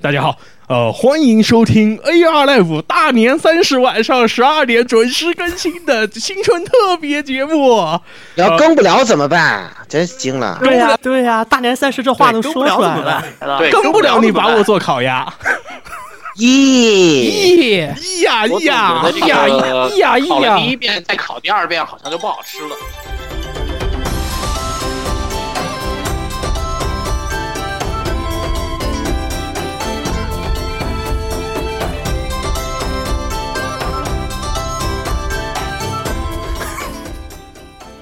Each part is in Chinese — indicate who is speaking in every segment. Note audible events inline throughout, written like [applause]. Speaker 1: 大家好，呃，欢迎收听 AR Live 大年三十晚上十二点准时更新的新春特别节目。
Speaker 2: 然后更不了怎么办？真是惊了。
Speaker 3: 对呀、对呀、大年三十这话都说出来了， [laughs]
Speaker 4: 对，
Speaker 1: 更不了你把我
Speaker 4: 做
Speaker 1: 做烤鸭，
Speaker 2: 咦，
Speaker 3: 咦，
Speaker 1: 咿呀咿哎呀
Speaker 4: 我总
Speaker 1: 咿呀
Speaker 4: 觉得这
Speaker 1: 咿
Speaker 4: 个
Speaker 1: 呀咿
Speaker 4: 烤
Speaker 1: 呀
Speaker 4: 了第一遍，再烤第二遍好像就不好吃了。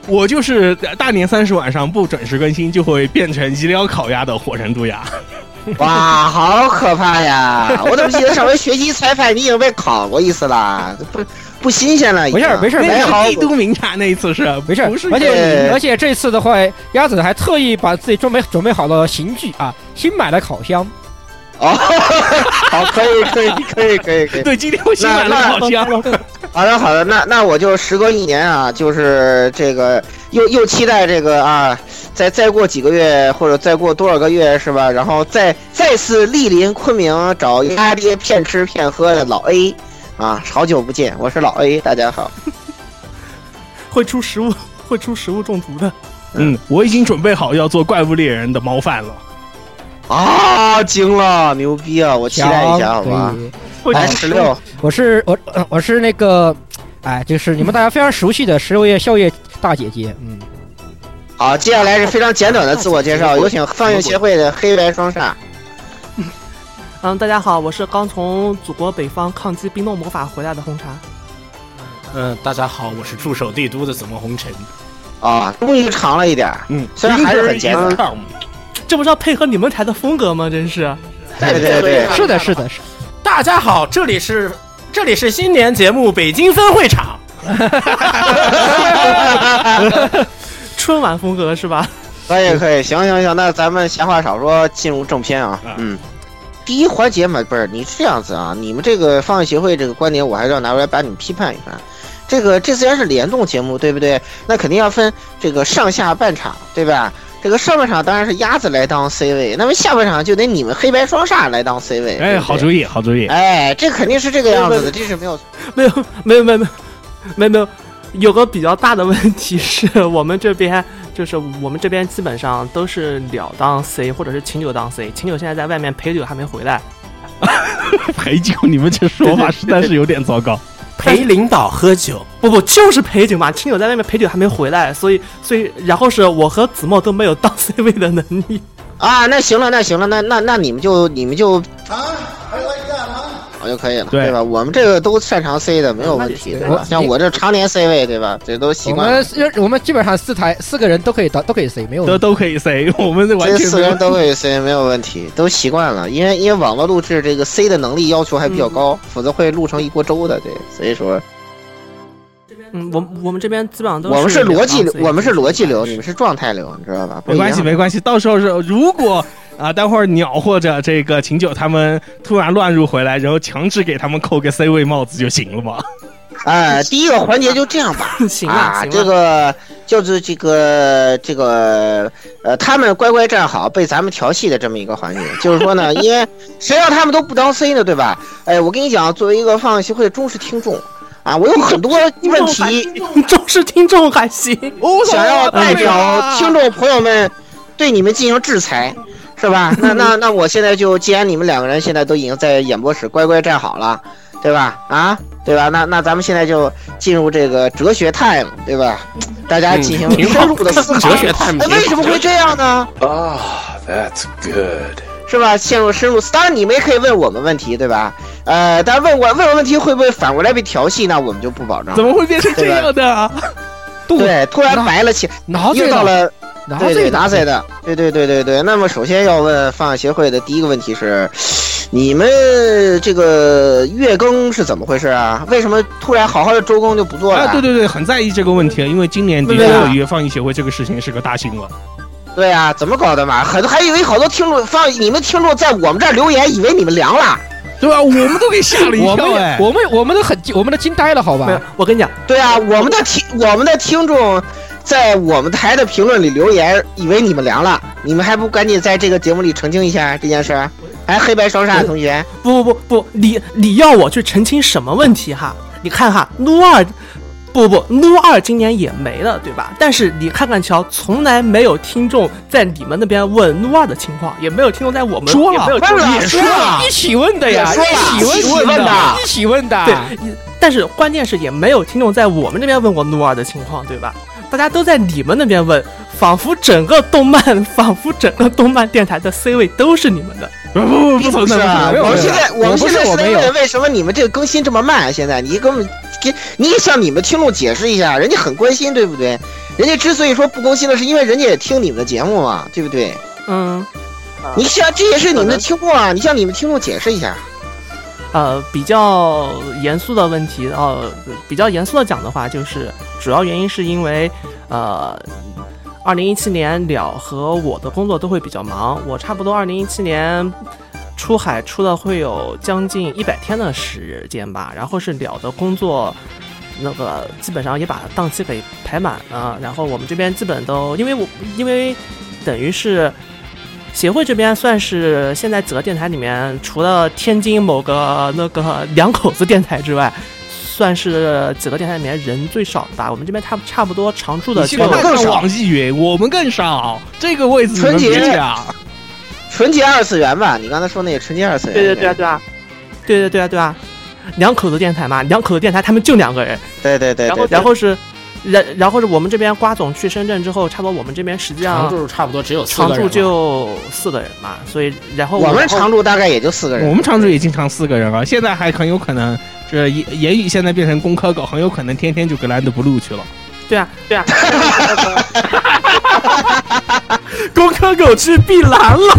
Speaker 1: 我就是大年三十晚上不准时更新，就会变成医疗烤鸭的火神渡
Speaker 4: [laughs]
Speaker 1: 鸦。
Speaker 2: 哇，好可怕呀！我怎么记得上回学习采访你已经被烤过一次了？这不不新鲜了已经。
Speaker 5: 没事儿没事儿
Speaker 1: 那
Speaker 5: 没
Speaker 2: 还
Speaker 5: 事
Speaker 2: 好
Speaker 1: 是帝都名茶那一次是，
Speaker 5: 没事儿
Speaker 1: 不是，
Speaker 5: 而且
Speaker 2: 个
Speaker 5: 而且这次的话，鸭子还特意把自己专门准备好了刑具啊，新买的烤箱，
Speaker 2: 哦，好，可以可以可以可以可以。
Speaker 1: 对，今天我新买了烤箱，
Speaker 2: 好的好的，那那我就时隔一年啊，就是这个又又期待这个啊，再再过几个月或者再过多少个月是吧？然后再再次莅临昆明找鸭爹骗吃骗喝的老 A 啊，好久不见，我是老 A，大家好。
Speaker 3: 会出食物， [laughs] 会出食物中毒的。
Speaker 1: 嗯，我已经准备好要做怪物猎人的猫饭了。
Speaker 2: 啊，惊了，牛逼啊！我期待一下，好吧
Speaker 5: 可？以
Speaker 3: 会
Speaker 2: 来
Speaker 3: 出
Speaker 2: 十
Speaker 3: 食物
Speaker 2: 六，
Speaker 5: 我是我呃我是那个，哎，就是你们大家非常熟悉的十六夜宵夜大姐姐，嗯，
Speaker 2: 好，接下来是非常简短的自我介绍，有请放映协会的黑白双煞。
Speaker 3: 嗯，大家好，我是刚从祖国北方抗击冰冻魔法回来的红茶。
Speaker 6: 嗯，大家好，我是驻守帝都的紫梦红尘。
Speaker 2: 啊，终于长了一点儿，
Speaker 1: 嗯，
Speaker 2: 虽然还是很简短。
Speaker 3: 这不是要配合你们台的风格吗？真是，
Speaker 2: 对对对，
Speaker 5: 是的，是的，是
Speaker 6: 大家好，这里是这里是新年节目北京分会场。
Speaker 3: 春晚风格是吧？ [laughs]
Speaker 2: 可以可以，行行行，那咱们闲话少说，进入正片啊
Speaker 1: 啊。
Speaker 2: 嗯，第一环节嘛，不是你是这样子啊，你们这个放映协会这个观点，我还是要拿出来把你们批判一番。这个这虽然是联动节目，对不对？那肯定要分这个上下半场，对吧？这个上半场当然是鸭子来当 C 位，那么下半场就得你们黑白双煞来当 C 位。对
Speaker 1: 哎，
Speaker 2: 不对
Speaker 1: 好主意，好主
Speaker 2: [laughs]
Speaker 1: 意。
Speaker 2: 哎，这肯定是这个样子的，这是没有错。
Speaker 3: 没有，没有，没有，没有，没有，没有。有个比较大的问题是 [laughs] 我们这边，就是我们这边基本上都是了当 C 或者是秦九当 C，秦九现在在外面陪酒还没回来，
Speaker 1: 陪酒，你们这说法实在是有点糟
Speaker 2: [laughs]
Speaker 1: 糕。
Speaker 6: 陪领导喝酒，
Speaker 3: 不不，就是陪酒嘛，亲友在外面陪酒还没回来，所以所以然后是我和子墨都没有当 C 位的能力。
Speaker 2: 啊，那行了，那行了，那那那你们就你们就啊，还就可以了，
Speaker 1: 对
Speaker 2: 吧？我们这个都擅长 C 的，没有问题，
Speaker 3: 那也
Speaker 2: 对
Speaker 3: 是
Speaker 2: 吧？
Speaker 5: 我
Speaker 2: 像我这常年 C 位，对吧？这都习
Speaker 5: 我
Speaker 2: 惯
Speaker 5: 们
Speaker 2: 了，
Speaker 5: 是我们基本上四台四个人都可以都都可以 C，没有
Speaker 1: 都都可以 say，我们这完
Speaker 2: 这
Speaker 1: 全
Speaker 2: 四
Speaker 1: 没
Speaker 2: 个
Speaker 1: 有
Speaker 2: 人都会 C，没有问题，都习惯了。因为因为网络录制这个 C 的能力要求还比较高，否则会录成一锅粥的。对，所以说
Speaker 3: 嗯，我我们这边基本上都
Speaker 2: 我们
Speaker 3: 是
Speaker 2: 是逻辑
Speaker 3: 两
Speaker 2: 流
Speaker 3: 档，C
Speaker 2: 我们是逻辑流，你们是状态流，你知道吧？不
Speaker 1: 没
Speaker 2: 一
Speaker 1: 关系，
Speaker 2: 样
Speaker 1: 没关系。到时候是如果啊，待会儿鸟或者这个秦九他们突然乱入回来，然后强制给他们扣个 C 位帽子就行
Speaker 2: [laughs]
Speaker 1: 了嘛。
Speaker 2: 哎，第一个环节就这样吧。
Speaker 3: 行
Speaker 2: 啊，
Speaker 3: 行
Speaker 2: 这
Speaker 3: 了，
Speaker 2: 个就是这个这个呃，他们乖乖站好，被咱们调戏的这么一个环节。就是说
Speaker 3: [laughs]
Speaker 2: 呢，因为谁让他们都不当 C 呢，对吧？哎，我跟你讲，作为一个放映协会的忠实听众啊，我有很
Speaker 3: [laughs]
Speaker 2: 多问题
Speaker 3: 重视听众还行，
Speaker 2: 哦想要代
Speaker 6: [laughs]
Speaker 2: 表听众朋友们对你们进行制裁，是吧？那那那我现在就，既然你们两个人现在都已经在演播室乖乖站好了，对吧？啊，对吧？那那咱们现在就进入这个哲学 time，对吧？大家进行深入的
Speaker 1: [laughs]
Speaker 2: 思考，
Speaker 6: 哲学探
Speaker 2: 哎，
Speaker 6: 明。
Speaker 2: 为什么会这样呢？
Speaker 7: Ah, that's good.
Speaker 2: 是吧？陷入深入思，当然你们也可以问我们问题，对吧？呃，但问我问我问题会不会反过来被调戏，那我们就不保障
Speaker 1: 怎。么会变成这样的
Speaker 2: [laughs]
Speaker 1: 啊？
Speaker 5: 肚
Speaker 2: 对，突然白了起，
Speaker 5: 拿
Speaker 2: 又
Speaker 5: 醉
Speaker 2: 到
Speaker 5: 了，
Speaker 2: 了
Speaker 5: 拿
Speaker 2: 对
Speaker 5: 醉
Speaker 2: 对，
Speaker 5: 了
Speaker 2: 拿塞的，对对对对对。那么首先要问放映协会的第一个问题是，你们这个月更是怎么回事啊？为什么突然好好的周更就不做了？
Speaker 1: 啊，对对对，很在意这个问题，因为今年的
Speaker 2: 对啊
Speaker 1: 确与放映协会这个事情是个大新闻。
Speaker 2: 对啊，怎么搞的嘛？很还以为好多听众放你们听众在我们这儿留言，以为你们凉了。
Speaker 1: 对啊吧？我们都给吓了一
Speaker 5: 我
Speaker 1: 跳
Speaker 5: 们
Speaker 1: 哎
Speaker 5: 也！我们我们都很惊我们都惊呆了，好
Speaker 3: 没有
Speaker 5: 吧？，
Speaker 3: 我跟你讲，
Speaker 2: 对啊，我们的听我们的听众在我们台的评论里留言，以为你们凉了，你们还不赶紧在这个节目里澄清一下这件事儿？哎，黑白双煞同学，
Speaker 3: 不不不不，你你要我去澄清什么问题哈？你看哈，撸二，不不，撸二今年也没了，对吧？但是你看看瞧，从来没有听众在你们那边问撸二的情况，也没有听众在我们
Speaker 1: 说了
Speaker 3: 也没有听
Speaker 2: 问
Speaker 3: 众
Speaker 2: 了
Speaker 1: 也
Speaker 2: 说啊
Speaker 1: 说了
Speaker 2: 了，
Speaker 5: 一起问的呀，
Speaker 2: 哎啊也说了
Speaker 5: 一
Speaker 2: 一起
Speaker 5: 起问
Speaker 2: 问的
Speaker 5: 的，一起问的。
Speaker 3: 对，
Speaker 1: 啊
Speaker 3: 一但是关键是也没有听众在我们这边问过撸二的情况，对吧？大家都在你们那边问，仿佛整个动漫，仿佛整个动漫电台的 C 位都是你们的。
Speaker 1: 不不不
Speaker 2: 并
Speaker 1: 不存
Speaker 2: 不是
Speaker 1: 在，
Speaker 2: 啊，
Speaker 1: 不存在
Speaker 2: 我们
Speaker 1: 不存
Speaker 2: 现
Speaker 1: 在
Speaker 2: 在我们现
Speaker 5: 不是
Speaker 2: 在是
Speaker 5: 我
Speaker 2: 在
Speaker 5: 没有
Speaker 2: 问为什么你们这个更新这么慢、啊？现在你给我们给你也向你们听众解释一下，人家很关心，对不对？人家之所以说不更新了，是因为人家也听你们的节目嘛，对不对？
Speaker 3: 嗯，
Speaker 2: 你像这也是你们的听众啊，你向你们听众解释一下。
Speaker 3: 呃，比较严肃的问题，呃，比较严肃的讲的话，就是主要原因是因为，呃，二零一七年了和我的工作都会比较忙，我差不多二零一七年出海出了会有将近一百天的时间吧，然后是了的工作。那个基本上也把档期给排满了，然后我们这边基本都因为我因为等于是协会这边算是现在几个电台里面，除了天津某个那个两口子电台之外，算是几个电台里面人最少的吧。我们这边差不差不多常驻的
Speaker 1: 你去看
Speaker 2: 我们更
Speaker 1: 看
Speaker 2: 少
Speaker 1: 网易云，我们更少，这个位置你们
Speaker 2: 春节
Speaker 1: 别抢。
Speaker 2: 纯洁二次元吧，你刚才说那个纯洁二次元。
Speaker 3: 对对对啊对啊，对对对啊对啊，两口子电台嘛，两口子电台他们就两个人，
Speaker 2: 对对对
Speaker 3: 然后
Speaker 2: 对。
Speaker 3: 然后是，然然后是我们这边瓜总去深圳之后，差不多我们这边实际
Speaker 6: 常
Speaker 3: 上
Speaker 6: 驻差不多只有四
Speaker 3: 常
Speaker 6: 个人
Speaker 3: 驻
Speaker 6: 了
Speaker 3: 就四个人嘛，所以然后
Speaker 2: 我们
Speaker 3: 后
Speaker 2: 常驻大概也就四个
Speaker 1: 我
Speaker 2: 人，嗯
Speaker 1: 们常驻也经常四个人啊，现在还很有可能，这言言语现在变成工科狗，很有可能天天就跟 Land Blue 去了。
Speaker 3: 对啊对
Speaker 2: [laughs]
Speaker 3: 啊，
Speaker 6: 工科狗去碧蓝了。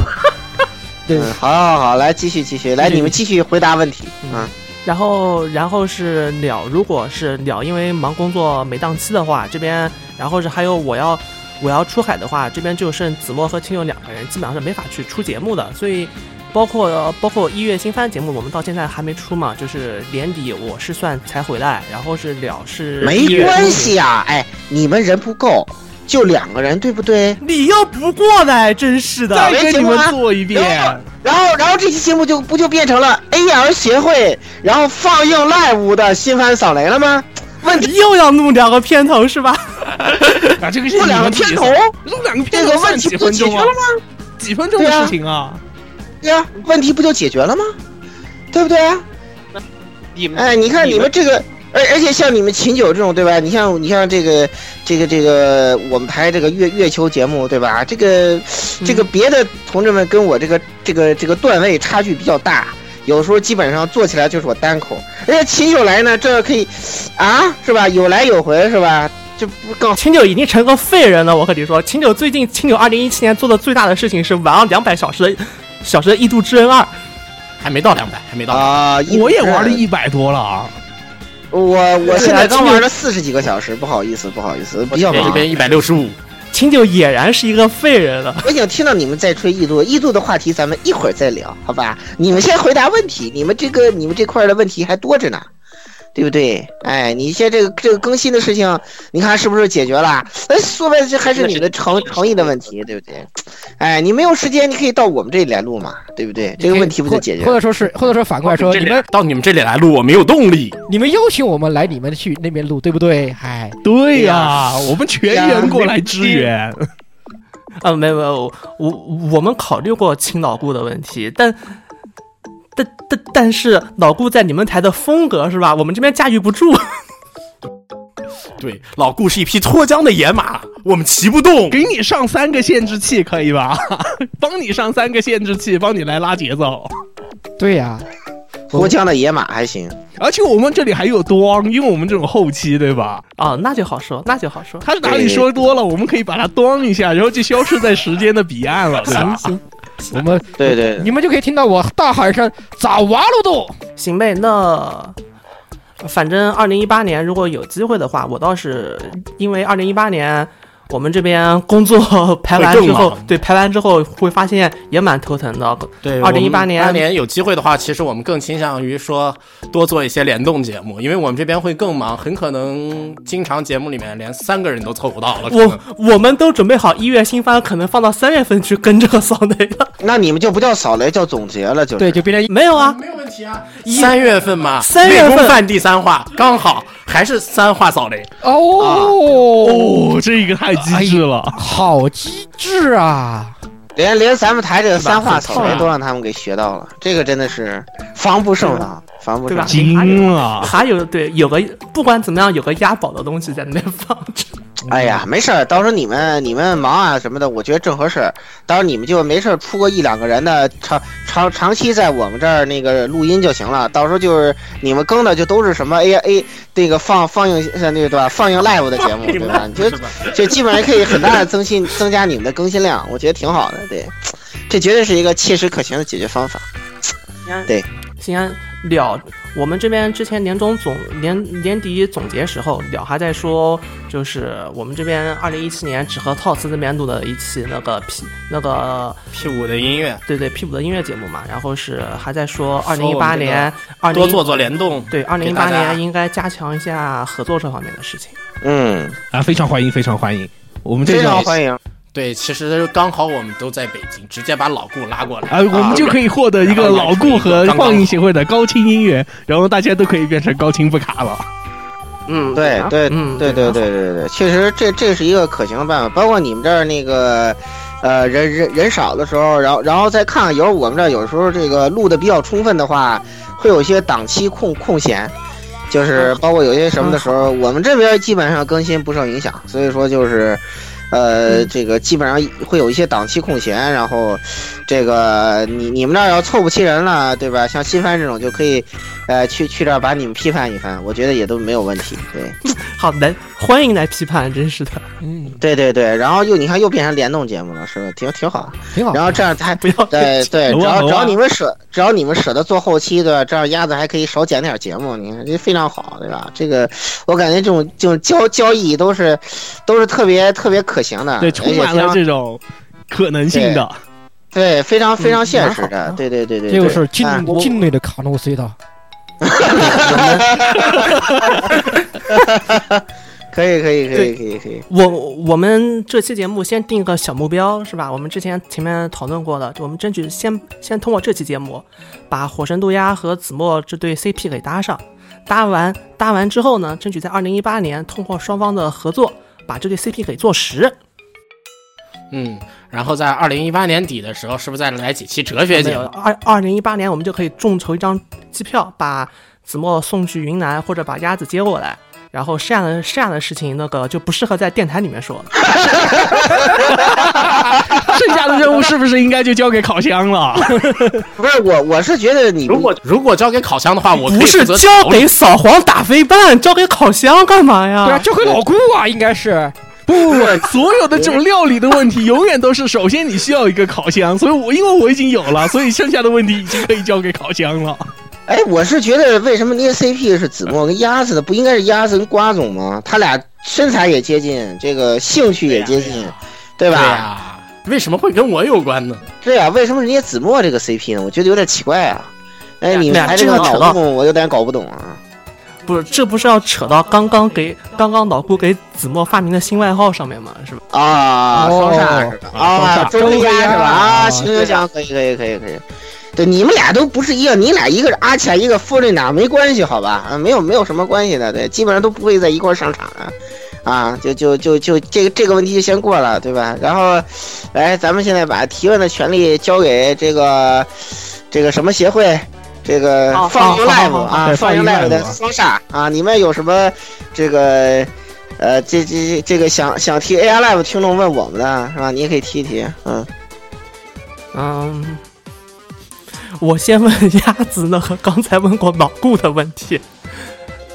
Speaker 5: 对嗯
Speaker 2: 嗯，好好好，来继续继续，来
Speaker 3: 继续
Speaker 2: 你们继续回答问题
Speaker 3: 嗯
Speaker 2: 啊。
Speaker 3: 然后，然后是鸟，如果是鸟，因为忙工作没档期的话，这边，然后是还有我要我要出海的话，这边就剩子墨和青友两个人，基本上是没法去出节目的。所以，包括包括一月新番节目，我们到现在还没出嘛，就是年底我是算才回来，然后是鸟是
Speaker 2: 没
Speaker 3: 一月
Speaker 2: 关系啊，哎，你们人不够，就两个人，对不对？
Speaker 3: 你又不过来，真是的。
Speaker 1: 再
Speaker 2: 没
Speaker 1: 跟
Speaker 2: 节
Speaker 1: 你
Speaker 2: 目
Speaker 1: 们
Speaker 2: 啊
Speaker 1: 做一遍，啊
Speaker 2: 然后，然后这期节目就不就变成了 AR 协会，然后放映 live 的新番扫雷了吗？问题
Speaker 3: 又要弄两个片头是吧？
Speaker 1: 啊，这个是
Speaker 2: 录
Speaker 1: 你
Speaker 2: 两个
Speaker 1: 们自己
Speaker 2: 片头，
Speaker 1: 录两个片
Speaker 2: 这
Speaker 1: 头
Speaker 2: 个
Speaker 1: 算
Speaker 2: 问题
Speaker 1: 几
Speaker 2: 不就
Speaker 1: 分
Speaker 2: 解决
Speaker 1: 钟
Speaker 2: 了
Speaker 1: 啊？
Speaker 2: 吗？
Speaker 1: 几分钟的
Speaker 2: 对啊
Speaker 1: 事情啊！
Speaker 2: 对呀、问题不就解决了吗？对不对啊？
Speaker 4: 你们
Speaker 2: 哎，你看你们这个，而而且像你们秦九这种，对吧？你像你像这个这个这个我们台这个月月球节目，对吧？这个这个别的同志们跟我这个这个这个段位差距比较大，有时候基本上做起来就是我单口。而且秦九来呢，这可以啊，是吧？有来有回，是吧？这不更
Speaker 3: 秦九已经成个废人了，我和你说，秦九最近秦九二零一七年做的最大的事情是玩了两百小时的小时的《异度之刃二》，
Speaker 6: 还没到两百，还没到。
Speaker 2: 啊？
Speaker 1: 我也玩了一百多了啊，
Speaker 2: 我我现
Speaker 3: 对啊
Speaker 2: 在刚
Speaker 3: 秦九
Speaker 2: 玩了四十几个小时，不好意思，不好意思，比较
Speaker 6: 这
Speaker 2: 忙。
Speaker 6: 边一百六十五，
Speaker 3: 秦九俨然是一个废人了。
Speaker 2: 我想听到你们在吹异度，异度的话题咱们一会儿再聊，好吧？你们先回答问题，你们这个你们这块儿的问题还多着呢，对不对？哎，你现在这个这个更新的事情，你看是不是解决了？哎，说白了这还是你们的诚诚意的问题，对不对？哎，你没有时间，你可以到我们这里来录嘛，对不对？这个问题不就解决
Speaker 5: 哎或
Speaker 2: 了？
Speaker 5: 者说是，或者说反过来说，
Speaker 6: 这
Speaker 5: 你
Speaker 6: 里
Speaker 5: 们
Speaker 6: 到你们这里来录，我没有动力。
Speaker 5: 你们邀请我们来你们去那边录，对不对？哎，
Speaker 1: 对
Speaker 2: 呀
Speaker 1: 呀，我们全员过来支援。
Speaker 3: 呃，没有没有，我我们考虑过请老顾的问题，但但但但是老顾在你们台的风格是吧？我们这边驾驭不住。
Speaker 6: 对，老顾是一匹脱缰的野马，我们骑不动。
Speaker 1: 给你上三个限制器可以吧？ [laughs] 帮你上三个限制器，帮你来拉节奏。
Speaker 5: 对呀，
Speaker 2: 脱缰的野马还行，
Speaker 1: 而且我们这里还有多，因为我们这种后期对吧？
Speaker 3: 哦，那就好说，那就好说。
Speaker 1: 他哪里说多了，我们可以把它咣一下，然后就消失在时间的彼岸了，对
Speaker 3: 啊
Speaker 1: 吧
Speaker 5: 行？行，我们
Speaker 2: 对对
Speaker 5: 你们就可以听到我大喊一声“咋哇噜都
Speaker 3: 行呗，那反正二零一八年如果有机会的话，我倒是因为二零一八年我们这边工作 [laughs] 排完之
Speaker 6: 会更
Speaker 3: 后
Speaker 6: 忙，
Speaker 3: 对排完之后会发现也蛮头疼的。
Speaker 6: [laughs] 对，
Speaker 3: 2018年
Speaker 6: 八年有机会的话，其实我们更倾向于说多做一些联动节目，因为我们这边会更忙，很可能经常节目里面连三个人都凑不到了。可能
Speaker 3: 我我们都准备好一月新番可能放到三月份去跟这个扫雷了。
Speaker 2: 那你们就不叫扫雷，叫总结了，就是。
Speaker 5: 对，就变成
Speaker 3: 没有啊，
Speaker 6: 没有问题啊，三月份嘛，
Speaker 3: 三月份
Speaker 6: 内功饭第三话刚好，还是三话扫雷。
Speaker 2: 啊
Speaker 5: 哦，
Speaker 1: 哦，这个太机智了，
Speaker 5: 好机智啊！
Speaker 2: 连连咱们台这个三话草
Speaker 3: 很
Speaker 2: 莓
Speaker 3: 烫啊
Speaker 2: 都让他们给学到了，这个真的是防不胜防，防不胜防。
Speaker 1: 惊了。
Speaker 3: 还有对有个不管怎么样有个押宝的东西在那边放着。
Speaker 2: 哎呀，没事儿，到时候你们你们忙啊什么的，我觉得正合适。到时候你们就没事儿出个一两个人的，长长长期在我们这儿那个录音就行了。到时候就是你们更的就都是什么 A A 那个放放映呃那个对吧？放映 live 的节目对吧？你觉得就基本上可以很大的增新 [laughs] 增加你们的更新量，我觉得挺好的。对，这绝对是一个切实可行的解决方法。
Speaker 3: 西安了，我们这边之前年终总年年底总结时候，了还在说，就是我们这边二零一七年只和 TOS 这边录的一期那个 P 那个
Speaker 6: P 五的音乐
Speaker 3: 对对 P 五的音乐节目嘛，然后是还在说二零一八年二零
Speaker 6: 多做做联动，
Speaker 3: 对二零一
Speaker 6: 给
Speaker 3: 八
Speaker 6: 大家
Speaker 3: 年应该加强一下合作这方面的事情。
Speaker 2: 嗯，
Speaker 1: 啊，非常欢迎，非常欢迎。我们这
Speaker 2: 非
Speaker 1: 种
Speaker 2: 常欢迎。
Speaker 6: 对，其实刚好我们都在北京，直接把老顾拉过来，
Speaker 1: 啊，我们就可以获得一个老顾和放映协会的高清音源，然后大家都可以变成高清不卡
Speaker 2: 啊
Speaker 1: 了。
Speaker 3: 嗯，
Speaker 2: 对
Speaker 3: 啊
Speaker 2: 对
Speaker 3: 嗯，
Speaker 2: 对对
Speaker 3: 啊
Speaker 2: 对对对，确实这这是一个可行的办法。包括你们这儿那个，呃，人人人少的时候，然后然后再看看，有时候我们这儿有时候这个录的比较充分的话，会有一些档期空空闲，就是包括有些什么的时候，我们这边基本上更新不受影响，所以说就是。呃，这个基本上会有一些档期空闲，然后，这个你你们那儿要凑不齐人了，对吧？像新番这种就可以，呃，去去这儿把你们批判一番，我觉得也都没有问题。对，
Speaker 3: 好来欢迎来批判，真是的，
Speaker 5: 嗯
Speaker 2: 对对对，然后又你看又变成联动节目了，是吧？挺挺好。
Speaker 5: 挺好。
Speaker 2: 然后这样他
Speaker 3: 不要
Speaker 2: 对对，
Speaker 1: 好啊
Speaker 2: 只要
Speaker 1: 好啊
Speaker 2: 只要你们舍只要你们舍得做后期对吧？这样鸭子还可以少剪点节目，你看这非常好，对吧？这个我感觉这种这种交交易都是都是特别特别可行的，
Speaker 1: 对，
Speaker 2: 而且
Speaker 1: 充满
Speaker 2: 非
Speaker 1: 了
Speaker 2: 常
Speaker 1: 这种可能性的。
Speaker 2: 对非常非常现实
Speaker 3: 嗯蛮
Speaker 2: 的
Speaker 3: 好，
Speaker 2: 对对对对，啊
Speaker 5: 这
Speaker 2: 对
Speaker 5: 就是境
Speaker 2: 嗯 [laughs]
Speaker 5: 境内的卡诺隧道，
Speaker 2: [laughs] 可以可以可以
Speaker 3: 对
Speaker 2: 可以可以，
Speaker 3: 我我们这期节目先定个小目标是吧？我们之前前面讨论过的，我们争取先先通过这期节目，把火神渡鸦和子墨这对 CP 给搭上，搭完搭完之后呢，争取在二零一八年通过双方的合作，把这对 CP 给做实。
Speaker 6: 嗯，然后在二零一八年底的时候，是不是再来几期哲学
Speaker 3: 没
Speaker 6: 节
Speaker 3: 有
Speaker 6: 目？
Speaker 3: 二二零一八年我们就可以众筹一张机票，把子墨送去云南，或者把鸭子接过来。然后剩下的剩下的事情，那个就不适合在电台里面说了。
Speaker 2: 哎 [laughs]
Speaker 1: 剩下的任务是不是应该就交给烤箱了？
Speaker 2: 不是我我是觉得你
Speaker 4: 如果
Speaker 6: 如果交给烤箱的话，我可以
Speaker 3: 不是
Speaker 6: 负责
Speaker 3: 交
Speaker 6: 讨论
Speaker 3: 给扫黄打非办，交给烤箱干嘛呀？
Speaker 5: 对啊，交给老顾啊，应该是。
Speaker 1: 不，所有的这种料理的问题，永远都是首先你需要一个烤箱，所以我因为我已经有了，所以剩下的问题已经可以交给烤箱了。 [laughs]
Speaker 2: 哎，我是觉得为什么捏 CP 是子墨跟鸭子的，不应该是鸭子跟瓜总吗？他俩身材也接近，这个兴趣也接近，对
Speaker 6: 对
Speaker 2: 吧？
Speaker 6: 呀，为什么会跟我有关呢？
Speaker 2: 对呀、为什么是捏子墨这个 CP 呢？我觉得有点奇怪啊。哎，你们
Speaker 3: 俩
Speaker 2: 还
Speaker 3: 这
Speaker 2: 个
Speaker 3: 个扯
Speaker 2: 脑
Speaker 3: 到
Speaker 2: 洞，我有点搞不懂啊。
Speaker 3: 不是，这不是要扯到刚刚给刚刚老顾给子墨发明的新外号上面吗？是吧？
Speaker 2: 啊，
Speaker 5: 哦
Speaker 2: 双煞是吧？啊，
Speaker 1: 双
Speaker 2: 周黑
Speaker 5: 周黑
Speaker 2: 鸭
Speaker 5: 鸭
Speaker 2: 是吧？啊，
Speaker 5: 啊
Speaker 2: 行行行，可以可以可以可以。对，你们俩都不是一样，你俩一个是阿恰，一个弗瑞娜，没关系好吧？啊，没有没有什么关系的，对，基本上都不会在一块儿上场的，啊，就就就就这个这个问题就先过了，对吧？然后，来，咱们现在把提问的权利交给这个这个什么协会。这个
Speaker 3: 哦
Speaker 2: 放映
Speaker 3: 好好
Speaker 2: live
Speaker 3: 好
Speaker 2: 啊，
Speaker 1: 对
Speaker 2: 放映
Speaker 1: 放映
Speaker 2: live 的
Speaker 1: live
Speaker 2: 双煞啊，你们有什么这个呃，这这这个想想提 AR Live 听众问我们的是吧？你也可以提一提，嗯，
Speaker 3: 嗯，我先问鸭子那个刚才问过老顾的问题。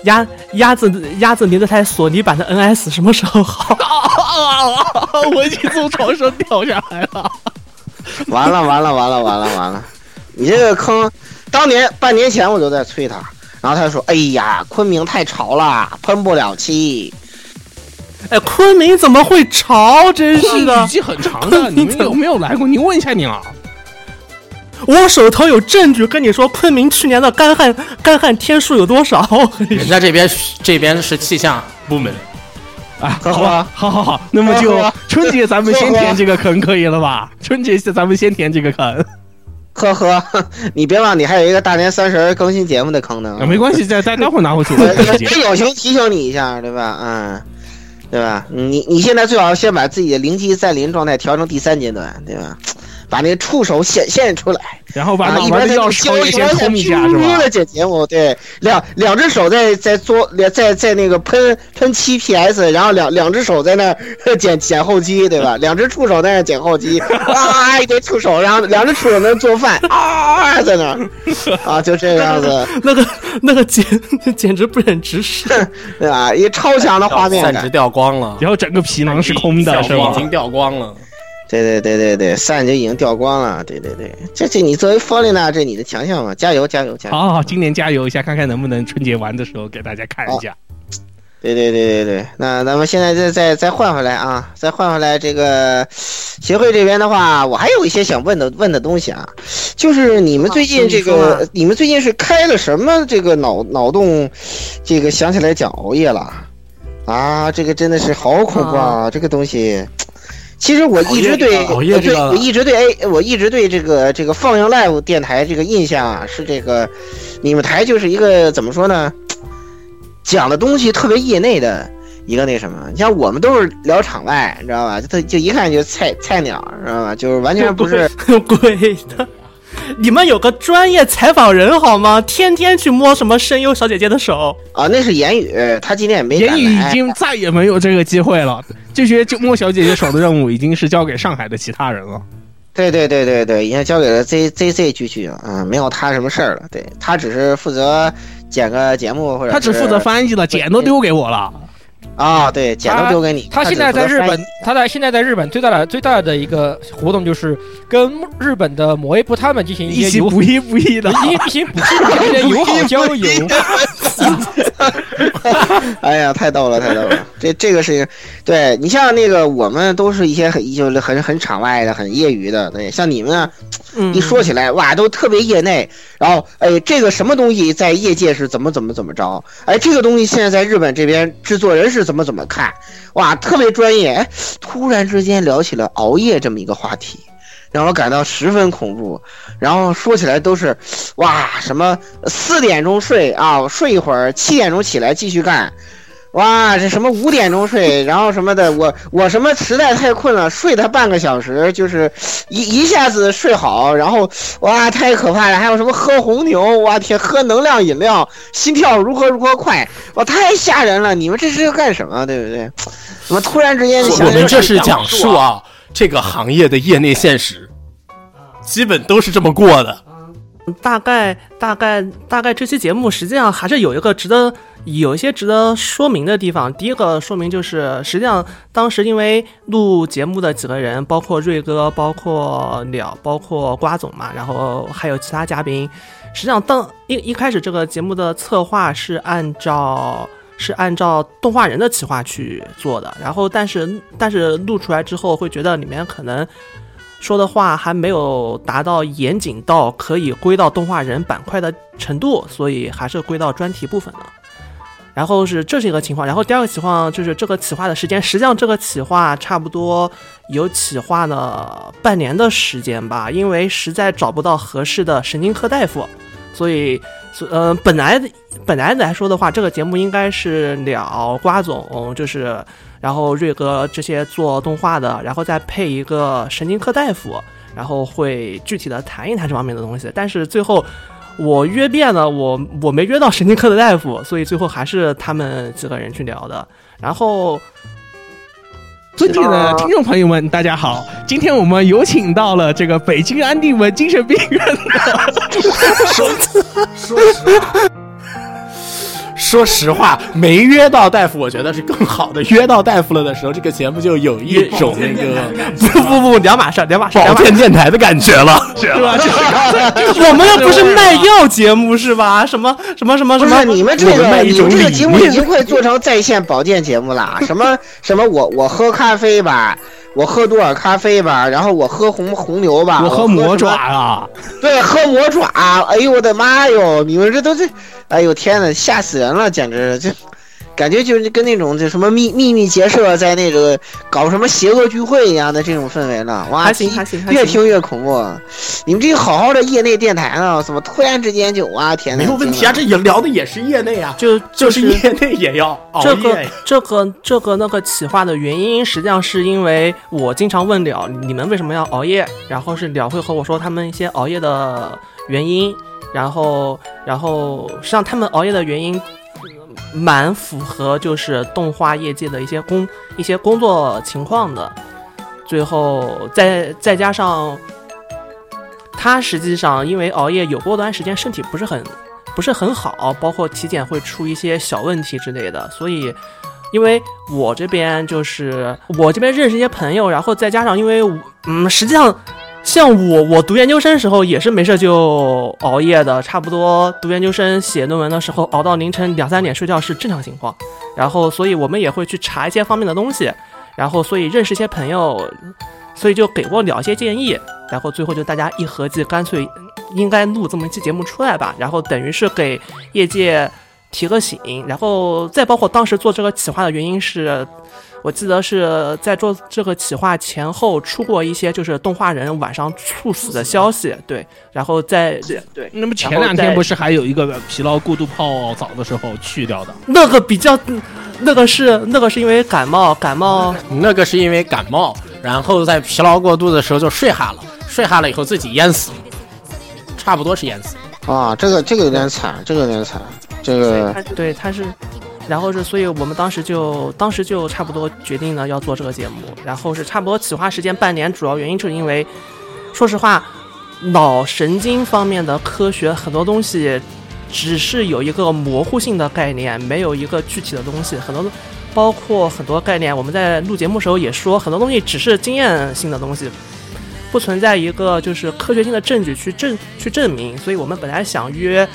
Speaker 3: 鸭鸭子鸭子，你那台索尼版的 NS 什么时候好？
Speaker 1: 啊，我已经从床上掉下来了。
Speaker 2: 完了完了完了完了完了， [laughs] 你这个坑，当年半年前我就在催他，然后他就说：“哎呀，昆明太潮了，喷不了漆。”
Speaker 3: 哎，昆明怎么会潮？真是
Speaker 1: 语
Speaker 3: 的，
Speaker 1: 气很长的，你们有没有来过？你问一下你啊。
Speaker 3: 我手头有证据跟你说，昆明去年的干旱干旱天数有多少？ [laughs]
Speaker 6: 人家这边这边是气象部门，
Speaker 1: 啊，
Speaker 2: 喝
Speaker 1: 好
Speaker 2: 喝
Speaker 1: 吧，好好好，那么就
Speaker 2: 喝喝
Speaker 1: 春节咱们先
Speaker 2: 喝喝
Speaker 1: 填这个坑，可以了吧？春节咱们先填这个坑，
Speaker 2: 呵呵， [laughs] 你别忘，你还有一个大年三十儿更新节目的坑呢
Speaker 1: 啊。没关系，再再待会儿拿回
Speaker 2: [laughs]
Speaker 1: 去。
Speaker 2: 我
Speaker 1: 我
Speaker 2: 我
Speaker 1: 直接
Speaker 2: 这友情提醒你一下，对吧？嗯，对吧？你你现在最好先把自己的零级暂临状态调成第三阶段，对吧？把那个触手显现出来，
Speaker 1: 然后把
Speaker 2: 啊，
Speaker 1: 脑
Speaker 2: 一
Speaker 1: 门
Speaker 2: 边
Speaker 1: 的
Speaker 2: 在
Speaker 1: 钥匙
Speaker 2: 交
Speaker 1: 扣也
Speaker 2: 一边
Speaker 1: 先
Speaker 2: 在
Speaker 1: 通一啊下，是吧？
Speaker 2: 的剪节目，对，两两只手在在做，在在那个喷喷漆 PS，然后两两只手在那儿 [laughs] 剪剪后期，对吧？两只触手在那儿剪后期，啊，一堆触手，然后两只触手在那儿做饭，啊，在那儿，
Speaker 1: [laughs]
Speaker 2: 啊，就这个样子，
Speaker 3: 那个那个简简直不忍直视。
Speaker 2: 对吧？一超强的画面
Speaker 6: 散
Speaker 2: 感
Speaker 6: 值。掉光了，
Speaker 1: 然后整个皮囊是空的，是
Speaker 6: 已
Speaker 1: 吧？
Speaker 6: 经掉光了。
Speaker 2: 对对对对对，散就已经掉光了。对对对，这这你作为 f o l i n a 这你的强项嘛，加油加油加油！
Speaker 1: 好好好，今年加油一下，看看能不能春节玩的时候给大家看一下。
Speaker 2: 对对对对对，那咱们现在再再再换回来啊，再换回来这个协会这边的话，我还有一些想问的问的东西啊，就是你们最近这
Speaker 3: 啊你
Speaker 2: 个、
Speaker 3: 说啊
Speaker 2: 你们最近是开了什么这个脑脑洞，这个想起来讲熬夜了啊，这个真的是好恐怖啊，这个东西。其实我一直对呃
Speaker 6: 熬夜这个熬
Speaker 2: 我对
Speaker 6: 夜这个
Speaker 2: 我一直对哎，我一直对这个这个放映 live 电台这个印象啊，是这个你们台就是一个怎么说呢，讲的东西特别业内的一个那什么。你像我们都是聊场外，你知道吧？就他就一看就菜菜鸟，知道吧？就是完全不是
Speaker 3: 鬼的！你们有个专业采访人好吗？天天去摸什么声优小姐姐的手，
Speaker 2: 啊，那是言语，他今天也没
Speaker 1: 言
Speaker 2: 敢
Speaker 1: 语已
Speaker 2: 来
Speaker 1: 经再也没有这个机会了，这些就莫小姐姐手的任务已经是交给上海的其他人了。
Speaker 2: 对对对对对，已经交给了 Z Z Z 居居了啊，没有他什么事儿了。对他只是负责剪个节目或者
Speaker 1: 她只负责
Speaker 2: 是
Speaker 1: 翻译了，剪都丢给我了。
Speaker 2: 啊，对，剪都丢给你。
Speaker 5: 他现在
Speaker 2: 只负责
Speaker 5: 在日
Speaker 2: 翻译
Speaker 5: 本，他在现在在日本最大的最大的一个活动就是跟日本的某一部他们进行
Speaker 1: 一
Speaker 5: 些
Speaker 1: 起
Speaker 5: 友
Speaker 1: 补一补一的，
Speaker 5: 一一些不是一
Speaker 2: [laughs]
Speaker 5: 些友好交流。
Speaker 2: [laughs] 哎呀，太逗了，太逗了！这这个事情，对你像那个，我们都是一些很就是很很场外的、很业余的，对，像你们啊，
Speaker 3: 嗯，
Speaker 2: 一说起来哇，都特别业内。然后，哎，这个什么东西在业界是怎么怎么怎么着？哎，这个东西现在在日本这边制作人是怎么怎么看？哇，特别专业。哎，突然之间聊起了熬夜这么一个话题。让我感到十分恐怖，然后说起来都是，哇，什么四点钟睡啊，睡一会儿，七点钟起来继续干，哇，这什么五点钟睡，然后什么的，我我什么实在太困了，睡他半个小时，就是一一下子睡好，然后哇，太可怕了，还有什么喝红牛，哇天，喝能量饮料，心跳如何如何快，哇，太吓人了，你们这是要干什么，对不对？怎么突然之间就想
Speaker 6: 我们这是讲述啊这个行业的业内现实，基本都是这么过的。
Speaker 3: 大概大概大概这期节目实际上还是有一个值得有一些值得说明的地方。第一个说明就是，实际上当时因为录节目的几个人，包括瑞哥、包括鸟、包括瓜总嘛，然后还有其他嘉宾，实际上当一一开始这个节目的策划是按照。是按照动画人的企划去做的，然后但是但是录出来之后会觉得里面可能说的话还没有达到严谨到可以归到动画人板块的程度，所以还是归到专题部分了。然后是这是一个情况，然后第二个情况就是这个企划的时间，实际上这个企划差不多有企划了半年的时间吧，因为实在找不到合适的神经科大夫，所以，所呃，本来本来来说的话，这个节目应该是聊瓜总，就是然后瑞哥这些做动画的，然后再配一个神经科大夫，然后会具体的谈一谈这方面的东西。但是最后我约遍了，我我没约到神经科的大夫，所以最后还是他们几个人去聊的。然后
Speaker 1: 尊敬的听众朋友们，大家好！今天我们有请到了这个北京安定门精神病
Speaker 2: [laughs]
Speaker 1: 院的
Speaker 6: 说说实话，没约到大夫，我觉得是更好的。约到大夫了的时候，这个节目就有一种那个
Speaker 3: 不不不，两码事儿，两码事儿，
Speaker 6: 保
Speaker 3: 两码 [laughs] 事
Speaker 6: 健电台的感觉了。
Speaker 1: 对吧？
Speaker 3: 哦儿。我们又不是卖药节目是吧？什么什么什么
Speaker 2: 不
Speaker 3: 什
Speaker 2: 是
Speaker 3: 么？
Speaker 2: 你们这个，你们这个节目
Speaker 6: 理
Speaker 2: 已
Speaker 6: 念
Speaker 2: 经快做成在线保健节目了。啊什么什么我，我喝咖啡吧，我喝多少咖啡吧，然后我喝红红牛吧，
Speaker 1: 我
Speaker 2: 我
Speaker 1: 喝
Speaker 2: 什么
Speaker 1: 魔爪，啊！
Speaker 2: 对，喝魔爪。哎呦我的妈哟，你们这都是，哎呦天呐，吓死人了，简直这。感觉就是跟那种就什么秘秘密结社在那个搞什么邪恶聚会一样的这种氛围了，哇，
Speaker 3: 还啊行还行还
Speaker 2: 越
Speaker 3: 行，
Speaker 2: 听越恐怖。你们这好好的业内电台呢，怎么突然之间就哇天呐，
Speaker 6: 没有问题啊，这也聊的也是业内啊，
Speaker 3: 就
Speaker 6: 就
Speaker 3: 就是是
Speaker 6: 业内也要熬
Speaker 3: 这
Speaker 6: 夜
Speaker 3: 个
Speaker 6: 呀。
Speaker 3: 这个这个那个企划的原因，实际上是因为我经常问了你们为什么要熬夜，然后是了会和我说他们一些熬夜的原因，然后然后实际上他们熬夜的原因。嗯蛮符合就是动画业界的一些工一些工作情况的，最后再再加上他实际上因为熬夜有过段时间身体不是很不是很好，包括体检会出一些小问题之类的，所以。因为我这边就是我这边认识一些朋友，然后再加上因为我嗯，实际上像我我读研究生时候也是没事就熬夜的，差不多读研究生写论文的时候熬到凌晨两三点睡觉是正常情况。然后所以我们也会去查一些方面的东西，然后所以认识一些朋友，所以就给过了一些建议，然后最后就大家一合计，干脆应该录这么一期节目出来吧，然后等于是给业界提个醒，然后再包括当时做这个企划的原因是，我记得是在做这个企划前后出过一些就是动画人晚上猝死的消息，对，然后再对
Speaker 1: 那么前
Speaker 3: 然后
Speaker 1: 两天
Speaker 3: 再
Speaker 1: 不是还有一个呃疲劳过度泡澡的时候去掉的？
Speaker 3: 那个比较，那个是那个是因为感冒感冒。
Speaker 6: 那个是因为感冒，然后在疲劳过度的时候就睡哈了，睡哈了以后自己淹死了，差不多是淹死。
Speaker 2: 啊，这个这个有点惨，这个有点惨，这
Speaker 3: 对，
Speaker 2: 个
Speaker 3: 他是对他是，然后是，所以我们当时就当时就差不多决定了要做这个节目，然后是差不多企划时间半年，主要原因就是因为，说实话，脑神经方面的科学很多东西只是有一个模糊性的概念，没有一个具体的东西，很多东。包括很多概念，我们在录节目时候也说，很多东西只是经验性的东西，不存在一个就是科学性的证据去证去证明。所以我们本来想约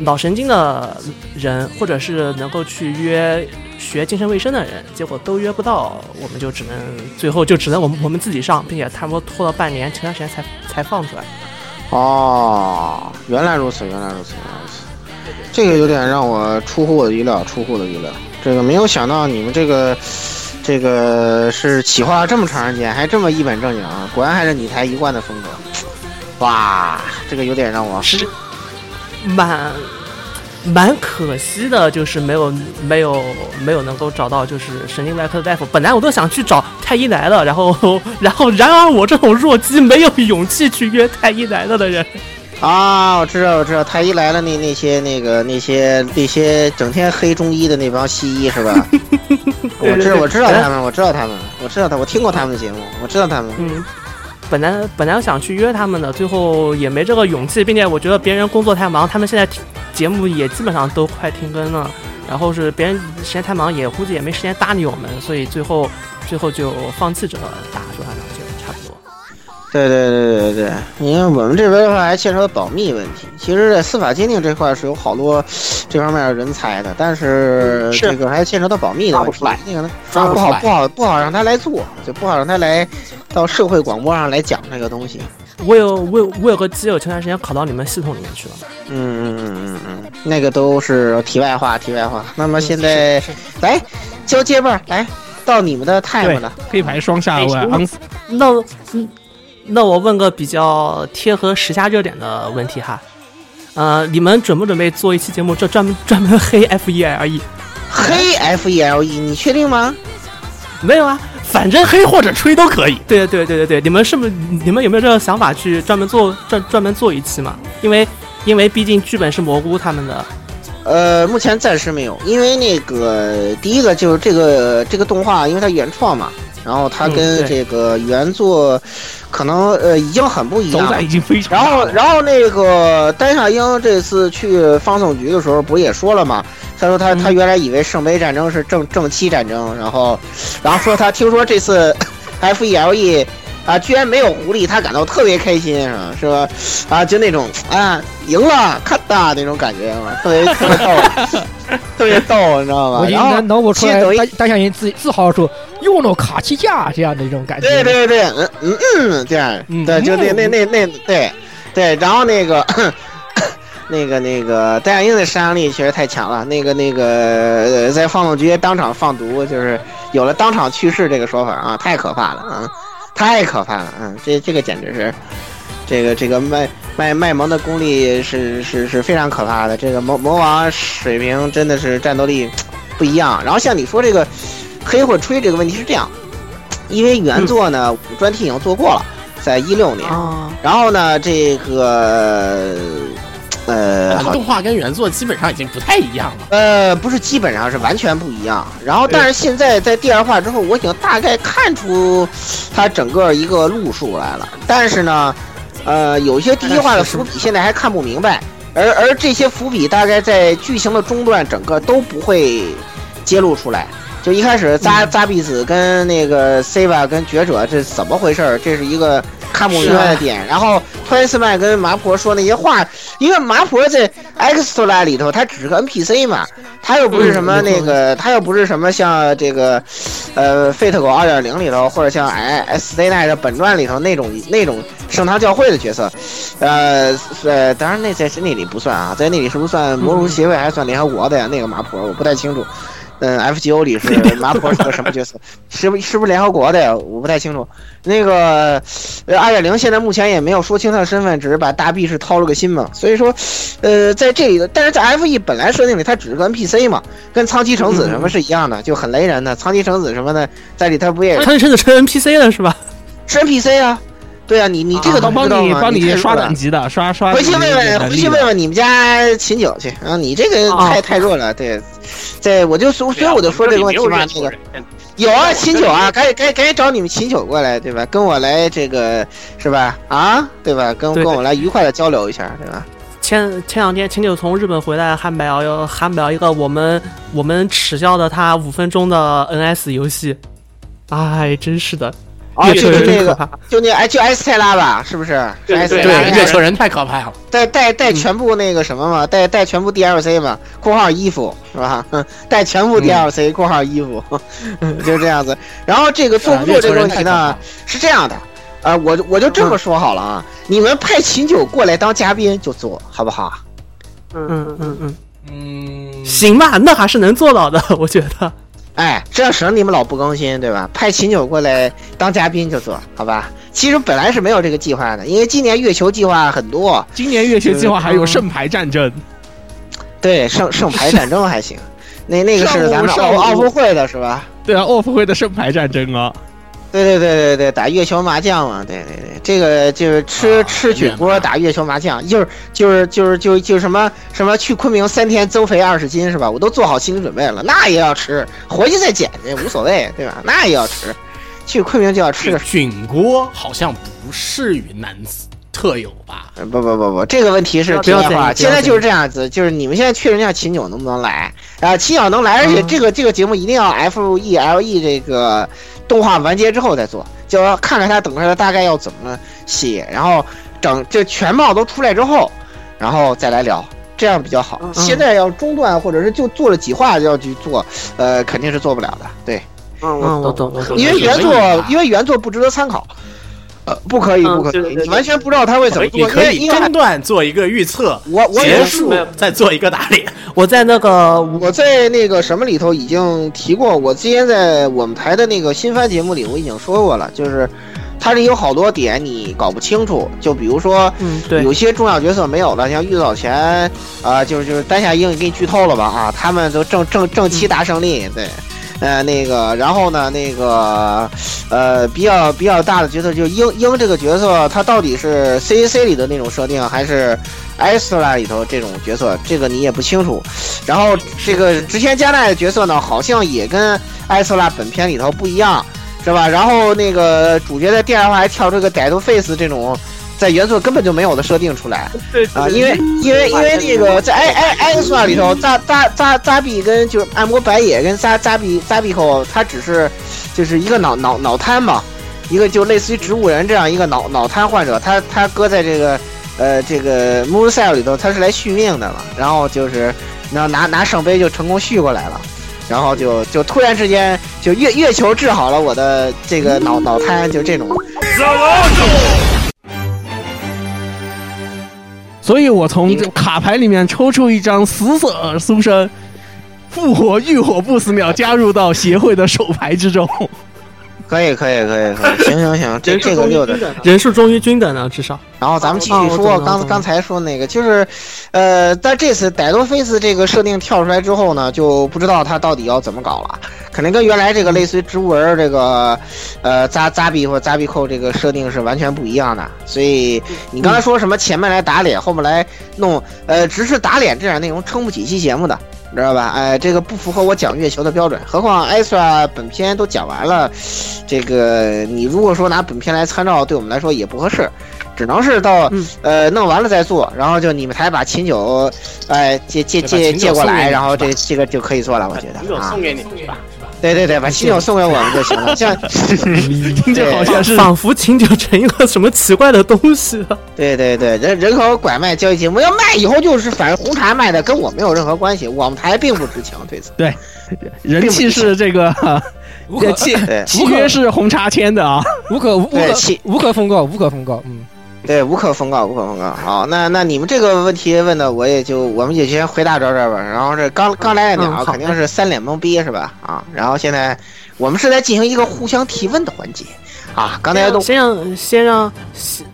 Speaker 3: 脑神经的人，或者是能够去约学精神卫生的人，结果都约不到，我们就只能最后就只能我们我们自己上，并且差不多拖了半年，前段时间才才放出来。
Speaker 2: 哦，原来如此，原来如此，原来如此，这个有点让我出乎我的预料，出乎我的预料，这个没有想到你们这个。这个是企划了这么长时间，还这么一本正经啊！果然还是你台一贯的风格，哇，这个有点让我
Speaker 3: 是蛮蛮可惜的，就是没有没有没有能够找到就是神经外科的大夫。本来我都想去找太医来了，然后 [laughs] 然后然而我这种弱鸡没有勇气去约太医来了的人。
Speaker 2: 啊，我知道，我知道，太医来了那那些那个那些那些整天黑中医的那帮西医是吧？
Speaker 4: [laughs]
Speaker 2: 我知我知道他们，我知道他们，我知道他，我听过他们的节目，我知道他们。
Speaker 3: 嗯，本来本来想去约他们的，最后也没这个勇气，并且我觉得别人工作太忙，他们现在听节目也基本上都快停更了，然后是别人时间太忙，也估计也没时间搭理我们，所以最后最后就放弃这个打说话聊天，差不多。
Speaker 2: 对对对对对，因为我们这边的话还牵扯到保密问题。其实，在司法鉴定这块是有好多这方面的人才的，但是
Speaker 4: 嗯是
Speaker 2: 这个还牵扯到保密的
Speaker 4: 抓
Speaker 2: 问
Speaker 4: 不
Speaker 2: 题
Speaker 4: 出来，
Speaker 2: 那个呢
Speaker 6: 抓不
Speaker 2: 不
Speaker 6: 出
Speaker 2: 好
Speaker 6: 来
Speaker 2: 不好不好让他来做，就不好让他来到社会广播上来讲这个东西。
Speaker 3: 我有我有我有个基友前段时间考到你们系统里面去了，
Speaker 2: 嗯嗯嗯嗯嗯，那个都是题外话，题外话。那么现
Speaker 3: 嗯
Speaker 2: 在来交接棒，来到你们的 time 了。
Speaker 1: 黑牌双下位，
Speaker 4: 哎
Speaker 1: 昂斯
Speaker 3: 那嗯那我问个比较贴合时下热点的问题哈，呃，你们准不准备做一期节目，这专门专门黑 F E L E？
Speaker 2: 黑 F E L E，你确定吗？
Speaker 3: 没有啊，反正
Speaker 6: 黑或者吹都可以，
Speaker 3: 对对对对对，你们是不是你们有没有这个想法去专门做专专门做一期嘛？因为因为毕竟剧本是蘑菇他们的，
Speaker 2: 呃，目前暂时没有，因为那个第一个就是这个这个动画，因为它原创嘛，然后它
Speaker 3: 嗯
Speaker 2: 跟
Speaker 3: 对
Speaker 2: 这个原作可能呃已经很不一
Speaker 1: 走
Speaker 2: 样了
Speaker 1: 在。已经非常
Speaker 2: [laughs] 然
Speaker 1: 大
Speaker 2: 后，
Speaker 1: 了。
Speaker 2: 然后那个丹下英这次去方总局的时候，不是也说了吗？他说他他原来以为圣杯战争是正正七战争，然后，然后说他听说这次 [laughs] F E L E 啊居然没有狐狸，他感到特别开心，是吧？是吧？啊，就那种啊赢了，看哒那种感觉嘛，特别特别逗，特别逗，你知道吧？
Speaker 5: [laughs] 我
Speaker 2: 然
Speaker 5: 就应
Speaker 2: 后
Speaker 5: 该脑补出
Speaker 2: 其
Speaker 5: 来
Speaker 2: 实抖音
Speaker 5: 大大象人自自豪地说“用了卡其架”这样的一种感觉。哦
Speaker 2: 对对对，嗯嗯嗯，这样，
Speaker 1: 嗯
Speaker 2: 对，就那那那那对对，然后那个 [coughs] 那个那个戴亚英的杀伤力确实太强了，那个那个、呃在放纵局当场放毒，就是有了当场去世这个说法啊，太可怕了啊，太可怕了啊，这这个简直是。这个这个卖卖卖萌的功力是是是非常可怕的，这个魔魔王水平真的是战斗力不一样。然后像你说这个黑或吹这个问题是这样，因为原作呢，我们专题已经做过了，在一六年。
Speaker 3: 啊，
Speaker 2: 然后呢，这个呃，好
Speaker 6: 动画跟原作基本上已经不太一样了。
Speaker 2: 呃，不是基本上是完全不一样。然后，但是现在在第二话之后，我已经大概看出它整个一个路数来了。但是呢，呃，有一些第一话的伏笔现在还看不明白，而而这些伏笔大概在剧情的中段整个都不会揭露出来。就一开始扎扎比子跟那个 C 吧跟觉者这是怎么回事儿？这是一个看不明白的点。然后托雷斯曼跟麻婆说那些话，因为麻婆在 Extra 里头，他只是个 NPC 嘛，他又不是什么那个，他又不是什么像这个，呃，Fate 狗二点零里头，或者像哎 S Z Night 的本传里头那种那种圣堂教会的角色，呃呃，当然那在那里不算啊，在那里是不是算魔族协会还是算联合国的呀？那个麻婆我不太清楚。嗯，FGO 里是麻婆是个什么角色？是不是不是联合国的呀？我不太清楚。那个呃二点零现在目前也没有说清他的身份，只是把大 B 是掏了个心嘛。所以说，呃，在这里的，但是在 F E 本来设定里，他只是个 NPC 嘛，跟苍崎橙
Speaker 1: 嗯
Speaker 2: 子什么是一样的，就很雷人的。苍崎橙子什么的，在里他不也
Speaker 3: 他那身子成 NPC 了是吧？
Speaker 2: 是 NPC 啊？对啊，你你这个都
Speaker 1: 帮
Speaker 2: 不知道
Speaker 1: 帮你
Speaker 2: 吗
Speaker 1: 帮
Speaker 2: 你太
Speaker 1: 刷
Speaker 2: 弱了
Speaker 1: 等级的，刷刷。
Speaker 2: 回去问问，回去问。问你们家秦九去啊！你这个
Speaker 3: 啊
Speaker 2: 太太弱了，对，这我就说，
Speaker 4: 啊
Speaker 2: 所以我就说这个问题嘛，那个有啊，秦九啊，赶紧赶紧赶紧找你们秦九过来，对吧？跟我来这个是吧？啊，对吧？跟
Speaker 3: 对
Speaker 2: 跟我来愉快的交流一下，对吧？
Speaker 3: 前前两天秦九从日本回来，还买了还买了一个我们我们耻笑的他五分钟的 NS 游戏，哎，真是的，
Speaker 2: 啊，
Speaker 3: 越
Speaker 2: 就
Speaker 3: 说
Speaker 2: 是
Speaker 3: 越
Speaker 2: 那
Speaker 3: 可
Speaker 2: 个，
Speaker 3: 怕。
Speaker 2: 就那哎，就埃斯泰拉吧，是不是？是
Speaker 4: 对
Speaker 2: 埃斯泰
Speaker 4: 对
Speaker 2: 拉
Speaker 4: 对
Speaker 6: 月球人太可怕了，
Speaker 2: 带带
Speaker 6: 嗯
Speaker 2: 带全部那个什么嘛，带带全部 DLC 嘛，括号衣服是吧？哼带全
Speaker 6: 嗯
Speaker 2: 部 DLC 括号衣服， [laughs] 就是这样子。然后这个做不做
Speaker 6: 啊月
Speaker 2: 这
Speaker 6: 球
Speaker 2: 个问
Speaker 6: 人
Speaker 2: 题
Speaker 6: 太可
Speaker 2: 呢
Speaker 6: 怕？嗯
Speaker 2: 是这样的，呃，我就我就这么说好了啊，你们派秦九过来当嘉宾就做好不好？
Speaker 3: 嗯嗯嗯，
Speaker 6: 嗯，
Speaker 3: 行吧，那还是能做到的，我觉得。
Speaker 2: 哎，这省你们老不更新，对吧？派秦九过来当嘉宾就做好吧。其实本来是没有这个计划的，因为今年月球计划很多，
Speaker 1: 今年月球计划还有圣牌战争，
Speaker 2: 嗯对圣圣
Speaker 6: [laughs]
Speaker 2: 牌战争还行，那那个是
Speaker 1: 上午
Speaker 2: 咱们
Speaker 1: 上
Speaker 2: 奥
Speaker 1: 午
Speaker 2: 奥运会的是吧？
Speaker 1: 对啊，奥运会的圣牌战争啊，
Speaker 2: 对对对对对，打月球麻将嘛，对对对，这个就是吃、
Speaker 6: 啊
Speaker 2: 吃菌锅
Speaker 6: 面
Speaker 2: 打月球麻将，就是就是就是就就什么什么去昆明三天增肥二十斤是吧？我都做好心理准备了，那也要吃，回去再减去无所谓，对吧？那也要吃，去昆明就要吃个
Speaker 6: 菌锅哎好像不是云南特有吧？
Speaker 2: 呃不不不不，这个问题是
Speaker 3: 不
Speaker 2: 题外
Speaker 3: 要在意
Speaker 2: 话。
Speaker 3: 不要
Speaker 2: 现在
Speaker 3: 在
Speaker 2: 就是
Speaker 3: 意
Speaker 2: 这样子，就是你们现在确认一下秦九能不能来啊？秦九能来，而且
Speaker 3: 嗯
Speaker 2: 这个、这个节目一定要 F E L E 这个动画完结之后再做，就要看着他，等着他大概要怎么写，然后整这全貌都出来之后，然后再来聊。这样比较
Speaker 3: 嗯
Speaker 2: 好。现在要中断，或者是就做了几话就要去做，呃，肯定是做不了的。对，
Speaker 3: 嗯，我懂，我懂。
Speaker 2: 因为原作
Speaker 6: 可以吧，
Speaker 2: 因为原作不值得参考，呃，不可以，
Speaker 4: 嗯
Speaker 2: 不可
Speaker 4: 对对
Speaker 2: 以，
Speaker 4: 对
Speaker 2: 你完全不知道他会怎么做。
Speaker 6: 你
Speaker 2: 因
Speaker 6: 可
Speaker 2: 为
Speaker 6: 以
Speaker 2: 因为
Speaker 6: 中断做一个预测，
Speaker 2: 我我
Speaker 6: 结
Speaker 2: 也
Speaker 6: 束再做一个打脸。
Speaker 3: 我在那个我
Speaker 2: 我在那个什么里头已经提过，我之前在我们台的那个新番节目里我已经说过了，就是它里有好多点你搞不清楚，就比如说
Speaker 3: 嗯对
Speaker 2: 有些重要角色没有了，像玉藻前啊、就是就是丹下英也给你剧透了吧啊，他们都正正正七大胜利，对，呃那个然后呢那个呃比较比较大的角色就英英这个角色，他到底是 C A C 里的那种设定，还是 Extra 里头这种角色，这个你也不清楚。然后这个之前加奈的角色呢，好像也跟艾斯拉本片里头不一样。是吧？然后那个主角在电影上还跳出个歹徒 face 这种。在原作根本就没有的设定出来
Speaker 4: 对
Speaker 2: 啊，因为因为因为那个在 i i x 算里头，扎扎扎扎比跟就是按摩白野跟扎扎比扎比后，他只是就是一个脑脑脑瘫嘛，一个就类似于植物人这样一个脑脑瘫患者，他他搁在这个呃这个 Moon Cell 里头，他是来续命的嘛，然后就是然后拿拿圣杯就成功续过来了。然后就就突然之间就月月球治好了我的这个脑脑瘫，就这种。
Speaker 1: 所以我从这卡牌里面抽出一张死者苏生，复活浴火不死鸟，加入到协会的手牌之中。
Speaker 2: 可以可以可以可以，行行行，这这个六的。
Speaker 3: 人数终于均等了，至少
Speaker 2: 然后咱们继续
Speaker 3: 哦
Speaker 2: 说
Speaker 3: 我懂了懂
Speaker 2: 刚
Speaker 3: 了
Speaker 2: 刚才说那个，就是，呃，但这次歹多菲斯这个设定跳出来之后呢，就不知道他到底要怎么搞了，可能跟原来这个类似于植物人儿这个，呃，扎扎比或者扎比扣这个设定是完全不一样的。所以你刚才说什么前面来打脸，后面来弄，呃，只是打脸这点内容撑不起一期节目的。你知道吧？哎，这个不符合我讲月球的标准。何况艾 s a 本片都讲完了，这个你如果说拿本片来参照，对我们来说也不合适。只能是到、
Speaker 3: 嗯
Speaker 2: 呃弄完了再做，然后就你们才把琴酒，哎、借借
Speaker 6: 对把
Speaker 2: 借
Speaker 6: 琴酒
Speaker 2: 借过
Speaker 6: 送给
Speaker 2: 来，
Speaker 6: 你
Speaker 2: 然后
Speaker 6: 是吧
Speaker 2: 这这个就可以做了，我觉得
Speaker 6: 你给我
Speaker 2: 啊
Speaker 6: 送，给你，是吧？
Speaker 2: 对对对，把琴酒送给我们就
Speaker 6: [laughs]
Speaker 2: 行了。像
Speaker 1: 听着好像是啊
Speaker 3: 仿佛琴酒成一个什么奇怪的东
Speaker 1: [laughs]
Speaker 3: 西了。
Speaker 2: 对对对，人人口拐卖交易节目要卖以后就是反正红茶卖的，跟我没有任何关系，我们台并不知情对此。
Speaker 1: 人气是这个哈
Speaker 5: 无可
Speaker 1: 契
Speaker 2: 对
Speaker 1: 契约是红茶签的啊，
Speaker 5: 无可无
Speaker 2: 对
Speaker 5: 可
Speaker 2: 气
Speaker 5: 无可奉告，无可奉告。嗯，
Speaker 2: 对，无可奉告，无可奉告。好，那那你们这个问题问的，我也就我们也先回答到这儿吧。然后这刚刚来的啊
Speaker 3: 嗯
Speaker 2: 鸟
Speaker 3: 好
Speaker 2: 肯定是三脸懵逼是吧？啊，然后现在我们是在进行一个互相提问的环节啊。刚才都
Speaker 3: 先让先让先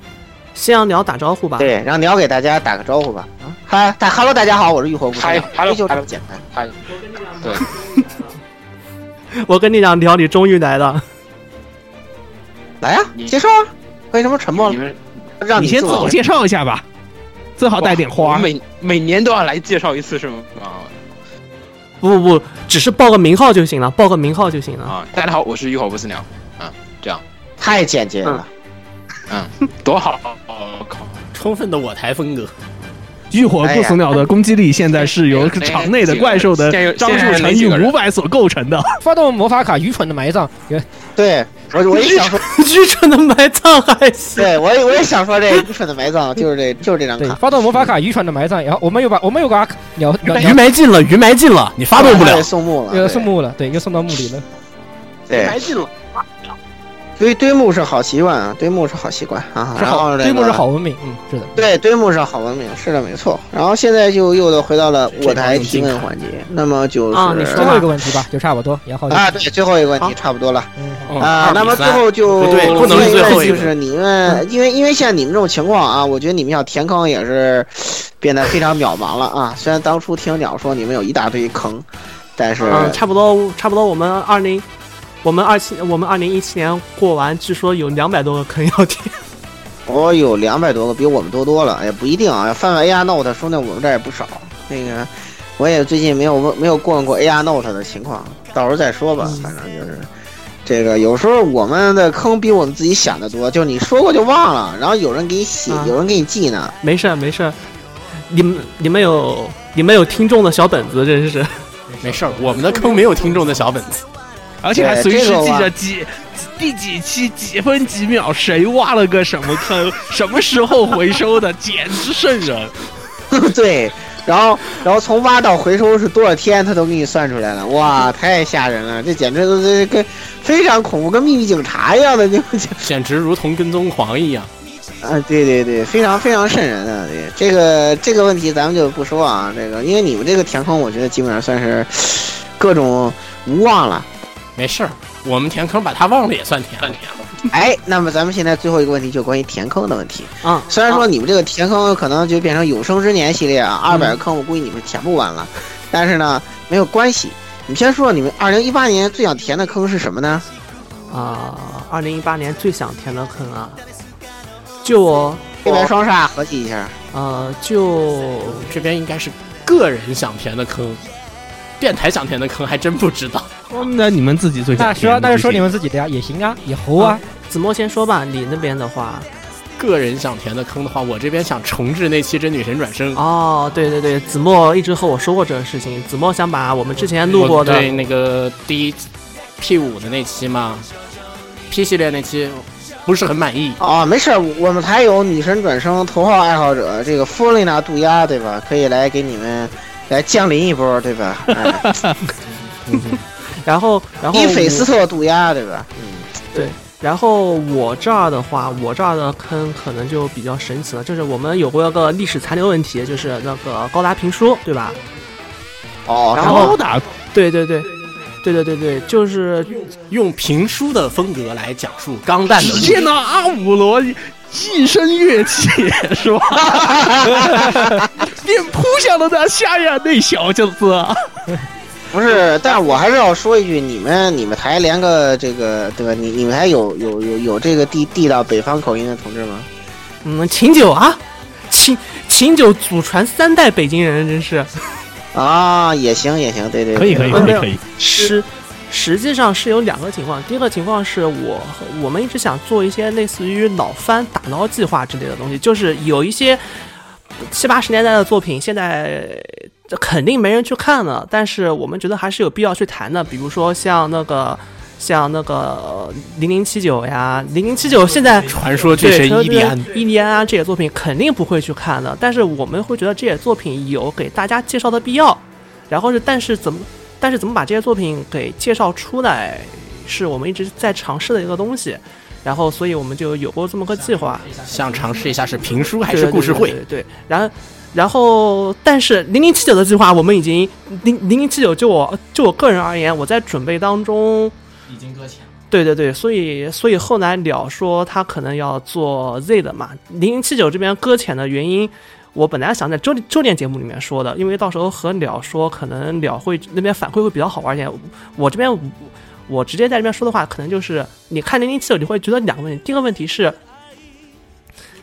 Speaker 3: 先让鸟打招呼吧。
Speaker 2: 对，让鸟给大家打个招呼吧。啊，嗨，大 hello，大家好，我是浴火不哎死
Speaker 4: 嗨
Speaker 2: 鸟，
Speaker 4: ，hello，
Speaker 2: 就这么
Speaker 4: hello
Speaker 2: 简单。
Speaker 3: 我跟你讲，鸟你终于来了。 [laughs]
Speaker 2: 来呀、
Speaker 4: 你
Speaker 2: 介绍啊。为什么沉默
Speaker 4: 你
Speaker 2: 了？
Speaker 4: 们
Speaker 2: 让
Speaker 1: 你先自我介绍一下吧，最好带点
Speaker 4: 我
Speaker 1: 花。
Speaker 4: 每每年都要来介绍一次是吗？啊
Speaker 3: 不不不，只是报个名号就行了，报个名号就行了。
Speaker 4: 啊！大家好，我是浴火不死鸟，
Speaker 2: 太简洁了。
Speaker 4: 多好！哦我靠，
Speaker 6: 充分的我台风格。
Speaker 1: 浴火不死鸟的攻击力现在是由场内的怪兽的
Speaker 5: 哎
Speaker 4: 现在有
Speaker 1: 张数乘以五百所构成的。
Speaker 5: 发动魔法卡，愚蠢的埋葬。也
Speaker 2: 对我我也想 [laughs] 说，
Speaker 3: 愚蠢的埋葬还行。
Speaker 2: 对我也我也想说这愚蠢的埋葬就是这就是这张
Speaker 5: 对，
Speaker 2: 卡。
Speaker 5: 发动魔法卡，愚蠢的埋葬。然后我们又把我们又把
Speaker 2: [laughs]
Speaker 5: 鸟鸟
Speaker 6: 鱼
Speaker 5: 鸟
Speaker 6: 没劲了，鱼没劲了，你发动
Speaker 1: [laughs]
Speaker 6: 不
Speaker 2: 太
Speaker 6: 了。
Speaker 2: 送墓了，
Speaker 5: 呃
Speaker 2: 对
Speaker 5: 送墓了，对，又送到墓里了。
Speaker 2: 对，
Speaker 6: 没劲了，
Speaker 2: 堆堆墓是好习惯啊，堆墓是好习惯啊，
Speaker 5: 是
Speaker 2: 然后
Speaker 5: 好，
Speaker 2: 这个
Speaker 5: 对墓是，好文明。嗯，是的。
Speaker 2: 对，堆墓是好文明，是的，没错。然后现在就又的回到了我台提问环节，那么就是
Speaker 3: 啊你
Speaker 5: 最
Speaker 3: 说
Speaker 5: 后一个问题吧，就差不多。然后就
Speaker 2: 啊，对，最后一个问题
Speaker 3: 好
Speaker 2: 差不多了
Speaker 5: 嗯，好
Speaker 2: 啊，那么最后就
Speaker 6: 不对不能
Speaker 2: 问一
Speaker 6: 是最后一
Speaker 2: 就
Speaker 6: 个
Speaker 2: 是你们，因为因为现在你们这种情况啊，我觉得你们要填坑也是变得非常渺茫了啊。虽然当初听鸟说你们有一大堆坑，但是
Speaker 3: 嗯，差不多，差不多。我们二零，我们二七，我们二零一七年过完，据说有两百多个坑要填。 [laughs]
Speaker 2: 我有两百多个，比我们多多了，也不一定啊。翻翻 AR Note，说那我们这儿也不少。那个，我也最近没有问没有过问过 AR Note 的情况，到时候再说吧。反正就是，这个有时候我们的坑比我们自己想的多，就是你说过就忘了，然后有人给你写，
Speaker 3: 啊
Speaker 2: 有人给你记呢。 [laughs]
Speaker 3: 没事儿，没事儿。你们你们有你们有听众的小本子，真是。
Speaker 6: 没事儿，我们的坑没有听众的小本子。
Speaker 1: 而且还
Speaker 2: 对
Speaker 1: 随时
Speaker 2: 这个
Speaker 1: 记
Speaker 2: 吧
Speaker 1: 着几第几期几分几秒谁挖了个什么坑，什么时候回收的， [laughs] 简直瘆人。
Speaker 2: 对，然后然后从挖到回收是多少天，他都给你算出来了。哇，太吓人了，这简直都是跟非常恐怖，跟秘密警察一样的，就就
Speaker 6: [laughs] 简直如同跟踪狂一样。
Speaker 2: 啊，对对对，非常非常瘆人啊！对这个这个问题咱们就不说啊，这个因为你们这个填坑，我觉得基本上算是各种无望了。
Speaker 6: 没事儿，我们填坑把他忘了也算填了。
Speaker 2: 哎，那么咱们现在最后一个问题就关于填坑的问题。
Speaker 3: 嗯，
Speaker 2: 虽然
Speaker 3: 啊
Speaker 2: 说你们这个填坑可能就变成永生之年系列啊，二
Speaker 6: 嗯
Speaker 2: 百个坑我估计你们填不完了，但是呢没有关系。你们先说说你们二零一八年最想填的坑是什么呢？
Speaker 3: 啊，二零一八年最想填的坑啊，就我
Speaker 2: 黑白双煞合计一下。
Speaker 3: 呃就
Speaker 6: 这边应该是个人想填的坑，电台想填的坑还真不知道。
Speaker 1: 那你们自己最想
Speaker 5: 那
Speaker 1: 听
Speaker 5: 说那就说你
Speaker 1: 们
Speaker 5: 们自己的呀，也行啊，也猴
Speaker 2: 哦
Speaker 5: 啊，
Speaker 3: 子墨先说吧，你那边的话，
Speaker 6: 个人想填的坑的话，我这边想重置那期《真女神转生》
Speaker 3: 哦，对对对，子墨一直和我说过这个事情。子墨想把我们之前录过
Speaker 6: 我
Speaker 3: 的，
Speaker 6: 对那个第一 P 五的那期嘛，P 系列那期不是很满意。
Speaker 2: 哦，没事儿，我们还有女神转生头号爱好者这个弗雷娜杜鸦，对吧？可以来给你们来降临一波，对吧？哎、
Speaker 1: [laughs]
Speaker 3: 然后然后
Speaker 2: 伊菲斯特杜鸦，对
Speaker 1: [laughs]
Speaker 2: 吧？
Speaker 3: 然后我这儿的话，我这儿的坑可能就比较神奇了，就是我们有过一个历史残留问题，就是那个高达评书，对吧？
Speaker 2: 哦，
Speaker 3: 然后
Speaker 1: 高达
Speaker 3: 对对对，对对对对，就是
Speaker 6: 用评书的风格来讲述钢弹的
Speaker 1: 只
Speaker 6: 故
Speaker 1: 见
Speaker 6: 事。
Speaker 1: 到阿五罗一身乐器是 [laughs] 吧？便扑向了那夏亚那小子。
Speaker 2: 不是，但我还是要说一句，你们你们台连个这个对吧？你你们还有有有有这个地地道北方口音的同志吗？
Speaker 3: 嗯，秦九啊， [laughs] 秦秦九祖传三代北京人，真是
Speaker 2: 啊，也行也行，对对，嗯
Speaker 1: 可以可以
Speaker 2: 对
Speaker 1: 可以可以，
Speaker 3: 实实际上是有两个情况，第一个情况是我和我们一直想做一些类似于老番打捞计划之类的东西，就是有一些七八十年代的作品，现在这肯定没人去看了，但是我们觉得还是有必要去谈的，比如说像那个像那个呃零零七九呀，零零七九现在
Speaker 6: 哦传说巨
Speaker 3: 对，
Speaker 6: 神伊利安，
Speaker 3: 伊利安啊这些作品肯定不会去看的，但是我们会觉得这些作品有给大家介绍的必要。然后是，但是怎么，但是怎么把这些作品给介绍出来，是我们一直在尝试的一个东西。然后，所以我们就有过这么个计划，
Speaker 6: 想尝试一下是评书还
Speaker 3: 对
Speaker 6: 是故事
Speaker 3: 对
Speaker 6: 会？
Speaker 3: 对对对然后，然后，但是零零七九的计划，我们已经零零零七九，就我就我个人而言，我在准备当中，
Speaker 6: 已经搁浅。
Speaker 3: 对对对，所以所以后来聊说他可能要做 Z 的嘛，零零七九这边搁浅的原因，我本来想在周周年节目里面说的，因为到时候和了说，可能了会那边反馈会比较好玩一点。我这边我直接在这边说的话，可能就是你看零零七九，你会觉得两个问题，第一个问题是。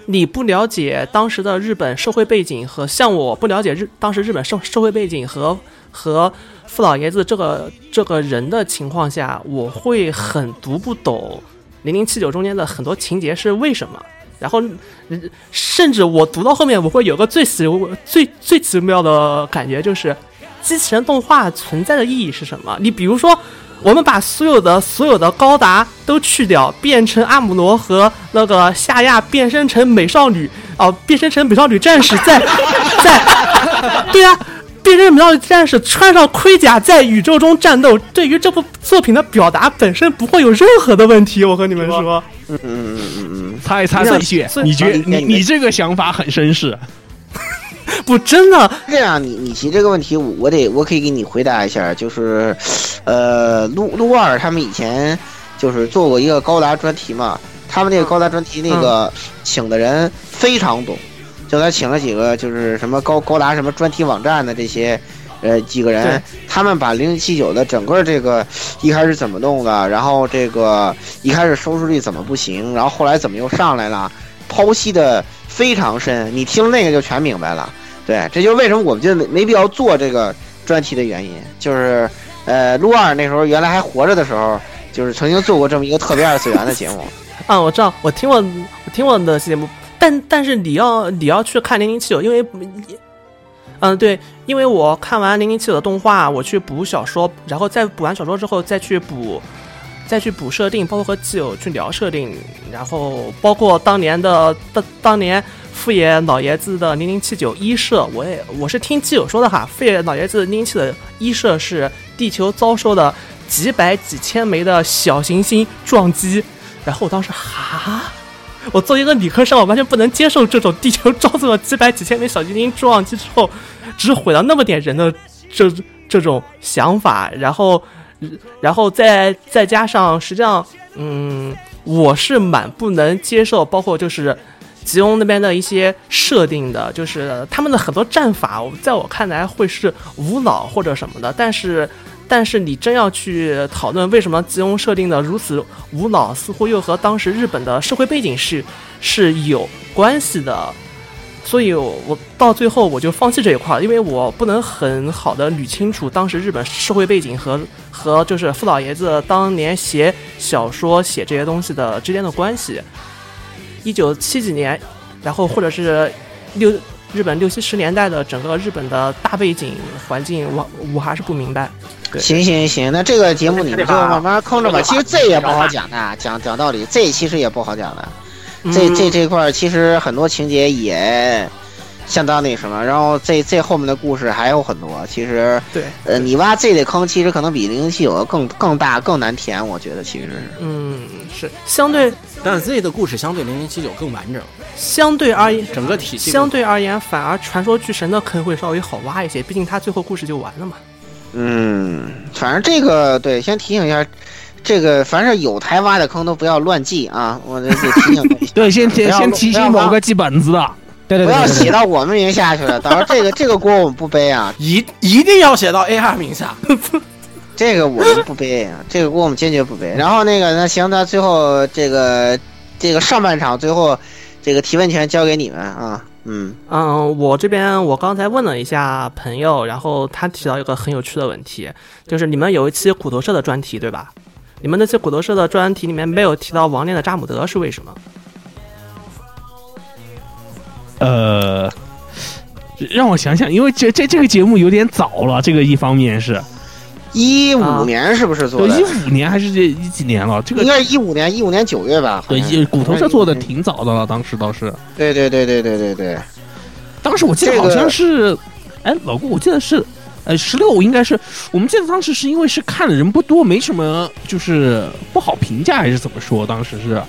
Speaker 3: 你不了解当时的日本社会背景和像我不了解日当时日本社社会背景和和傅老爷子这个这个人的情况下，我会很读不懂零零七九中间的很多情节是为什么。然后，嗯甚至我读到后面，我会有个最奇最最奇妙的感觉，就是机器人动画存在的意义是什么？你比如说，我们把所有的所有的高达都去掉，变成阿姆罗和那个夏亚变身成美少女，哦、变身成美少女战士，在 [laughs] 在，对啊。变身成美少女战士穿上盔甲在宇宙中战斗，对于这部作品的表达本身不会有任何的问题。我和你们说，
Speaker 2: 嗯嗯嗯嗯嗯，
Speaker 1: 擦一擦
Speaker 2: 那
Speaker 1: 碎屑
Speaker 3: 所，以
Speaker 1: 你觉
Speaker 2: 那
Speaker 1: 你
Speaker 2: 你
Speaker 1: 你这个想法很绅士，，
Speaker 3: 不真的，
Speaker 2: 这样你你提这个问题，我我得我可以给你回答一下，就是，呃，路路二他们以前就是做过一个高达专题嘛，他们那个高达专题那个请的人非常懂，就他请了几个就是什么高高达什么专题网站的这些。呃，几个人，他们把零零七九的整个这个一开始怎么弄的，然后这个一开始收视率怎么不行，然后后来怎么又上来了，剖析的非常深，你听那个就全明白了。对，这就是为什么我们就没没必要做这个专题的原因，就是呃，陆二那时候原来还活着的时候，就是曾经做过这么一个特别二次元的节目。
Speaker 3: 啊，我知道，我听过，我听过你的节目，但但是你要你要去看零零七九，因为，嗯，对，因为我看完零零七九的动画，我去补小说，然后再补完小说之后再去补，再去补设定，包括和基友去聊设定，然后包括当年的当当年傅爷老爷子的零零七九一社，我也我是听基友说的哈，傅爷老爷子零零七的一社是地球遭受的几百几千枚的小行星撞击。然后我当时哈，我作为一个理科生，我完全不能接受这种地球遭受了几百几千枚小行星撞击之后，只毁了那么点人的这这种想法。然后，然后再再加上，实际上，嗯，我是蛮不能接受，包括就是。吉翁那边的一些设定的，就是他们的很多战法，我在我看来会是无脑或者什么的，但是但是你真要去讨论为什么吉翁设定的如此无脑，似乎又和当时日本的社会背景是是有关系的。所以我我到最后我就放弃这一块了，因为我不能很好的捋清楚当时日本社会背景和和就是傅老爷子当年写小说写这些东西的之间的关系。一九七几年，然后或者是六日本六七十年代的整个日本的大背景环境，我我还是不明白。 [laughs] 对
Speaker 2: 行行行，那这个节目你们就慢慢空着吧。其
Speaker 3: 这个
Speaker 2: 实这也不好讲的，讲讲道理，这其实也不好讲的。这
Speaker 3: 嗯
Speaker 2: 这这块儿其实很多情节也相当那什么，然后这这后面的故事还有很多。其实，
Speaker 3: 对，
Speaker 2: 呃，你挖这类坑，其实可能比零零七有更更大、更难填。我觉得其实是
Speaker 3: 嗯，是相对
Speaker 6: 但是 Z 的故事相对零零七九更完整，
Speaker 3: 相对而言，
Speaker 6: 整个体系
Speaker 3: 相对而言，反而传说巨神的坑会稍微好挖一些，毕竟他最后故事就完了嘛。
Speaker 2: 嗯，反正这个对，先提醒一下，这个凡是有台挖的坑都不要乱记啊！我这得提醒
Speaker 6: [laughs]
Speaker 2: 一下
Speaker 1: 对，先提
Speaker 2: 不要
Speaker 1: 先提
Speaker 2: 不要
Speaker 1: 醒某
Speaker 2: 忘
Speaker 1: 个记本子啊的，
Speaker 5: 对对
Speaker 2: 不
Speaker 5: 对
Speaker 2: 要
Speaker 5: 对对
Speaker 2: 写到我们名下去了。到时候这个这个锅我们不背啊，
Speaker 6: 一一定要写到 AR 名下。
Speaker 2: 这个我们不背啊，这个锅我们坚决不背。然后那个那行，那最后这个这个上半场最后这个提问权交给你们啊，嗯，
Speaker 3: 嗯，我这边我刚才问了一下朋友，然后他提到一个很有趣的问题，就是你们有一期骨头社的专题对吧？你们那期骨头社的专题里面没有提到王炼的扎姆德是为什么？
Speaker 1: 呃，让我想想，因为这这这个节目有点早了，这个一方面是，
Speaker 2: 一
Speaker 3: 啊
Speaker 2: 五年是不是做
Speaker 1: 对，
Speaker 2: 的
Speaker 1: 一？五年还是这一几年了，这
Speaker 2: 应
Speaker 1: 个。
Speaker 2: 该是一五年，一五年九月吧。好
Speaker 1: 对，
Speaker 2: 像
Speaker 1: 一骨头社做的
Speaker 2: 嗯
Speaker 1: 挺早的了，当时倒是，
Speaker 2: 对对对对对对对，
Speaker 1: 当时我记得
Speaker 2: 这个
Speaker 1: 好像是，哎，老顾，我记得是，呃，十六应该是，我们记得当时是因为是看的人不多，没什么就是不好评价还是怎么说，当时是，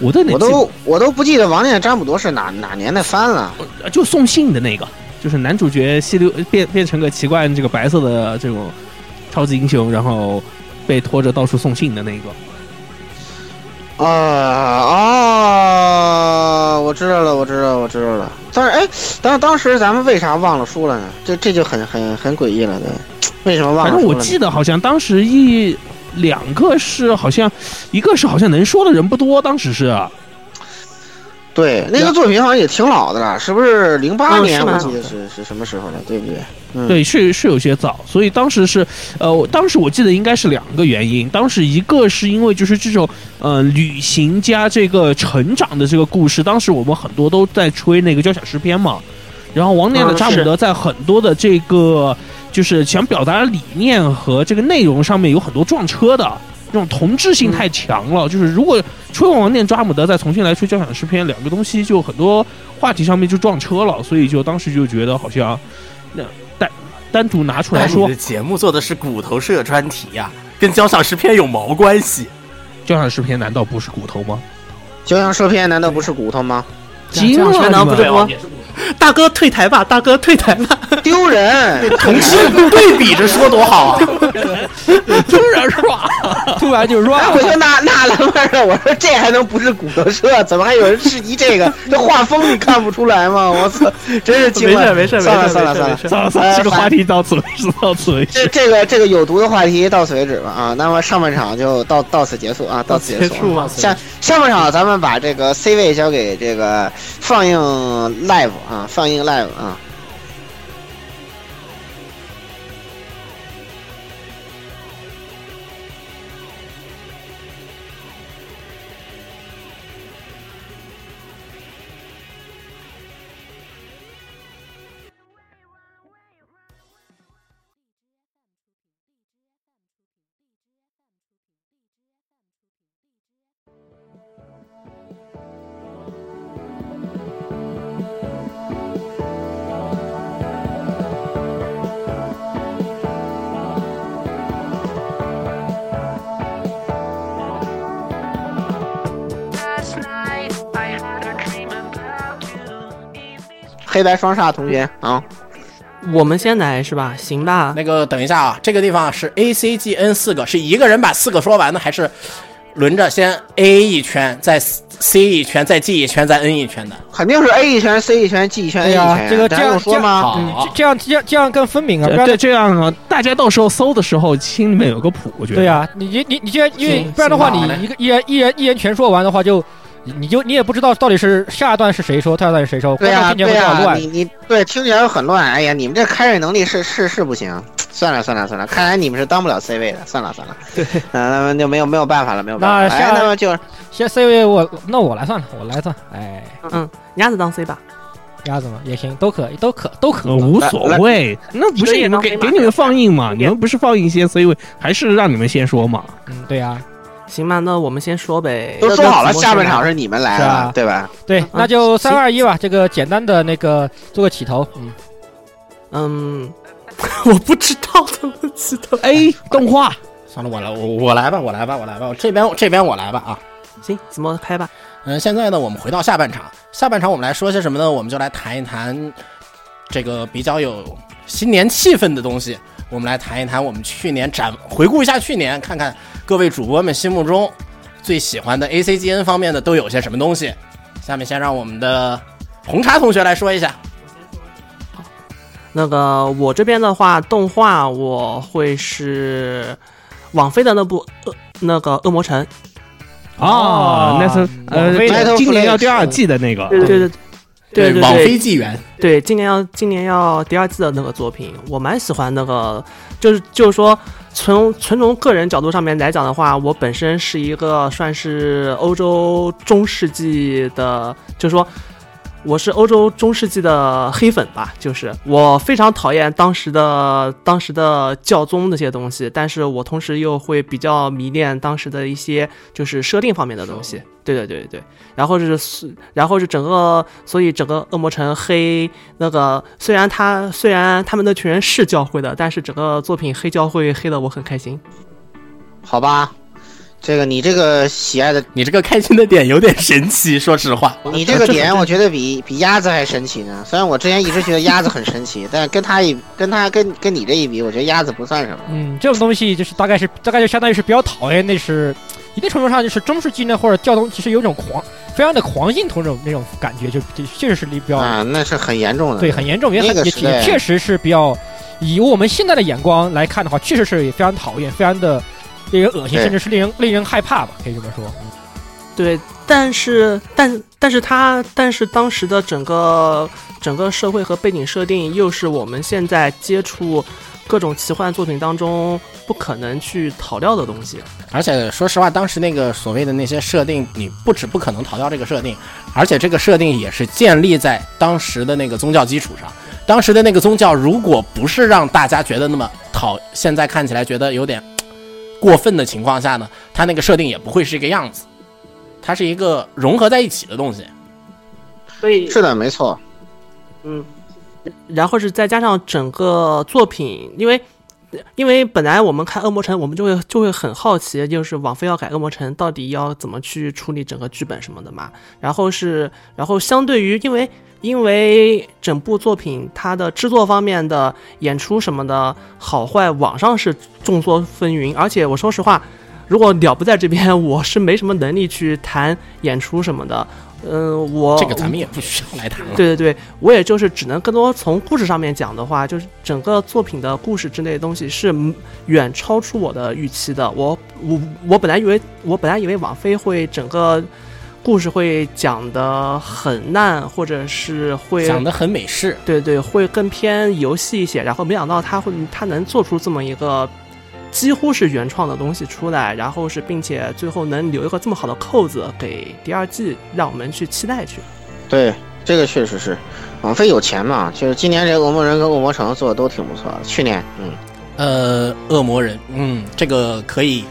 Speaker 1: 我都有点
Speaker 2: 我
Speaker 1: 记不
Speaker 2: 都我都不记得王炼占卜多是哪哪年的番了。
Speaker 1: 呃就送信的那个，就是男主角吸溜变变成个奇怪这个白色的这种超级英雄，然后被拖着到处送信的那个。
Speaker 2: 啊啊！我知道了，我知道，我知道了。但是哎，当当时咱们为啥忘了书了呢？这这就很很很诡异了，对。为什么忘
Speaker 1: 反
Speaker 2: 了
Speaker 1: 正
Speaker 2: 书
Speaker 1: 我
Speaker 2: 了呢？
Speaker 1: 记得好像当时一两个是好像一个是好像能说的人不多，当时是
Speaker 2: 对，那个作品好像也挺老的了，是不是零八
Speaker 3: 嗯
Speaker 2: 年？
Speaker 3: 是
Speaker 2: 我
Speaker 3: 蛮
Speaker 2: 记
Speaker 3: 老
Speaker 2: 得是是什么时候的，对不对？嗯
Speaker 1: 哦对是是有些早，所以当时是呃，我当时我记得应该是两个原因，当时一个是因为就是这种呃旅行加这个成长的这个故事，当时我们很多都在吹那个交响诗篇嘛，然后王念的
Speaker 3: 嗯
Speaker 1: 扎姆
Speaker 3: 是
Speaker 1: 德在很多的这个就是想表达的理念和这个内容上面有很多撞车的。这种同质性
Speaker 3: 嗯
Speaker 1: 太强了，就是如果吹完王念扎姆德再重新来吹交响诗篇，两个东西就很多话题上面就撞车了，所以就当时就觉得好像那单单独拿出来
Speaker 6: 但你
Speaker 1: 说
Speaker 6: 的节目做的是骨头社专题呀、跟交响诗篇有毛关系？
Speaker 1: 交响诗篇难道不是骨头吗？
Speaker 2: 就像说片难道不是骨头
Speaker 1: [laughs]
Speaker 2: 吗？
Speaker 1: 惊
Speaker 2: 啊
Speaker 1: 了
Speaker 3: 这样
Speaker 1: 你
Speaker 3: 啊能不
Speaker 1: 们！
Speaker 3: 是我？大哥退台吧，大哥退台吧。
Speaker 2: 丢人！
Speaker 6: 同事对比着说多好啊！
Speaker 1: 突然说，
Speaker 5: 突然就
Speaker 2: [laughs]
Speaker 5: 啊 run
Speaker 2: 哎，我就纳纳了闷儿了，我说这还能不是骨头社？怎么还有人质疑这个？这画风你看不出来吗？我操，真是惊
Speaker 3: 没事
Speaker 2: 了！
Speaker 3: 没事没事
Speaker 2: 算了
Speaker 3: 没事
Speaker 2: 算了
Speaker 3: 没事
Speaker 2: 算了
Speaker 1: 算
Speaker 3: 没事
Speaker 1: 了算了，这个话题到此为止，到此为止
Speaker 2: 这。这个这个有毒的话题到此为止吧啊，那么上半场就到到此结束啊，到此结束啊。
Speaker 3: 束吧。
Speaker 2: 下下半场咱们把这个 C 位交给这个放映 live 啊，放映 live 啊。黑白双煞同学啊，
Speaker 3: [laughs] 我们先来是吧？行吧。
Speaker 6: [laughs] 那个等一下啊，这个地方是 A C G N 四个，是一个人把四个说完呢，还是轮着先 A 一圈，再 C 一圈，再 G 一圈，再 N 一圈的？
Speaker 2: 肯定是 A 一圈、C 一圈、G 一圈、
Speaker 5: 哎
Speaker 2: A 一
Speaker 5: 呀
Speaker 2: 圈，
Speaker 5: 这个
Speaker 2: 咱
Speaker 5: 这样
Speaker 2: 有说吗？
Speaker 5: 嗯
Speaker 6: 好，，
Speaker 5: 这样这样这样更分明啊，不
Speaker 1: 这
Speaker 5: 然
Speaker 1: 这这样啊，大家到时候搜的时候心里面有个谱，我觉得。
Speaker 5: 啊对呀、你你你你这样，因为
Speaker 6: 行
Speaker 5: 不然的话，
Speaker 6: 行吧好嘞
Speaker 5: 你一个一人一人一人全说完的话，就你你就你也不知道到底是下一段是谁说，下一段是谁说，
Speaker 2: 对
Speaker 5: 观众
Speaker 2: 呀、
Speaker 5: 听起来
Speaker 2: 对
Speaker 5: 会
Speaker 2: 呀、
Speaker 5: 很乱。
Speaker 2: 你你对听起来很乱。哎呀，你们这开瑞能力是是是不行。算了算了算了，看来你们是当不了 C 位的。算了算了，对，那么就没有没有办法了，没有办法了。
Speaker 5: 那
Speaker 2: 哎
Speaker 5: 下，
Speaker 2: 那么就
Speaker 5: 先 C 位我那我来算了，我来算，哎，
Speaker 3: 嗯，鸭子当 C 吧，
Speaker 5: 鸭子嘛也行，都可以，都可都可
Speaker 1: 呃，无所谓，那不是你们给给你们放映嘛？你们不是放映先 C 位，还是让你们先说嘛？
Speaker 5: 嗯，对呀、
Speaker 3: 行吧，那我们先说呗。
Speaker 2: 都说好了，
Speaker 3: 那
Speaker 2: 下半场是你们来
Speaker 5: 是
Speaker 2: 了
Speaker 5: 啊，
Speaker 2: 对吧？
Speaker 5: 对
Speaker 3: 嗯，
Speaker 5: 那就
Speaker 3: 行
Speaker 5: 三二一吧，这个简单的那个做个起头，嗯，
Speaker 3: 嗯， [laughs] 我不知道怎么知道。
Speaker 1: A 动画
Speaker 6: 算了，我来，我我来吧，我来吧，我来吧，我这边这边我来吧啊。
Speaker 3: 行，子墨开吧。
Speaker 6: 嗯，现在呢，我们回到下半场。下半场我们来说些什么呢？我们就来谈一谈这个比较有新年气氛的东西。我们来谈一谈我们去年展回顾一下去年，看看各位主播们心目中最喜欢的 ACGN 方面的都有些什么东西。下面先让我们的红茶同学来说一下。
Speaker 3: 那个我这边的话，动画我会是网飞的那部恶那个恶魔城，
Speaker 1: 啊，那是
Speaker 5: 网飞
Speaker 2: 的
Speaker 1: 呃，今年要第二季的那个，
Speaker 3: 对对对对
Speaker 6: 网
Speaker 3: 对
Speaker 6: 飞纪元。
Speaker 3: 对，今年要今年要第二季的那个作品，我蛮喜欢那个，就是就是说从纯从个人角度上面来讲的话，我本身是一个算是欧洲中世纪的，就是说我是欧洲中世纪的黑粉吧，就是我非常讨厌当时的当时的教宗那些东西，但是我同时又会比较迷恋当时的一些就是设定方面的东西。对对对对对，然后就是然后是整个，所以整个恶魔城黑那个，虽然他虽然他们那群人是教会的，但是整个作品黑教会黑的我很开心。
Speaker 2: 好吧，这个你这个喜爱的，
Speaker 6: 你这个开心的点有点神奇，说实话。
Speaker 2: 你这个点，我觉得比比鸭子还神奇呢。虽然我之前一直觉得鸭子很神奇，但跟他一跟他跟跟你这一比，我觉得鸭子不算什么。
Speaker 5: 嗯，这种东西就是大概是大概就相当于是比较讨厌，那是一定程度上就是中世纪呢或者教宗，其实有一种狂，非常的狂信徒那种那种感觉，就就确实是比较、
Speaker 2: 啊，那是很严重的。
Speaker 5: 对，很严重，也很
Speaker 2: 那个
Speaker 5: 也
Speaker 2: 时代
Speaker 5: 也确实是比较，以我们现在的眼光来看的话，确实是也非常讨厌，非常的令人恶心，
Speaker 2: 对
Speaker 5: 甚至是令人令人害怕吧，可以这么说。嗯
Speaker 3: 对，但是但但是他但是当时的整个整个社会和背景设定，又是我们现在接触各种奇幻作品当中不可能去逃掉的东西。
Speaker 6: 而且说实话，当时那个所谓的那些设定，你不止不可能逃掉这个设定，而且这个设定也是建立在当时的那个宗教基础上。当时的那个宗教，如果不是让大家觉得那么讨，现在看起来觉得有点过分的情况下呢，它那个设定也不会是一个样子。它是一个融合在一起的东西。
Speaker 3: 所以
Speaker 2: 是的，没错。
Speaker 3: 然后是再加上整个作品，因为因为本来我们看《恶魔城》，我们就会就会很好奇，就是网飞要改《恶魔城》，到底要怎么去处理整个剧本什么的嘛。然后是，然后相对于因为因为整部作品它的制作方面的演出什么的好坏，网上是众说纷纭。而且我说实话，如果鸟不在这边， [laughs] 我是没什么能力去谈演出什么的。嗯，我
Speaker 6: 这个咱们也不需要来谈了。
Speaker 3: 对对对，我也就是只能更多从故事上面讲的话，就是整个作品的故事之类的东西是嗯远超出我的预期的。我我我本来以为我本来以为网飞会整个故事会讲的很烂，或者是会
Speaker 6: 讲的很美式，
Speaker 3: 对对会更偏游戏一些，然后没想到他会他能做出这么一个。几乎是原创的东西出来，然后是并且最后能留一个这么好的扣子给第二季，让我们去期待去。
Speaker 2: 对，这个确实是，网飞有钱嘛，就是今年这个恶魔人跟恶魔城做的都挺不错的。去年，嗯，
Speaker 6: 呃，恶魔人，嗯，这个可以，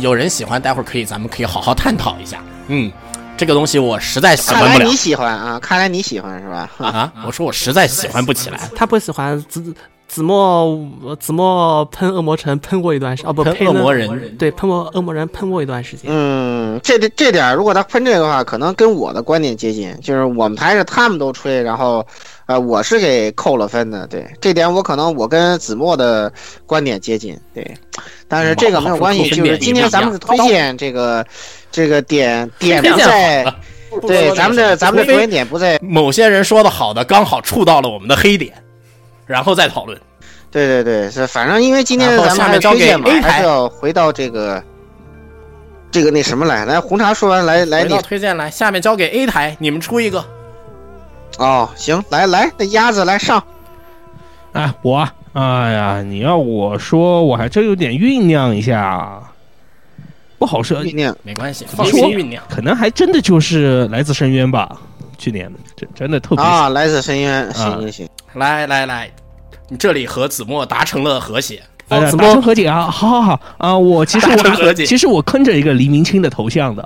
Speaker 6: 有人喜欢，待会儿可以，咱们可以好好探讨一下。嗯，这个东西我实在喜
Speaker 2: 看
Speaker 6: 欢
Speaker 2: 来
Speaker 6: 不了
Speaker 2: 你喜欢啊，看来你喜欢是吧？
Speaker 6: 啊！我说我实在喜欢不起来。
Speaker 3: 他不喜欢子子墨，子墨喷恶魔城喷过一段时哦不
Speaker 6: 喷恶魔，人，
Speaker 3: 对喷过恶魔人喷过一段时间。
Speaker 2: 嗯，这这这点儿，如果他喷这个的话，可能跟我的观点接近，就是我们台是他们都吹，然后，呃，我是给扣了分的。对，这点我可能我跟子墨的观点接近，对，但是这个没有关系，就是今天咱们是推荐这个，这个点点不在，对，咱们的咱们的着眼点不在
Speaker 6: 某些人说的好的，刚好触到了我们的黑点，然后再讨论。
Speaker 2: 对对对，是反正因为今天
Speaker 6: 然后
Speaker 2: 咱们
Speaker 6: 下
Speaker 2: 还
Speaker 6: 面
Speaker 2: 是
Speaker 6: 交
Speaker 2: 推
Speaker 6: 给
Speaker 2: 荐嘛还
Speaker 6: A，台
Speaker 2: 是要回到这个这个那什么来，来红茶说完来来
Speaker 6: 回
Speaker 2: 你
Speaker 6: 到推荐来，下面交给 A 台，你们出一个。
Speaker 2: 哦，行，来来那鸭子来上，
Speaker 1: 哎，我啊，哎呀，你要我说，我还真有点酝酿一下，啊不好
Speaker 6: 呃
Speaker 1: 说，
Speaker 2: 酝酿
Speaker 6: 没关系，
Speaker 1: 放
Speaker 6: 放
Speaker 1: 心
Speaker 6: 心酝酿。
Speaker 1: 可能还真的就是来自深渊吧。去年真真的特别
Speaker 2: 啊，来自深渊，
Speaker 1: 啊
Speaker 2: 行行行，
Speaker 6: 来来来，你这里和子墨达成了和谐。
Speaker 1: 哎
Speaker 6: 哦，
Speaker 1: 呀，
Speaker 6: 子
Speaker 1: 达成
Speaker 6: 墨，
Speaker 1: 和解啊！好好好啊！我其实
Speaker 6: 达成
Speaker 1: 我
Speaker 6: 和解
Speaker 1: 其实我坑着一个黎明清的头像的，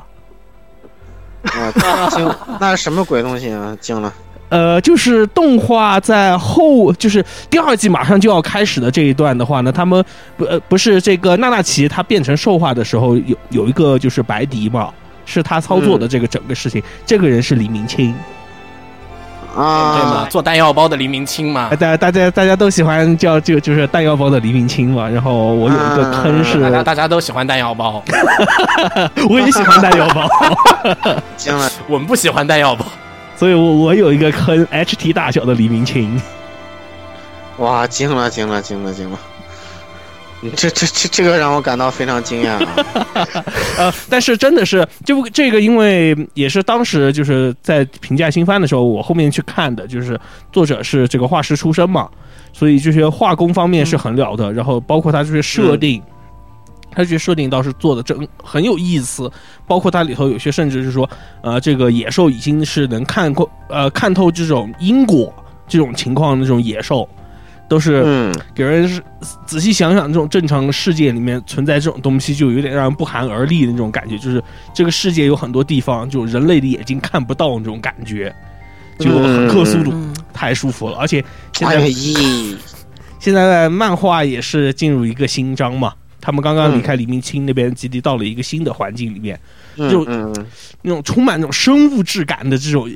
Speaker 2: 啊， [laughs] 行，那是什么鬼东西啊？惊了，
Speaker 1: 呃，就是动画在后，就是第二季马上就要开始的这一段的话呢，他们不呃不是这个娜娜奇她变成兽化的时候有有一个就是白迪嘛，是他操
Speaker 6: 嗯
Speaker 1: 作的这个整个事情，这个人是黎明清，
Speaker 6: 对
Speaker 2: 啊
Speaker 6: 吗？，做弹药包的黎明清嘛
Speaker 1: 哎，大家大家大家都喜欢叫就就是弹药包的黎明清嘛，然后我有一个坑哎
Speaker 6: [laughs]
Speaker 1: 是，
Speaker 6: 大家大家都喜欢弹药包，
Speaker 1: 我也喜欢弹药包，
Speaker 2: 惊了，
Speaker 6: 我们不喜欢弹药包。
Speaker 1: 所以我我有一个坑 HT 大小的黎明清。
Speaker 2: 哇，惊了，惊了，惊了，惊了。你这这这这个让我感到非常惊讶
Speaker 6: [laughs]
Speaker 2: 啊！
Speaker 1: 呃，但是真的是，就这个，因为也是当时就是在评价新番的时候，我后面去看的，就是作者是这个画师出身嘛，所以这些画工方面是很了的，然后包括他这些设定。他这些设定倒是做的真很有意思，包括它里头有些甚至是说，呃，这个野兽已经是能看过呃看透这种因果这种情况的那种野兽，都是
Speaker 2: 嗯，
Speaker 1: 给人是仔细想想，这种正常世界里面存在这种东西，就有点让人不寒而栗的那种感觉。就是这个世界有很多地方，就人类的眼睛看不到那种感觉，就很克苏鲁，
Speaker 3: 嗯，
Speaker 1: 太舒服了。而且现
Speaker 2: 哎
Speaker 1: 在
Speaker 2: 咦，
Speaker 1: 现在漫画也是进入一个新章嘛，他们刚刚离开黎明清那边基地，到了一个新的环境里面，
Speaker 2: 嗯嗯嗯
Speaker 1: 那种充满那种生物质感的这种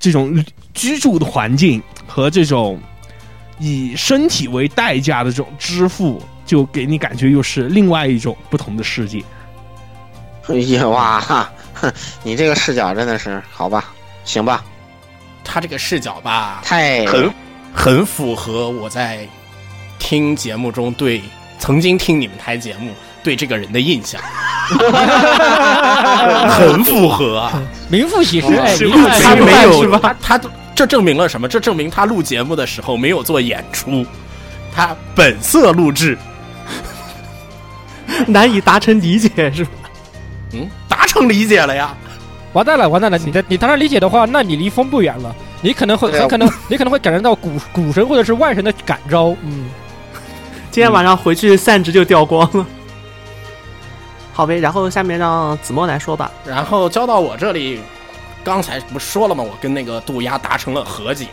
Speaker 1: 这种居住的环境和这种以身体为代价的这种支付，就给你感觉又是另外一种不同的世界。
Speaker 2: 哎呀哇， [laughs] 哈哼你这个视角真的是好吧？行吧，
Speaker 6: 他这个视角吧，
Speaker 2: 太
Speaker 6: 很很符合我在听节目中对曾经听你们台节目对这个人的印象，很符合啊。
Speaker 5: 名副其实，
Speaker 2: 哦
Speaker 5: 哎，
Speaker 1: 是
Speaker 5: 名
Speaker 1: 吧
Speaker 5: 副其
Speaker 6: 他
Speaker 5: 实
Speaker 6: 没有
Speaker 5: 是吧？
Speaker 6: 他他这证明了什么？这证明他录节目的时候没有做演出，他本色录制。
Speaker 3: 难以达成理解是吧？
Speaker 6: 嗯，达成理解了呀。
Speaker 5: 完蛋了，完蛋了！你的你当然理解的话，那你离风不远了，你可能会
Speaker 2: 对啊
Speaker 5: 很可
Speaker 2: [laughs]
Speaker 5: 能你可能会感受到古古神或者是万神的感召，
Speaker 3: 嗯，今天晚上回去散值就掉光了。好呗，然后下面让子墨来说吧。
Speaker 6: 然后交到我这里，刚才不是说了吗？我跟那个渡鸦达成了和解，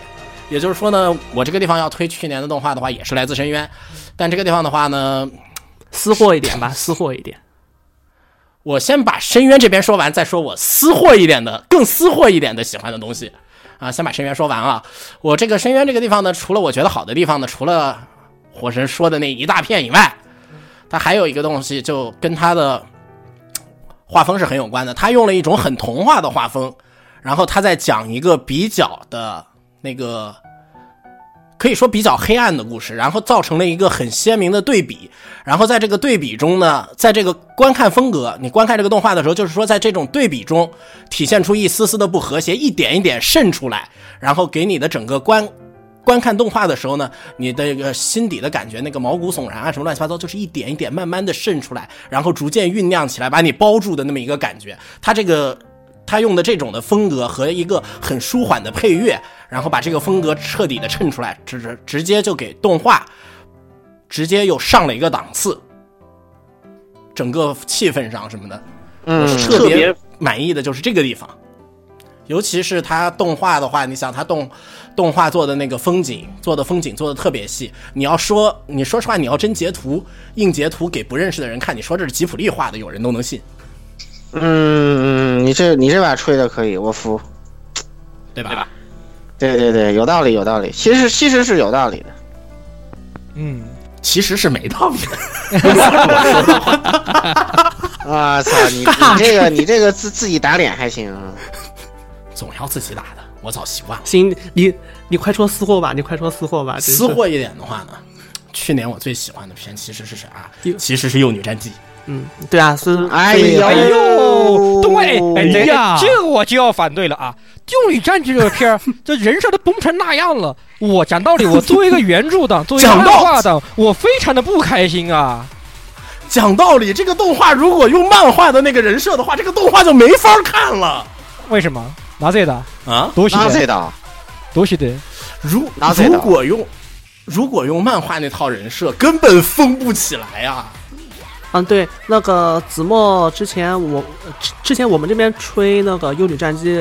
Speaker 6: 也就是说呢，我这个地方要推去年的动画的话，也是来自深渊，但这个地方的话呢，
Speaker 3: 私货一点吧，私货一点。
Speaker 6: 我先把深渊这边说完，再说我私货一点的、更私货一点的喜欢的东西啊。先把深渊说完啊。我这个深渊这个地方呢，除了我觉得好的地方呢，除了火神说的那一大片以外，它还有一个东西就跟它的画风是很有关的。它用了一种很童话的画风，然后他在讲一个比较的那个。可以说比较黑暗的故事，然后造成了一个很鲜明的对比，然后在这个对比中呢，在这个观看风格，你观看这个动画的时候，就是说在这种对比中体现出一丝丝的不和谐，一点一点渗出来，然后给你的整个观观看动画的时候呢，你的一个心底的感觉，那个毛骨悚然啊，什么乱七八糟，就是一点一点慢慢的渗出来，然后逐渐酝酿起来，把你包住的那么一个感觉。它这个他用的这种的风格和一个很舒缓的配乐，然后把这个风格彻底的衬出来，直直直接就给动画直接又上了一个档次，整个气氛上什么的，
Speaker 2: 嗯
Speaker 6: 我是特别满意的就是这个地方，尤其是它动画的话，你想它动动画做的那个风景，做的风景做的特别细。你要说你说实话，你要真截图硬截图给不认识的人看，你说这是吉普力画的，有人都能信，
Speaker 2: 嗯，嗯，你这你这把吹的可以，我服。
Speaker 6: 对吧？
Speaker 2: 对对对，有道理有道理，其实其实是有道理的。
Speaker 5: 嗯，
Speaker 6: 其实是没道理的。 [laughs]
Speaker 2: 啊操，你你这个你这个自自己打脸还行啊。
Speaker 6: 总要自己打的，我早习惯了。
Speaker 3: 行，你你快说私货吧，你快说私货吧。真是
Speaker 6: 私，货一点的话呢，去年我最喜欢的片其实是啥
Speaker 3: 哟？
Speaker 6: 其实是《幼女战记》。
Speaker 3: 嗯，对啊，是
Speaker 2: 哎
Speaker 3: 所以
Speaker 2: 呦，
Speaker 5: 哎呦，对，哎，
Speaker 1: 哎
Speaker 5: 这
Speaker 1: 呀
Speaker 5: 这个我就要反对了啊！《用力战记》这个片儿，这人设都崩成那样了，我讲道理，我作为一个原著党，作为一个
Speaker 6: 讲
Speaker 5: 漫
Speaker 6: 道理
Speaker 5: 画党，我非常的不开心啊！
Speaker 6: 讲道理，这个动画如果用漫画的那个人设的话，这个动画就没法看了
Speaker 5: 为什么？哪这的？
Speaker 6: 啊！
Speaker 5: 多喜
Speaker 2: 那
Speaker 5: 得，
Speaker 2: 这倒，
Speaker 5: 多喜得！
Speaker 6: 如
Speaker 2: 拿走的
Speaker 6: 如果用如果用漫画那套人设，根本封不起来啊！
Speaker 3: 嗯，对，那个子墨之前我之之前我们这边吹那个《幽女战记》，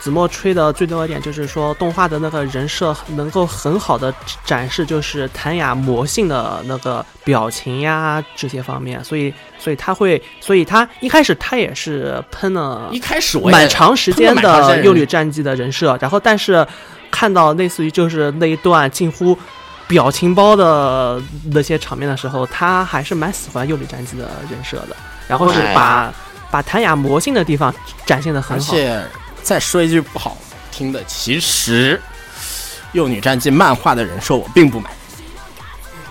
Speaker 3: 子墨吹的最多一点就是说动画的那个人设能够很好的展示就是谭雅魔性的那个表情呀这些方面，所以所以他会，所以他一开始他也是喷了
Speaker 6: 一开始我也
Speaker 3: 蛮啊长时间
Speaker 6: 喷了蛮长时
Speaker 3: 的
Speaker 6: 间
Speaker 3: 幼女战记的人设，然后但是看到类似于就是那一段近乎表情包的那些场面的时候，他还是蛮喜欢幼女战记的人设的，然后是
Speaker 2: 哎
Speaker 3: 把、把谭雅魔性的地方展现的
Speaker 6: 而
Speaker 3: 很好。
Speaker 6: 且再说一句不好听的，其实《幼女战记》漫画的人设我并不买。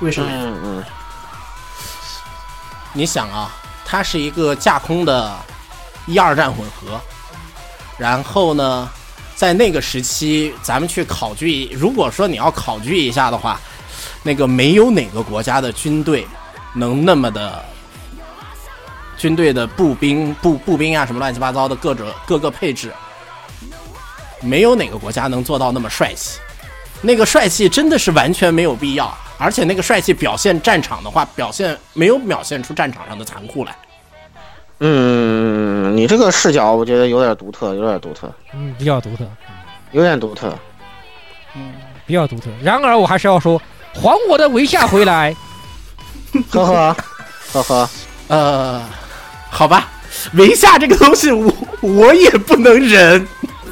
Speaker 3: 为什么？
Speaker 2: 嗯嗯，
Speaker 6: 你想啊，它是一个架空的一二战混合，然后呢，在那个时期，咱们去考据，如果说你要考据一下的话，那个没有哪个国家的军队能那么的。军队的步兵、步步兵啊，什么乱七八糟的各种各个配置，没有哪个国家能做到那么帅气。那个帅气真的是完全没有必要，而且那个帅气表现战场的话，表现没有表现出战场上的残酷来。
Speaker 2: 嗯，你这个视角我觉得有点独特，有点独特，
Speaker 5: 嗯，比较独特，
Speaker 2: 有点独特。
Speaker 5: 比较独特。然而我还是要说，还我的围下回来！
Speaker 2: 呵呵，呵呵，
Speaker 6: 呃，好吧，围下这个东西我我也不能忍，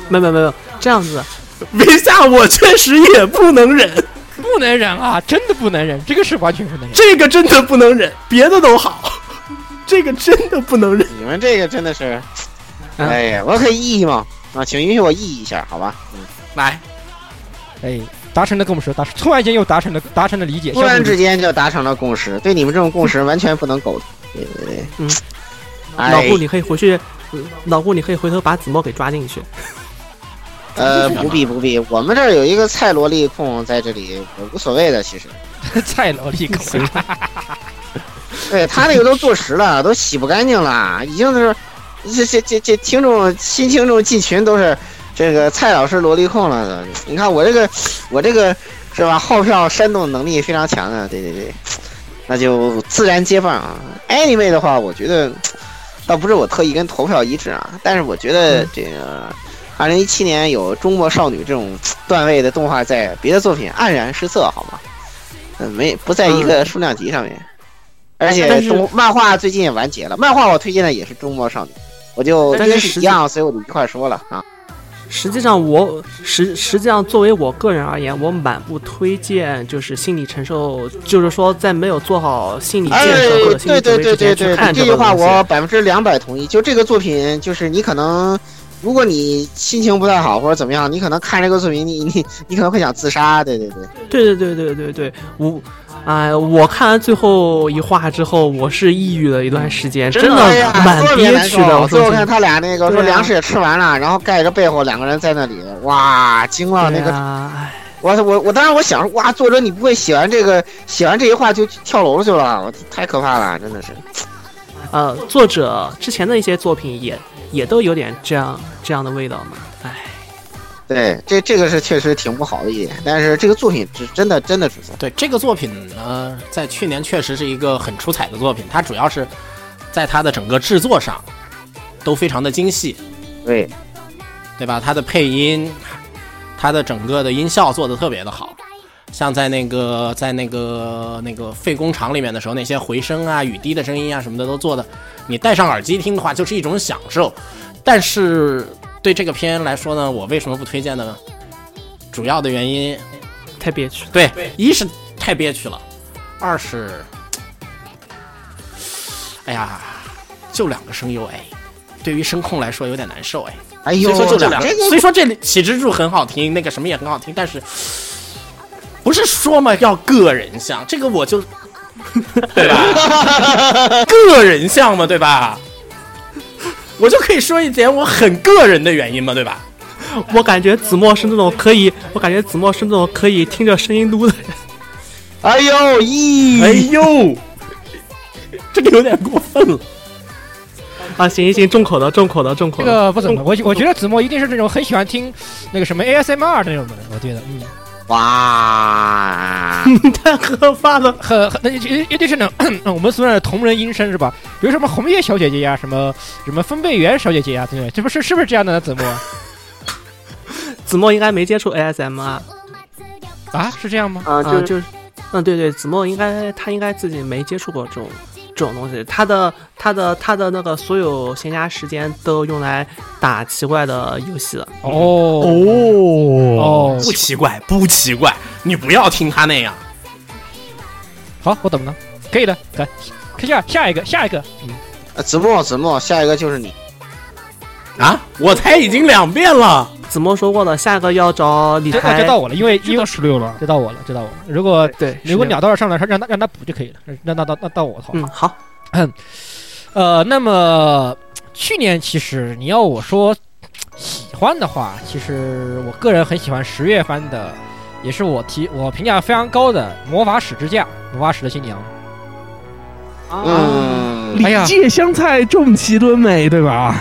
Speaker 3: 没有没有没有，这样子，
Speaker 6: 围下我确实也不能 [laughs] 忍，
Speaker 5: 不能忍啊，真的不能忍，这个是完全不能忍。
Speaker 6: 这个真的不能忍，别的都好，这个真的不能忍。
Speaker 2: 你们这个真的是，
Speaker 3: 嗯
Speaker 2: 哎呀，我可以异议吗？啊，请允许我异议一下，好吧？
Speaker 6: 来，
Speaker 5: 哎，达成了共识，达成，突然间又达成了达成了理解，
Speaker 2: 突然之间就达成了共识，对你们这种共识完全不能苟同。对对对，
Speaker 3: 嗯
Speaker 2: 哎，
Speaker 3: 老顾你可以回去，老顾你可以回头把子墨给抓进去。
Speaker 2: 呃，不必不必，我们这儿有一个菜萝莉控在这里，我无所谓的，其实。
Speaker 5: [laughs] 菜萝莉口
Speaker 3: 行
Speaker 2: 对他那个都坐实了，都洗不干净了，已经是这这这这听众新听众进群都是这个蔡老师萝莉控了的。你看我这个我这个是吧，号票煽动能力非常强的，对对对，那就自然接棒啊。Anyway 的话，我觉得倒不是我特意跟投票一致啊，但是我觉
Speaker 3: 嗯
Speaker 2: 得这个。二零一七年有中国少女这种段位的动画在，别的作品黯然失色，好吗？嗯，没不在一个数量级上面。而且
Speaker 3: 但是
Speaker 2: 中漫画最近也完结了，漫画我推荐的也是《中国少女》，我就因
Speaker 3: 但是
Speaker 2: 为
Speaker 3: 实
Speaker 2: 是一
Speaker 3: 际
Speaker 2: 样，所以我就一块说了啊。
Speaker 3: 实际上我，实实际上作为我个人而言，我蛮不推荐，就是心理承受，就是说在没有做好心理建
Speaker 2: 哎，
Speaker 3: 设或者心
Speaker 2: 对
Speaker 3: 理准
Speaker 2: 对
Speaker 3: 备
Speaker 2: 对对
Speaker 3: 之前去
Speaker 2: 对，
Speaker 3: 看
Speaker 2: 这
Speaker 3: 这
Speaker 2: 句
Speaker 3: 个
Speaker 2: 话
Speaker 3: 东西
Speaker 2: 我百分之两百同意。就这个作品，就是你可能，如果你心情不太好或者怎么样，你可能看这个作品，你你你可能会想自杀。对对对，
Speaker 3: 对对对对对对，我，哎、我看完最后一话之后，我是抑郁了一段时间，真的
Speaker 2: 哎呀，
Speaker 3: 蛮
Speaker 2: 特别
Speaker 3: 憋
Speaker 2: 难
Speaker 3: 屈的。
Speaker 2: 受。
Speaker 3: 我
Speaker 2: 最
Speaker 3: 说
Speaker 2: 后看他俩那个
Speaker 3: 对
Speaker 2: 说
Speaker 3: 啊
Speaker 2: 粮食也吃完了，然后盖着被后两个人在那里，哇，惊了那
Speaker 3: 对
Speaker 2: 个
Speaker 3: 啊，哎
Speaker 2: 我我我当时我想说，哇，作者你不会写完这个写完这一话就去跳楼去了？我太可怕了，真的是。
Speaker 3: 呃，作者之前的一些作品也也都有点这样这样的味道嘛，哎。
Speaker 2: 对，这这个是确实挺不好的一点，但是这个作品是真的真的值得。
Speaker 6: 对这个作品呢，在去年确实是一个很出彩的作品，它主要是在它的整个制作上都非常的精细，
Speaker 2: 对，
Speaker 6: 对吧？它的配音，它的整个的音效做的特别的好，像在那个在那个那个废工厂里面的时候，那些回声啊、雨滴的声音啊什么的都做的，你戴上耳机听的话就是一种享受。但是对这个片来说呢，我为什么不推荐呢？主要的原因，
Speaker 3: 太憋屈了，
Speaker 6: 对，一是太憋屈了，二是，哎呀，就两个声优哎，对于声控来说有点难受哎。
Speaker 2: 哎呦，
Speaker 6: 所以说就这两个
Speaker 2: 这，
Speaker 6: 所
Speaker 2: 个
Speaker 6: 以说这里启之助很好听，那个什么也 [laughs] 很好听，但是不是说嘛要个人像，这个我就对吧？个人项嘛，对吧？我就可以说一点我很个人的原因嘛，对吧？
Speaker 3: 我感觉子墨是那种可以，我感觉子墨是那种可以听着声音撸的人。
Speaker 2: 哎呦，咦，
Speaker 6: 哎呦， [laughs] 这个有点过分了。
Speaker 3: 啊，行行行，重口的，重口的，重口
Speaker 5: 这
Speaker 3: [laughs] 的。
Speaker 5: 个不怎么，我我觉得子墨一定是那种很喜欢听那个什么 ASMR 的那种的人，我觉得，嗯，
Speaker 6: [laughs]
Speaker 2: 哇，
Speaker 3: 太可怕了！
Speaker 5: 很很，那也也就是那种 [clears throat] 我们所谓的同人音声是吧？比如什么红叶小姐姐呀，什么什么分贝媛小姐姐呀，对不对？这不是是不是这样的呢？子墨
Speaker 3: 子墨应该没接触 ASM r
Speaker 5: 啊，是这样吗？
Speaker 3: 啊，
Speaker 2: 就是
Speaker 3: 就是，嗯，对对，子墨应该他应该自己没接触过这种这种东西，他的他的他的那个所有闲暇时间都用来打奇怪的游戏了。
Speaker 5: 哦
Speaker 1: 哦，
Speaker 5: 哦，
Speaker 6: 不奇怪，不奇怪，你不要听他那样。
Speaker 5: 好，我懂了，可以的，来，看下下一个下一个，嗯，
Speaker 2: 呃子墨子墨，下一个就是你，
Speaker 6: 啊！我猜已经两遍了，
Speaker 3: 子墨说过了，下个要找李
Speaker 5: 这那
Speaker 3: 台
Speaker 5: 这。到我了，因为
Speaker 1: 一
Speaker 5: 因为
Speaker 1: 到十六了，
Speaker 5: 这到我了，这到我了。如果
Speaker 3: 对，
Speaker 5: 如果
Speaker 3: 是这样
Speaker 5: 鸟到了上来，让他让他补就可以了，那那到那到我了好吧。
Speaker 3: 嗯好，
Speaker 5: 呃，那么去年其实你要我说喜欢的话，其实我个人很喜欢十月番的，也是我提我评价非常高的《魔法使之嫁》《魔法使的新娘》。
Speaker 6: 啊
Speaker 2: 嗯，
Speaker 1: 李
Speaker 5: 哎呀
Speaker 1: 界香菜重其敦美，对吧？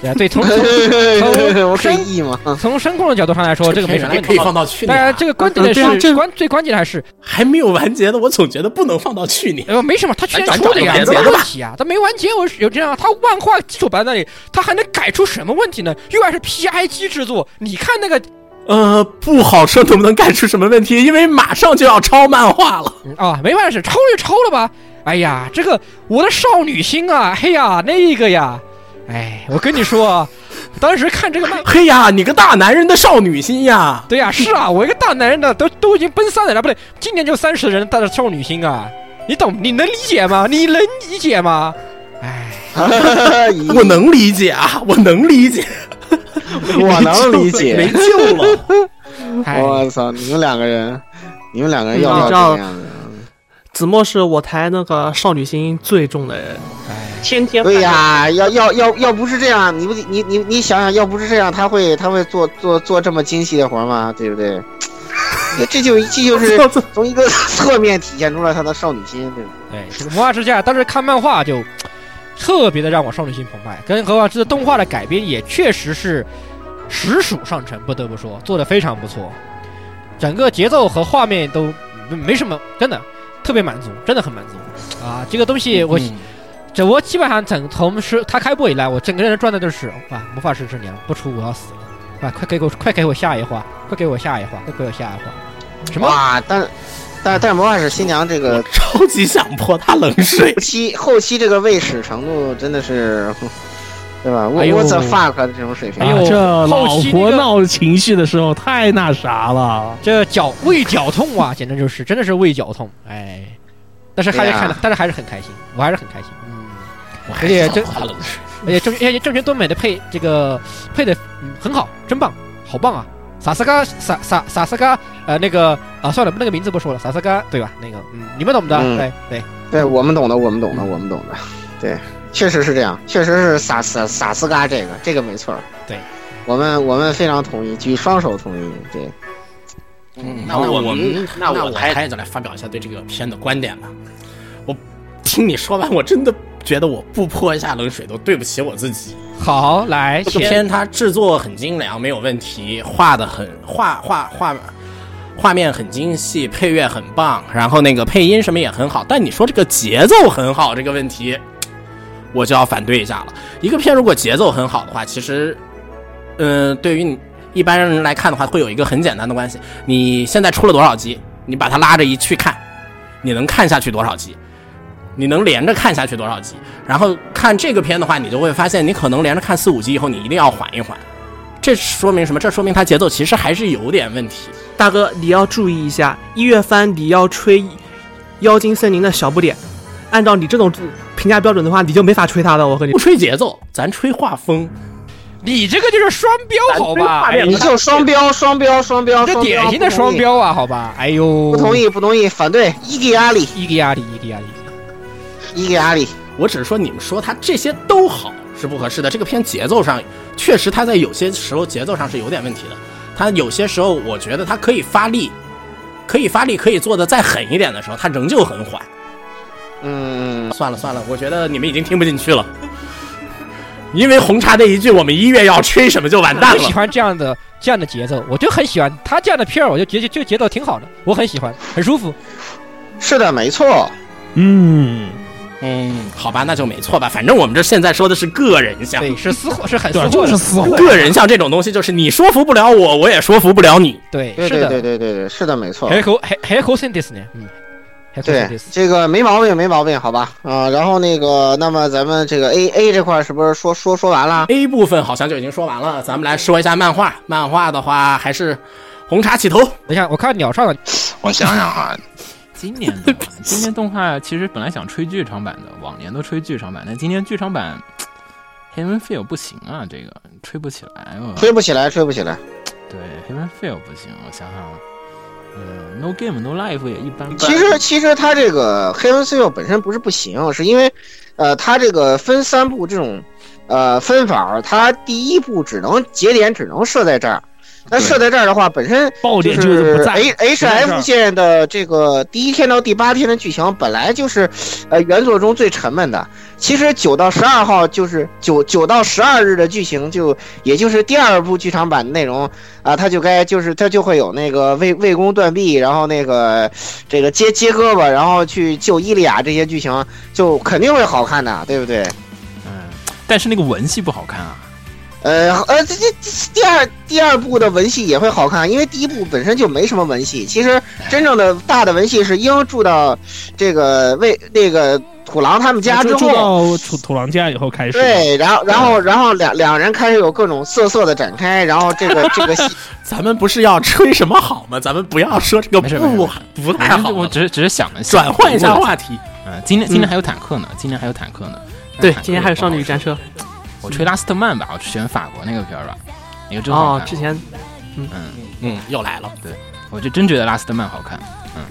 Speaker 5: 对啊，
Speaker 2: [laughs]
Speaker 5: 对，从
Speaker 2: [laughs] 我可以译吗？
Speaker 5: 从从声控的角度上来哦说，这个没什
Speaker 6: 原
Speaker 5: 么
Speaker 6: 来。可以放到去
Speaker 5: 当
Speaker 6: 年啊、
Speaker 5: 然，这个关键的
Speaker 3: 嗯对啊
Speaker 5: 是
Speaker 3: 这
Speaker 5: 关最关键的还是
Speaker 6: 还没有完结的，我总觉得不能放到去年。
Speaker 5: 呃没什么，他去年
Speaker 6: 咱
Speaker 5: 出
Speaker 6: 找
Speaker 5: 的
Speaker 6: 个
Speaker 5: 呀，
Speaker 6: 别
Speaker 5: 有
Speaker 6: 的
Speaker 5: 什么
Speaker 6: 吧
Speaker 5: 问题啊？他没完结，我是有这样，他万化基础摆在那里，他还能改出什么问题呢？又还是 PIG 制作，你看那个
Speaker 6: 呃，不好说能不能干出什么问题，因为马上就要超漫画了。
Speaker 5: 啊，没办法，抽就抽了吧。哎呀，这个我的少女心啊，嘿呀，那个呀，哎，我跟你说，啊， [laughs] 当时看这个漫，
Speaker 6: 嘿呀，你个大男人的少女心呀！
Speaker 5: 对呀、是啊，我一个大男人的都都已经奔三十了，不对，今年就三十的人带着少女心啊，你懂？你能理解吗？你能理解吗？哎，
Speaker 2: [laughs]
Speaker 6: 我
Speaker 2: 我
Speaker 6: 能理解啊，我能理解，
Speaker 2: 我能理
Speaker 6: [laughs] 没
Speaker 2: 解，
Speaker 6: 救了。
Speaker 5: 哎，
Speaker 2: 我操，你们两个人，你们两个人要
Speaker 3: 你
Speaker 2: 不
Speaker 3: 知
Speaker 2: 要
Speaker 3: 道
Speaker 2: 这样子？
Speaker 3: 子墨是我台那个少女心最重的人。
Speaker 5: 哎 [laughs]
Speaker 8: 天天
Speaker 2: 对呀、要要要要不是这样，你不你你你想想，要不是这样，他会他会做做做这么精细的活吗？对不对？这就这就是
Speaker 3: [laughs] 我操
Speaker 2: 从一个侧面体现出来他的少女心，对吧？
Speaker 5: 对，哎这个《魔法之家》当时看漫画就特别的让我少女心澎湃，跟《何况这动画的改编也确实是实属上乘，不得不说做的非常不错，整个节奏和画面都没没什么，真的特别满足，真的很满足啊！这个东西我、这我基本上整从是他开播以来，我整个人的状态就是啊，魔法师之娘不出我要死了。啊！快给我，快给我下一话！快给我下一话！快给我下一话！ [laughs] 什么？
Speaker 2: 哇，但但但魔法使新娘这个
Speaker 6: 超级想泼他冷水
Speaker 2: 后。期后期这个喂屎程度真的是，哼对吧
Speaker 5: 哎呦
Speaker 2: ？What the fuck 的这种水
Speaker 5: 哎
Speaker 2: 平，
Speaker 1: 啊
Speaker 5: 呦
Speaker 1: 这老
Speaker 5: 后期那
Speaker 1: 婆
Speaker 5: 个
Speaker 1: 闹情绪的时候太那啥了。
Speaker 5: 这脚胃绞痛啊，简直就是真的是胃绞痛，哎，但是还是
Speaker 2: 对啊
Speaker 5: 看，但是还是很开心，我还是很开心，嗯，
Speaker 6: 我
Speaker 5: 而且这
Speaker 6: 想泼他冷水。
Speaker 5: 而且正而且正确敦美的配这个配的嗯很好，真棒，好棒啊！萨斯嘎萨萨萨斯嘎，呃，那个啊，算了，那个名字不说了，萨斯嘎，对吧？那个，嗯，你们懂的，
Speaker 2: 嗯
Speaker 5: 对对，
Speaker 2: 对我们懂的，我们懂的，我们懂的，对，确实是这样，确实是撒撒撒斯嘎这个这个没错儿，
Speaker 5: 对
Speaker 2: 我们我们非常同意，举双手同意，对。
Speaker 6: 嗯，
Speaker 2: 那我们那
Speaker 6: 那我
Speaker 2: 我
Speaker 6: 还也就来发表一下对这个片的观点吧。我听你说完，我真的觉得我不泼一下冷水都对不起我自己。
Speaker 5: 好，来，
Speaker 6: 这个
Speaker 5: 先
Speaker 6: 片它制作很精良，没有问题，画的很画画画画面很精细，配乐很棒，然后那个配音什么也很好。但你说这个节奏很好这个问题，我就要反对一下了。一个片如果节奏很好的话，其实，嗯、对于你一般人来看的话，会有一个很简单的关系：你现在出了多少集，你把它拉着一去看，你能看下去多少集？你能连着看下去多少集？然后看这个片的话，你就会发现，你可能连着看四五集以后，你一定要缓一缓。这说明什么？这说明它节奏其实还是有点问题。
Speaker 3: 大哥，你要注意一下，一月番你要吹《妖精森林》的小不点，按嗯照你这种评价标准的话，你就没法吹他的。我跟你
Speaker 6: 不吹节奏，咱吹画风。
Speaker 5: 你这个就是双标，好吧？哎
Speaker 2: 你就双标，双标，双标，
Speaker 5: 这
Speaker 2: 双标
Speaker 5: 典型的
Speaker 2: 不同
Speaker 5: 双
Speaker 2: 意
Speaker 5: 标啊，好吧？哎呦，
Speaker 2: 不同，意，不同意，反对，伊给阿里，
Speaker 5: 伊利亚里，伊利亚里，
Speaker 2: 伊给阿里，
Speaker 6: 我只是说你们说他这些都好是不合适的。这个片节奏上，确实他在有些时候节奏上是有点问题的。他有些时候我觉得他可以发力，可以发力，可以做的再狠一点的时候，他仍旧很缓。
Speaker 2: 嗯，
Speaker 6: 算了算了，我觉得你们已经听不进去了。因为红茶那一句“我们一月要吹什么”就完蛋
Speaker 5: 我喜
Speaker 6: 了。
Speaker 5: 欢这样的这样的节奏，我就很喜欢他这样的片儿，我就觉得这节奏挺好的，我很喜欢，很舒服。
Speaker 2: 是的，没错，
Speaker 1: 嗯，
Speaker 6: 嗯，好吧，那就没错吧。反正我们这现在说的是个人像，
Speaker 5: 对，是私货，是很私
Speaker 1: 对
Speaker 5: 货
Speaker 1: 啊，
Speaker 5: 的，
Speaker 1: 就是私货。
Speaker 6: 个人像这种东西，就是你说服不了我，我也说服不了你。
Speaker 5: 对，
Speaker 2: 对
Speaker 5: 是
Speaker 2: 对
Speaker 5: 的
Speaker 2: 对，对对对，是的，没错。
Speaker 5: 还口还还口信 this 呢，嗯，还口信
Speaker 2: 哎对
Speaker 5: this，，
Speaker 2: 这个没毛病，没毛病，好吧，啊、然后那个，那么咱们这个 A A 这块是不是说说说完了？
Speaker 6: A 部分好像就已经说完了，咱们来说一下漫画。漫画的话，还是红茶起头。
Speaker 5: 等一下，我看鸟上了，
Speaker 4: 我想想啊，
Speaker 8: [laughs] 今年的吧今年动画其实本来想吹剧场版的，往年都吹剧场版，但今年剧场版 Heaven Feel 不行啊，这个吹不起来。我
Speaker 2: 吹不起来，吹不起来。
Speaker 8: 对 Heaven Feel 不行，我想想啊，嗯，No Game No Life 也一般般。
Speaker 2: 其实其实它这个黑文 C U 本身不是不行，是因为，呃，它这个分三部这种，呃，分法，它第一步只能节点只能设在这儿，那
Speaker 4: 对
Speaker 2: 设在这儿的话，本身
Speaker 1: 爆点就是不在
Speaker 2: H H
Speaker 1: 在这儿
Speaker 2: F 线的这个第一天到第八天的剧情本来就是，呃，原作中最沉闷的。其实九到十二号就是九九到十二日的剧情就，也就是第二部剧场版的内容啊，它就该就是它就会有那个魏魏公断臂，然后那个这个接接胳膊，然后去救伊利亚这些剧情，就肯定会好看的，对不对？
Speaker 8: 嗯，但是那个文戏不好看啊。
Speaker 2: 呃呃，这这这第二第二部的文戏也会好看，因为第一部本身就没什么文戏。其实
Speaker 1: 哎
Speaker 2: 真正的大的文戏是鹰住到这个为那个土狼他们家之
Speaker 1: 啊哎就住
Speaker 2: 后，
Speaker 1: 到嗯土土狼家以后开始，
Speaker 2: 对，然后然后然后两两人开始有各种色色的展开，然后这个
Speaker 1: [laughs]
Speaker 2: 这个戏，
Speaker 6: 咱们不是要吹什么好吗？咱们不要说这个
Speaker 8: 没事没事
Speaker 6: 不不
Speaker 8: 我
Speaker 6: 太好
Speaker 8: 我
Speaker 6: 了，
Speaker 8: 只是只是想了
Speaker 6: 转换一下话
Speaker 8: 题。
Speaker 6: 题。
Speaker 8: 嗯，今年今年还有坦克呢，今年还有坦克呢。
Speaker 3: [laughs] 对
Speaker 8: 坦，克
Speaker 3: 今天还有
Speaker 8: 不好
Speaker 3: 少女
Speaker 8: 说
Speaker 3: 战车
Speaker 8: 我吹拉斯特曼吧，我选法国那个片儿吧，那个真好
Speaker 3: 哦，
Speaker 8: 看。
Speaker 3: 之前
Speaker 8: 嗯，
Speaker 6: 嗯，又来了。
Speaker 8: 我就真觉得拉斯特曼好看。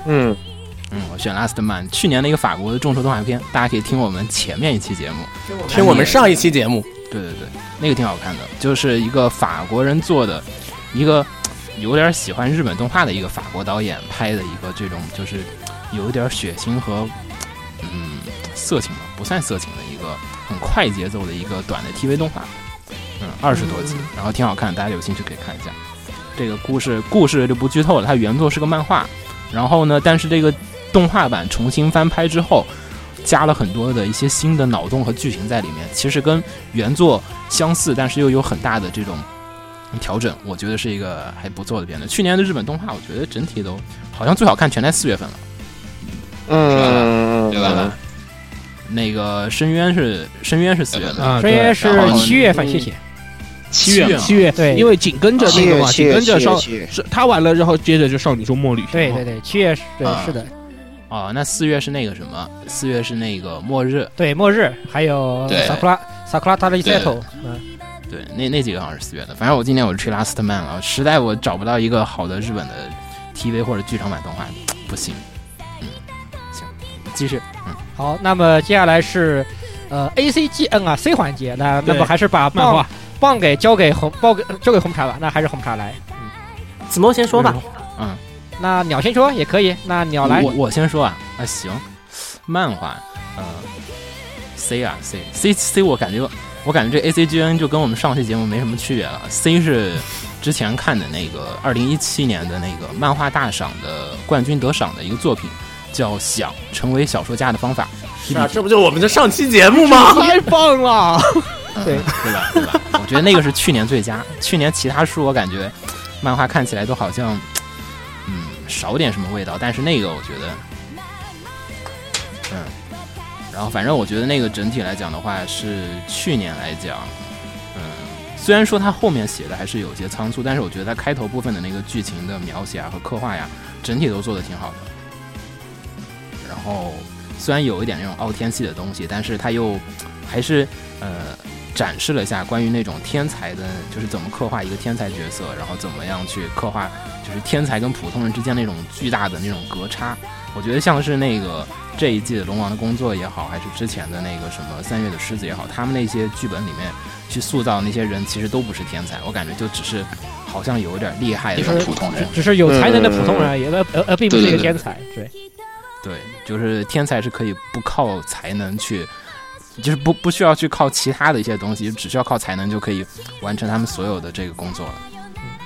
Speaker 2: 嗯，
Speaker 8: 嗯，我选拉斯特曼，去年的一个法国的众筹动画片，大家可以听我们前面一期节目。
Speaker 6: 听我们上一期节目，
Speaker 8: 对对对，那个挺好看的，就是一个法国人做的，一个有点喜欢日本动画的一个法国导演拍的一个这种，就是有点血腥和嗯色情吧，不算色情的一个很快节奏的一个短的 TV 动画，嗯，二十多集，然后挺好看，大家有兴趣可以看一下。这个故事故事就不剧透了，它原作是个漫画，然后呢，但是这个动画版重新翻拍之后，加了很多的一些新的脑洞和剧情在里面，其实跟原作相似，但是又有很大的这种调整，我觉得是一个还不错的片子。去年的日本动画，我觉得整体都好像最好看全在四月份了，
Speaker 2: 嗯，
Speaker 8: 对吧？那个深渊是深渊是四月份，
Speaker 1: 啊，
Speaker 5: 深
Speaker 1: 对
Speaker 5: 渊是
Speaker 8: 然后
Speaker 5: 七月份，谢谢。
Speaker 1: 七月
Speaker 8: 七月
Speaker 1: 七月，
Speaker 5: 对
Speaker 1: 嗯因为紧跟着
Speaker 2: 七
Speaker 1: 那个
Speaker 2: 月
Speaker 1: 嘛，
Speaker 2: 七
Speaker 1: 紧
Speaker 2: 月
Speaker 1: 跟
Speaker 2: 七
Speaker 1: 着
Speaker 2: 月
Speaker 1: 少
Speaker 2: 七月，
Speaker 1: 是他完了，然后接着就少女周末旅行，
Speaker 5: 对对对，七月是，对
Speaker 8: 啊
Speaker 5: 是的，
Speaker 8: 啊、那四月是那个什么？四月是那个末日，
Speaker 5: 对末日，还有
Speaker 8: 对
Speaker 5: 萨库拉萨库拉他的
Speaker 8: 对
Speaker 5: set，嗯，
Speaker 8: 对，那那几个好像是四月的。反正我今年我是去拉斯特曼了，实在我找不到一个好的日本的 TV 或者剧场版动画，不行。嗯，行，继续。
Speaker 5: 好，那么接下来是呃 A C G N 啊 C 环节，那那
Speaker 1: 对
Speaker 5: 么还是把
Speaker 1: 漫
Speaker 5: 棒
Speaker 1: 画
Speaker 5: 棒给交给红，棒给呃交给红茶吧，那还是红茶来，
Speaker 3: 子墨先说吧，
Speaker 5: 那鸟先说也可以，那鸟来
Speaker 8: 我，我先说啊，啊行，漫画，呃，C 啊 C C C，我感觉我感觉这 A C G N 就跟我们上期节目没什么区别了。C 是之前看的那个二零一七年的那个漫画大赏的冠军得赏的一个作品，叫《想成为小说家的方法》
Speaker 6: 是啊，这不就我们的上期节目吗？
Speaker 5: 太棒了，
Speaker 8: 嗯，
Speaker 5: 对
Speaker 8: 对吧？对吧？ [laughs] 我觉得那个是去年最佳，去年其他书我感觉漫画看起来都好像嗯少点什么味道，但是那个我觉得嗯，然后反正我觉得那个整体来讲的话是去年来讲，嗯，虽然说它后面写的还是有些仓促，但是我觉得它开头部分的那个剧情的描写啊和刻画呀，整体都做的挺好的。然后虽然有一点那种傲天系的东西，但是它又还是呃展示了一下关于那种天才的，就是怎么刻画一个天才角色，然后怎么样去刻画，就是天才跟普通人之间那种巨大的那种隔差。我觉得像是那个这一季的《龙王的工作》也好，还是之前的那个什么《三月的狮子》也好，他们那些剧本里面去塑造那些人，其实都不是天才，我感觉就只是好像有点厉害的
Speaker 5: 就是
Speaker 8: 那种
Speaker 5: 普
Speaker 8: 通人。
Speaker 5: 只是有才能的普通人，也呃呃，并不是一个天才，对，
Speaker 8: 对，就是天才是可以不靠才能去，就是不不需要去靠其他的一些东西，只需要靠才能就可以完成他们所有的这个工作了。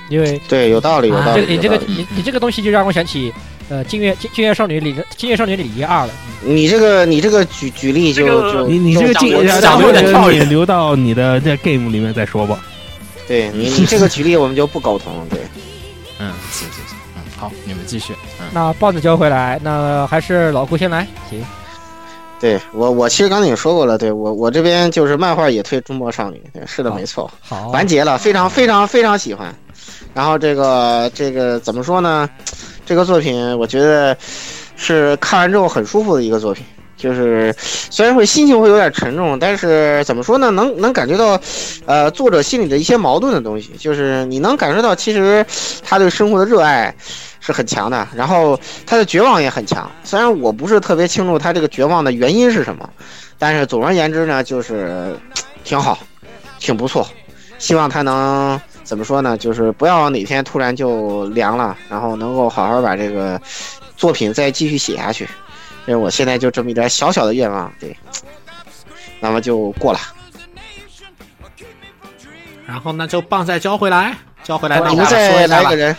Speaker 5: 因为
Speaker 2: 对，有道理，有
Speaker 1: 啊
Speaker 2: 道
Speaker 5: 这
Speaker 2: 理。
Speaker 5: 个你这个
Speaker 2: 有道理
Speaker 5: 你你这个东西就让我想起，呃，《金月金金月少女》里的《金月少女》里一二了，
Speaker 2: 你这个你这个举举例就
Speaker 3: 这个
Speaker 2: 就
Speaker 1: 你你这个
Speaker 2: 就
Speaker 1: 进，
Speaker 3: 讲得
Speaker 1: 然
Speaker 3: 讲
Speaker 1: 后
Speaker 3: 得有点
Speaker 1: 你留到你的在 game 里面再说吧。
Speaker 2: 对你你这个举例我们就不苟同，对。
Speaker 8: 嗯，行行行，嗯，好，你们继续。嗯，
Speaker 5: 那棒子交回来，那还是老顾先来，行，
Speaker 2: 对我，我其实刚才也说过了，对我我这边就是漫画也推《中国少女》，对，是的，
Speaker 5: 好
Speaker 2: 没错，
Speaker 5: 好，
Speaker 2: 完结了，非常非常非常喜欢。然后这个这个怎么说呢？这个作品我觉得是看完之后很舒服的一个作品，就是虽然会心情会有点沉重，但是怎么说呢？能能感觉到，呃，作者心里的一些矛盾的东西，就是你能感受到其实他对生活的热爱是很强的，然后他的绝望也很强。虽然我不是特别清楚他这个绝望的原因是什么，但是总而言之呢，就是嘖挺好，挺不错。希望他能怎么说呢？就是不要哪天突然就凉了，然后能够好好把这个作品再继续写下去。这是我现在就这么一点小小的愿望，对。嘖那么就过了，
Speaker 6: 然后那就棒再交回来，交回来
Speaker 2: 你们再来个人，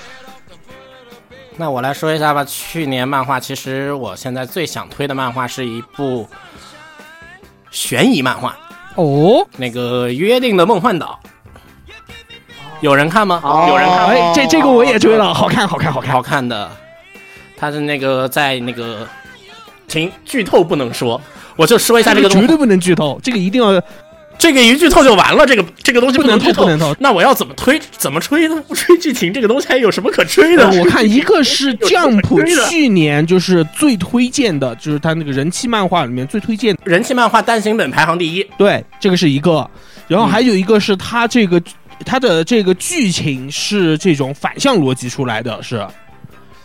Speaker 6: 那我来说一下吧，去年漫画，其实我现在最想推的漫画是一部悬疑漫画，
Speaker 5: 哦，
Speaker 6: 那个《约定的梦幻岛》，有人看吗？
Speaker 2: 有人看
Speaker 1: 哎，这这个我也追了，好看，好看，好看。
Speaker 6: 好看的，它是那个在那个，停，剧透不能说，我就说一下这个东
Speaker 1: 绝
Speaker 6: 西，
Speaker 1: 对不能剧透，这个一定要
Speaker 6: 这个一剧透就完了，这个这个东西
Speaker 1: 不
Speaker 6: 能
Speaker 1: 能
Speaker 6: 剧
Speaker 1: 透，不能透。
Speaker 6: 那我要怎么推？怎么吹呢？不吹剧情，这个东西还有什么可吹的？
Speaker 1: 呃我看一个是 Jump
Speaker 6: 推的
Speaker 1: 去年就是最推荐的，就是他那个人气漫画里面最推荐的，
Speaker 6: [laughs] 人气漫画单行本排行第一，
Speaker 1: 对，这个是一个，然后还有一个是他这个他的这个剧情是这种反向逻辑出来的，是。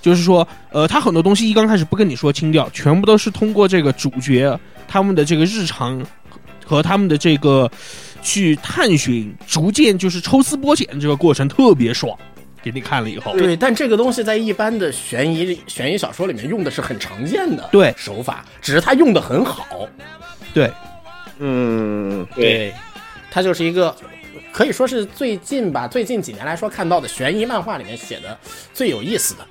Speaker 1: 就是说，呃，他很多东西一刚开始不跟你说清掉，全部都是通过这个主角他们的这个日常和他们的这个去探寻，逐渐就是抽丝剥茧的这个过程特别爽，给你看了以后，
Speaker 6: 对，但这个东西在一般的悬疑悬疑小说里面用的是很常见的
Speaker 1: 对
Speaker 6: 手法，只是它用的很好。
Speaker 1: 对，
Speaker 2: 嗯，
Speaker 6: 对，它就是一个可以说是最近吧，最近几年来说看到的悬疑漫画里面写的最有意思的。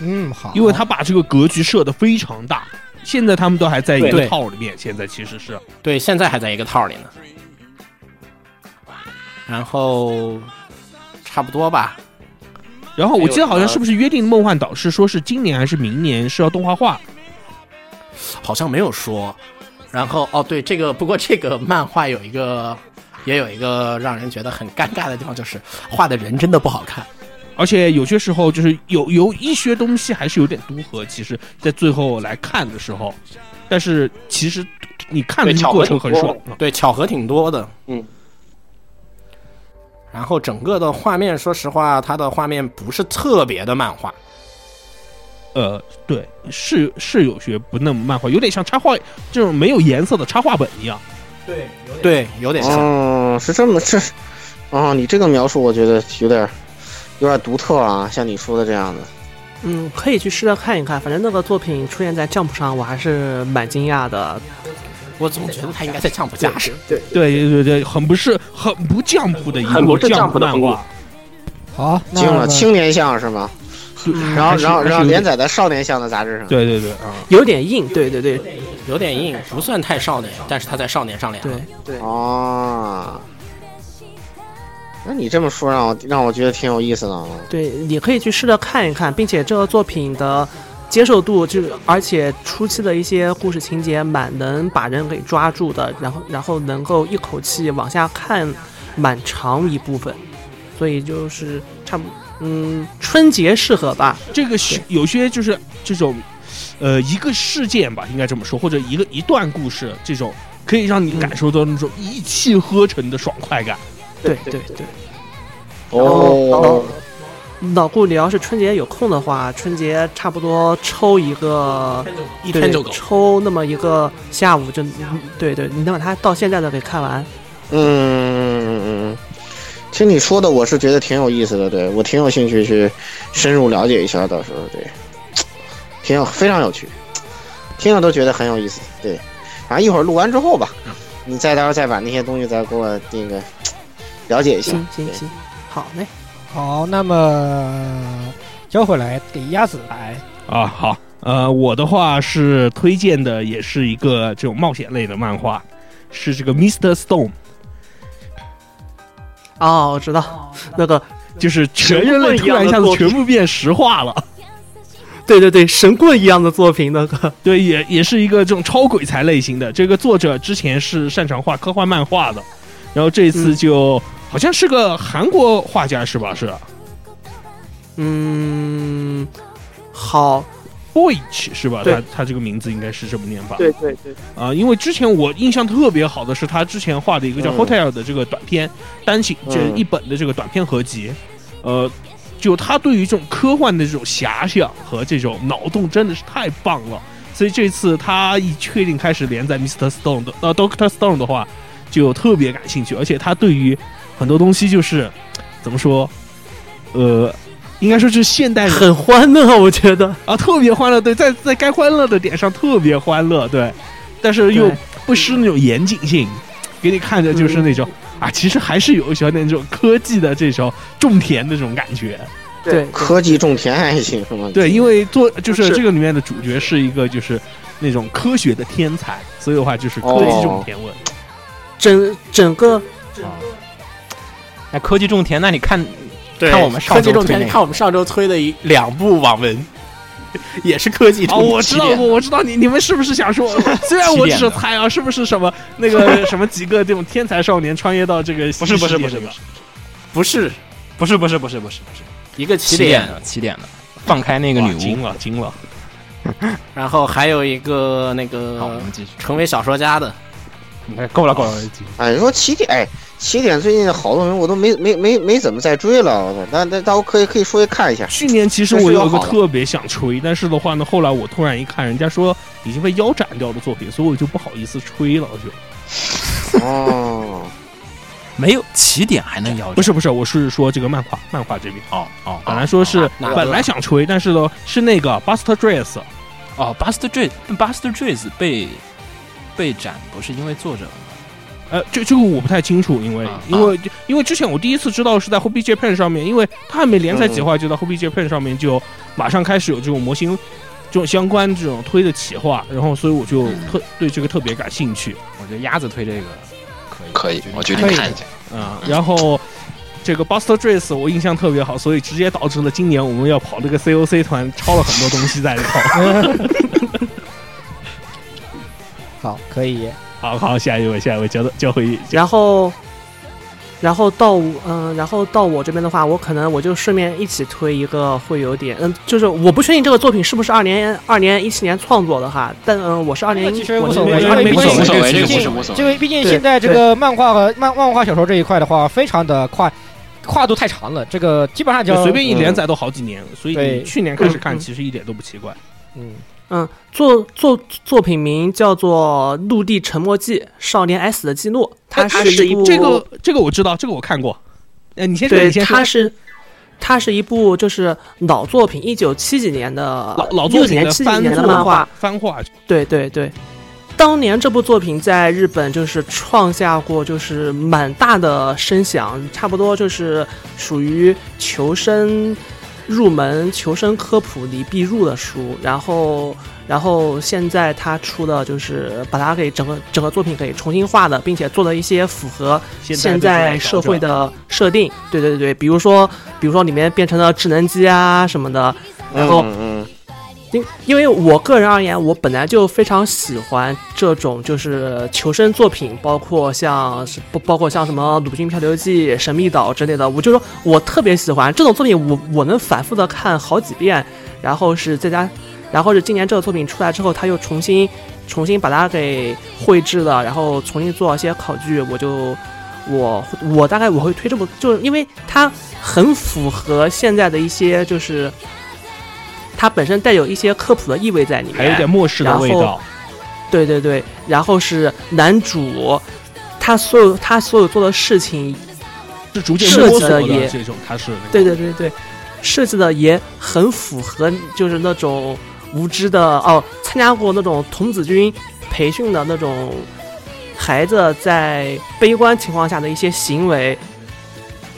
Speaker 5: 嗯，好，
Speaker 1: 因为他把这个格局设得非常大。现在他们都还在一
Speaker 6: 对
Speaker 1: 个套里面，现在其实是
Speaker 6: 对，现在还在一个套里呢。然后差不多吧，
Speaker 1: 然
Speaker 4: 哎
Speaker 1: 后我记
Speaker 6: 还有
Speaker 1: 得好像
Speaker 6: 什么
Speaker 1: 是不是约定的梦幻岛是说是今年还是明年是要动画化？
Speaker 6: 好像没有说。然后哦，对，这个不过这个漫画有一个，也有一个让人觉得很尴尬的地方，就是画的人真的不好看。
Speaker 1: 而且有些时候就是有有一些东西还是有点独合，其实在最后来看的时候，但是其实你看的这个过程很爽啊。
Speaker 6: 对，巧合挺多的。
Speaker 4: 嗯。
Speaker 6: 然后整个的画面，说实话，它的画面不是特别的漫画，
Speaker 1: 呃，对，是是有些不那么漫画，有点像插画这种没有颜色的插画本一样。
Speaker 6: 对，有点像。
Speaker 2: 哦，是这么是，哦，你这个描述我觉得有点有点独特啊，像你说的这样的。
Speaker 3: 嗯，可以去试着看一看。反正那个作品出现在 Jump 上，我还是蛮惊讶的。
Speaker 6: 我总觉得它应该在降不加是。
Speaker 1: 对对对，很不是很不降谱的一
Speaker 4: 很
Speaker 1: 部
Speaker 4: 不是
Speaker 1: 降
Speaker 4: 降谱
Speaker 1: 谱
Speaker 4: 的
Speaker 1: 漫
Speaker 4: 风格
Speaker 1: 画。
Speaker 5: 好，那
Speaker 2: 惊了，青年向是吗？
Speaker 1: 嗯
Speaker 2: 然后，然后，然后连载在少年向的杂志上。
Speaker 1: 对对对啊，
Speaker 3: 有点硬，对对对
Speaker 6: 有点硬，不算太少年，但是它在少年上脸了。
Speaker 3: 对，
Speaker 2: 哦，那你这么说让我让我觉得挺有意思的啊。
Speaker 3: 对，你可以去试着看一看，并且这个作品的接受度，就是而且初期的一些故事情节蛮能把人给抓住的，然后然后能够一口气往下看蛮长一部分，所以就是差不嗯春节适合吧，
Speaker 1: 这个是有些就是这种，呃，一个事件吧，应该这么说，或者一个一段故事这种。可可以让你感受到那种一气呵成的爽快感。
Speaker 3: 对对对，
Speaker 2: 哦，
Speaker 3: 老顾，你要是春节有空的话，春节差不多抽一个
Speaker 6: 一
Speaker 3: 对
Speaker 6: 天就够。
Speaker 3: 抽那么一个下午就，嗯对对，你能把它到现在的给看完。
Speaker 2: 嗯，听你说的，我是觉得挺有意思的，对我挺有兴趣去深入了解一下，到时候对，挺有非常有趣，听了都觉得很有意思，对，反正一会儿录完之后吧，你再到时候再把那些东西再给我那个了解一下，
Speaker 1: 嗯
Speaker 3: 行行行，好嘞，
Speaker 5: 好，那么交回来给鸭子来。
Speaker 1: 啊，好，呃，我的话是推荐的，也是一个这种冒险类的漫画，是这个 Mr. Stone，
Speaker 3: 哦，我知道，那个
Speaker 1: 就是全人类突然一下子全部变石化了。
Speaker 3: 对对对，神棍一样的作品，那个
Speaker 1: 对，也也是一个这种超鬼才类型的。这个作者之前是擅长画科幻漫画的，然后这次就、好像是个韩国画家是吧？是
Speaker 3: 嗯，好，
Speaker 1: Boych 是吧？
Speaker 3: 对
Speaker 1: 他他这个名字应该是这么念法。
Speaker 3: 对对，
Speaker 1: 啊，因为之前我印象特别好的是他之前画的一个叫《
Speaker 2: 嗯
Speaker 1: Hotel》的这个短片单行这
Speaker 2: 嗯
Speaker 1: 一本的这个短片合集，呃，就他对于这种科幻的这种遐想和这种脑洞真的是太棒了，所以这次他一确定开始连载 Mr. Stone 的呃 Doctor Stone 的话，就特别感兴趣，而且他对于很多东西就是怎么说，呃。应该说是现代人
Speaker 3: 很欢乐，我觉得，
Speaker 1: 啊，特别欢乐，对，在在该欢乐的点上特别欢乐，对，但是又
Speaker 3: 对
Speaker 1: 不失那种严谨性，给你看着就是那种、
Speaker 3: 嗯
Speaker 1: 啊，其实还是有一些那种科技的这种种田的这种感觉，
Speaker 3: 对
Speaker 2: 科技种田爱情是吗？
Speaker 1: 对，因为做就是
Speaker 3: 呃是
Speaker 1: 这个里面的主角是一个就是那种科学的天才，所以的话就是科技
Speaker 3: 哦
Speaker 1: 这种田文，
Speaker 3: 整整个
Speaker 8: 那科技种田，那你看
Speaker 6: 对
Speaker 8: 看我们上
Speaker 6: 科技
Speaker 8: 周
Speaker 6: 种
Speaker 8: 推
Speaker 6: 田，
Speaker 8: 那个
Speaker 6: 看我们上周推的一两部网文，也是科技
Speaker 1: 哦，
Speaker 6: 种
Speaker 1: 我知道，
Speaker 6: 起点
Speaker 1: 我我知道你你们是不是想说，虽然我只是猜啊，是不是什么那个什么几个这种天才少年穿越到这个
Speaker 4: 不是不是
Speaker 1: 西世
Speaker 4: 不是
Speaker 1: 界
Speaker 4: 不
Speaker 1: 的
Speaker 4: 是
Speaker 6: 哦不是
Speaker 4: 不是不是不是不是不是，
Speaker 6: 一个起
Speaker 8: 起
Speaker 6: 点
Speaker 8: 点，的起点的，放开那个
Speaker 1: 哇
Speaker 8: 女
Speaker 1: 惊
Speaker 8: 巫。
Speaker 1: 了惊了，
Speaker 6: 然后还有一个那
Speaker 8: 好，我
Speaker 6: 个
Speaker 8: 们继续。
Speaker 6: 成为小说家的，
Speaker 8: 哎够了够了，继续
Speaker 2: 哎，你说起点，哎，起点最近的好多人我都没没没没怎么再追了，我操，那那到时候可以可以说去看一下。
Speaker 1: 去年其实我有一个特别想吹，但是的话呢，后来我突然一看，人家说已经被腰斩掉的作品，所以我就不好意思吹了。就
Speaker 2: 哦，
Speaker 8: 没有起点还能要
Speaker 1: 不是不是，我是说这个漫画，漫画这边
Speaker 8: 哦哦，
Speaker 1: 本来说是
Speaker 6: 哪个
Speaker 1: 本来想吹，但是呢是那个 Buster Dress
Speaker 8: 哦，Buster Dreams Buster Dreams 被被斩，不是因为作者
Speaker 1: 呃，这这个我不太清楚，因为、
Speaker 8: 啊
Speaker 1: 因为、因为之前我第一次知道是在 Hobby Japan 上面，因为它还没连载几话，就在 Hobby Japan 上面就马上开始有这种模型，这种相关这种推的企划，然后所以我就
Speaker 8: 嗯
Speaker 1: 特、对这个特别感兴趣。
Speaker 8: 我觉得鸭子推这个可以，
Speaker 4: 可以，我决
Speaker 8: 觉
Speaker 4: 定
Speaker 8: 得
Speaker 4: 看一下。
Speaker 1: 啊，然后这个 Buster Dress 我印象特别好，所以直接导致了今年我们要跑这个 COC 团抄了很多东西在里头。 [laughs]
Speaker 5: 好，可以。
Speaker 1: 好好，下一位，下一位，交的交回
Speaker 3: 然后，然后到我嗯、然后到我这边的话，我可能我就顺便一起推一个，会有点嗯，就是我不确定这个作品是不是二零二零一七年创作的哈，但嗯、我是二零
Speaker 5: 这
Speaker 3: 一
Speaker 5: 个其实无所
Speaker 1: 这
Speaker 5: 谓，
Speaker 1: 边
Speaker 5: 因为
Speaker 1: 没
Speaker 5: 毕
Speaker 1: 关系
Speaker 5: 竟
Speaker 4: 无所谓
Speaker 5: 毕
Speaker 4: 这个
Speaker 5: 竟
Speaker 4: 无所谓无所谓
Speaker 5: 这个毕竟
Speaker 3: 对
Speaker 5: 现在这
Speaker 3: 对
Speaker 5: 个漫画和漫漫画小说这一块的话，非常的跨跨度太长了，这个基本上就
Speaker 1: 随便一连载都好几年，所以
Speaker 5: 对
Speaker 1: 你去年开始看
Speaker 3: 嗯嗯
Speaker 1: 其实一点都不奇怪。
Speaker 5: 嗯，
Speaker 3: 嗯，作作作品名叫做《陆地沉默记：少年 S 的记录》，它
Speaker 1: 哎它
Speaker 3: 是一部
Speaker 1: 这个这个我知道，这个我看过。呃，你先说，
Speaker 3: 对，
Speaker 1: 你先说
Speaker 3: 它。是它是一部就是老作品，一九七几年的
Speaker 1: 老老作
Speaker 3: 60
Speaker 1: 品
Speaker 3: 年
Speaker 1: 的
Speaker 3: 七几
Speaker 1: 翻
Speaker 3: 年的
Speaker 1: 作
Speaker 3: 漫画，
Speaker 1: 翻画，
Speaker 3: 对对对。当年这部作品在日本就是创下过就是蛮大的声响，差不多就是属于求生入门、求生科普里必入的书。然后，然后现在他出的就是把它给整个整个作品给重新画的，并且做了一些符合现在社会的设定。对对对对，比如说，比如说里面变成了智能机啊什么的，然后
Speaker 2: 嗯
Speaker 3: 因因为我个人而言，我本来就非常喜欢这种就是求生作品，包括像是不包括像什么《鲁滨漂流记》《神秘岛》之类的，我就说我特别喜欢这种作品我，我能反复的看好几遍，然后是再加，然后是今年这个作品出来之后，他又重新重新把它给绘制了，然后重新做一些考据，我就我我大概我会推这么，就是因为它很符合现在的一些，就是它本身带有一些科普的意味在里面，
Speaker 1: 还有点末世的味
Speaker 3: 然
Speaker 1: 道
Speaker 3: 后。对对对，然后是男主，他所有他所有做的事情，
Speaker 1: 是逐渐
Speaker 3: 设
Speaker 1: 摸
Speaker 3: 计
Speaker 1: 索
Speaker 3: 的也
Speaker 1: 的这种，它是那个
Speaker 3: 对对对对，设计的也很符合，就是那种无知的哦，参加过那种童子军培训的那种孩子在悲观情况下的一些行为。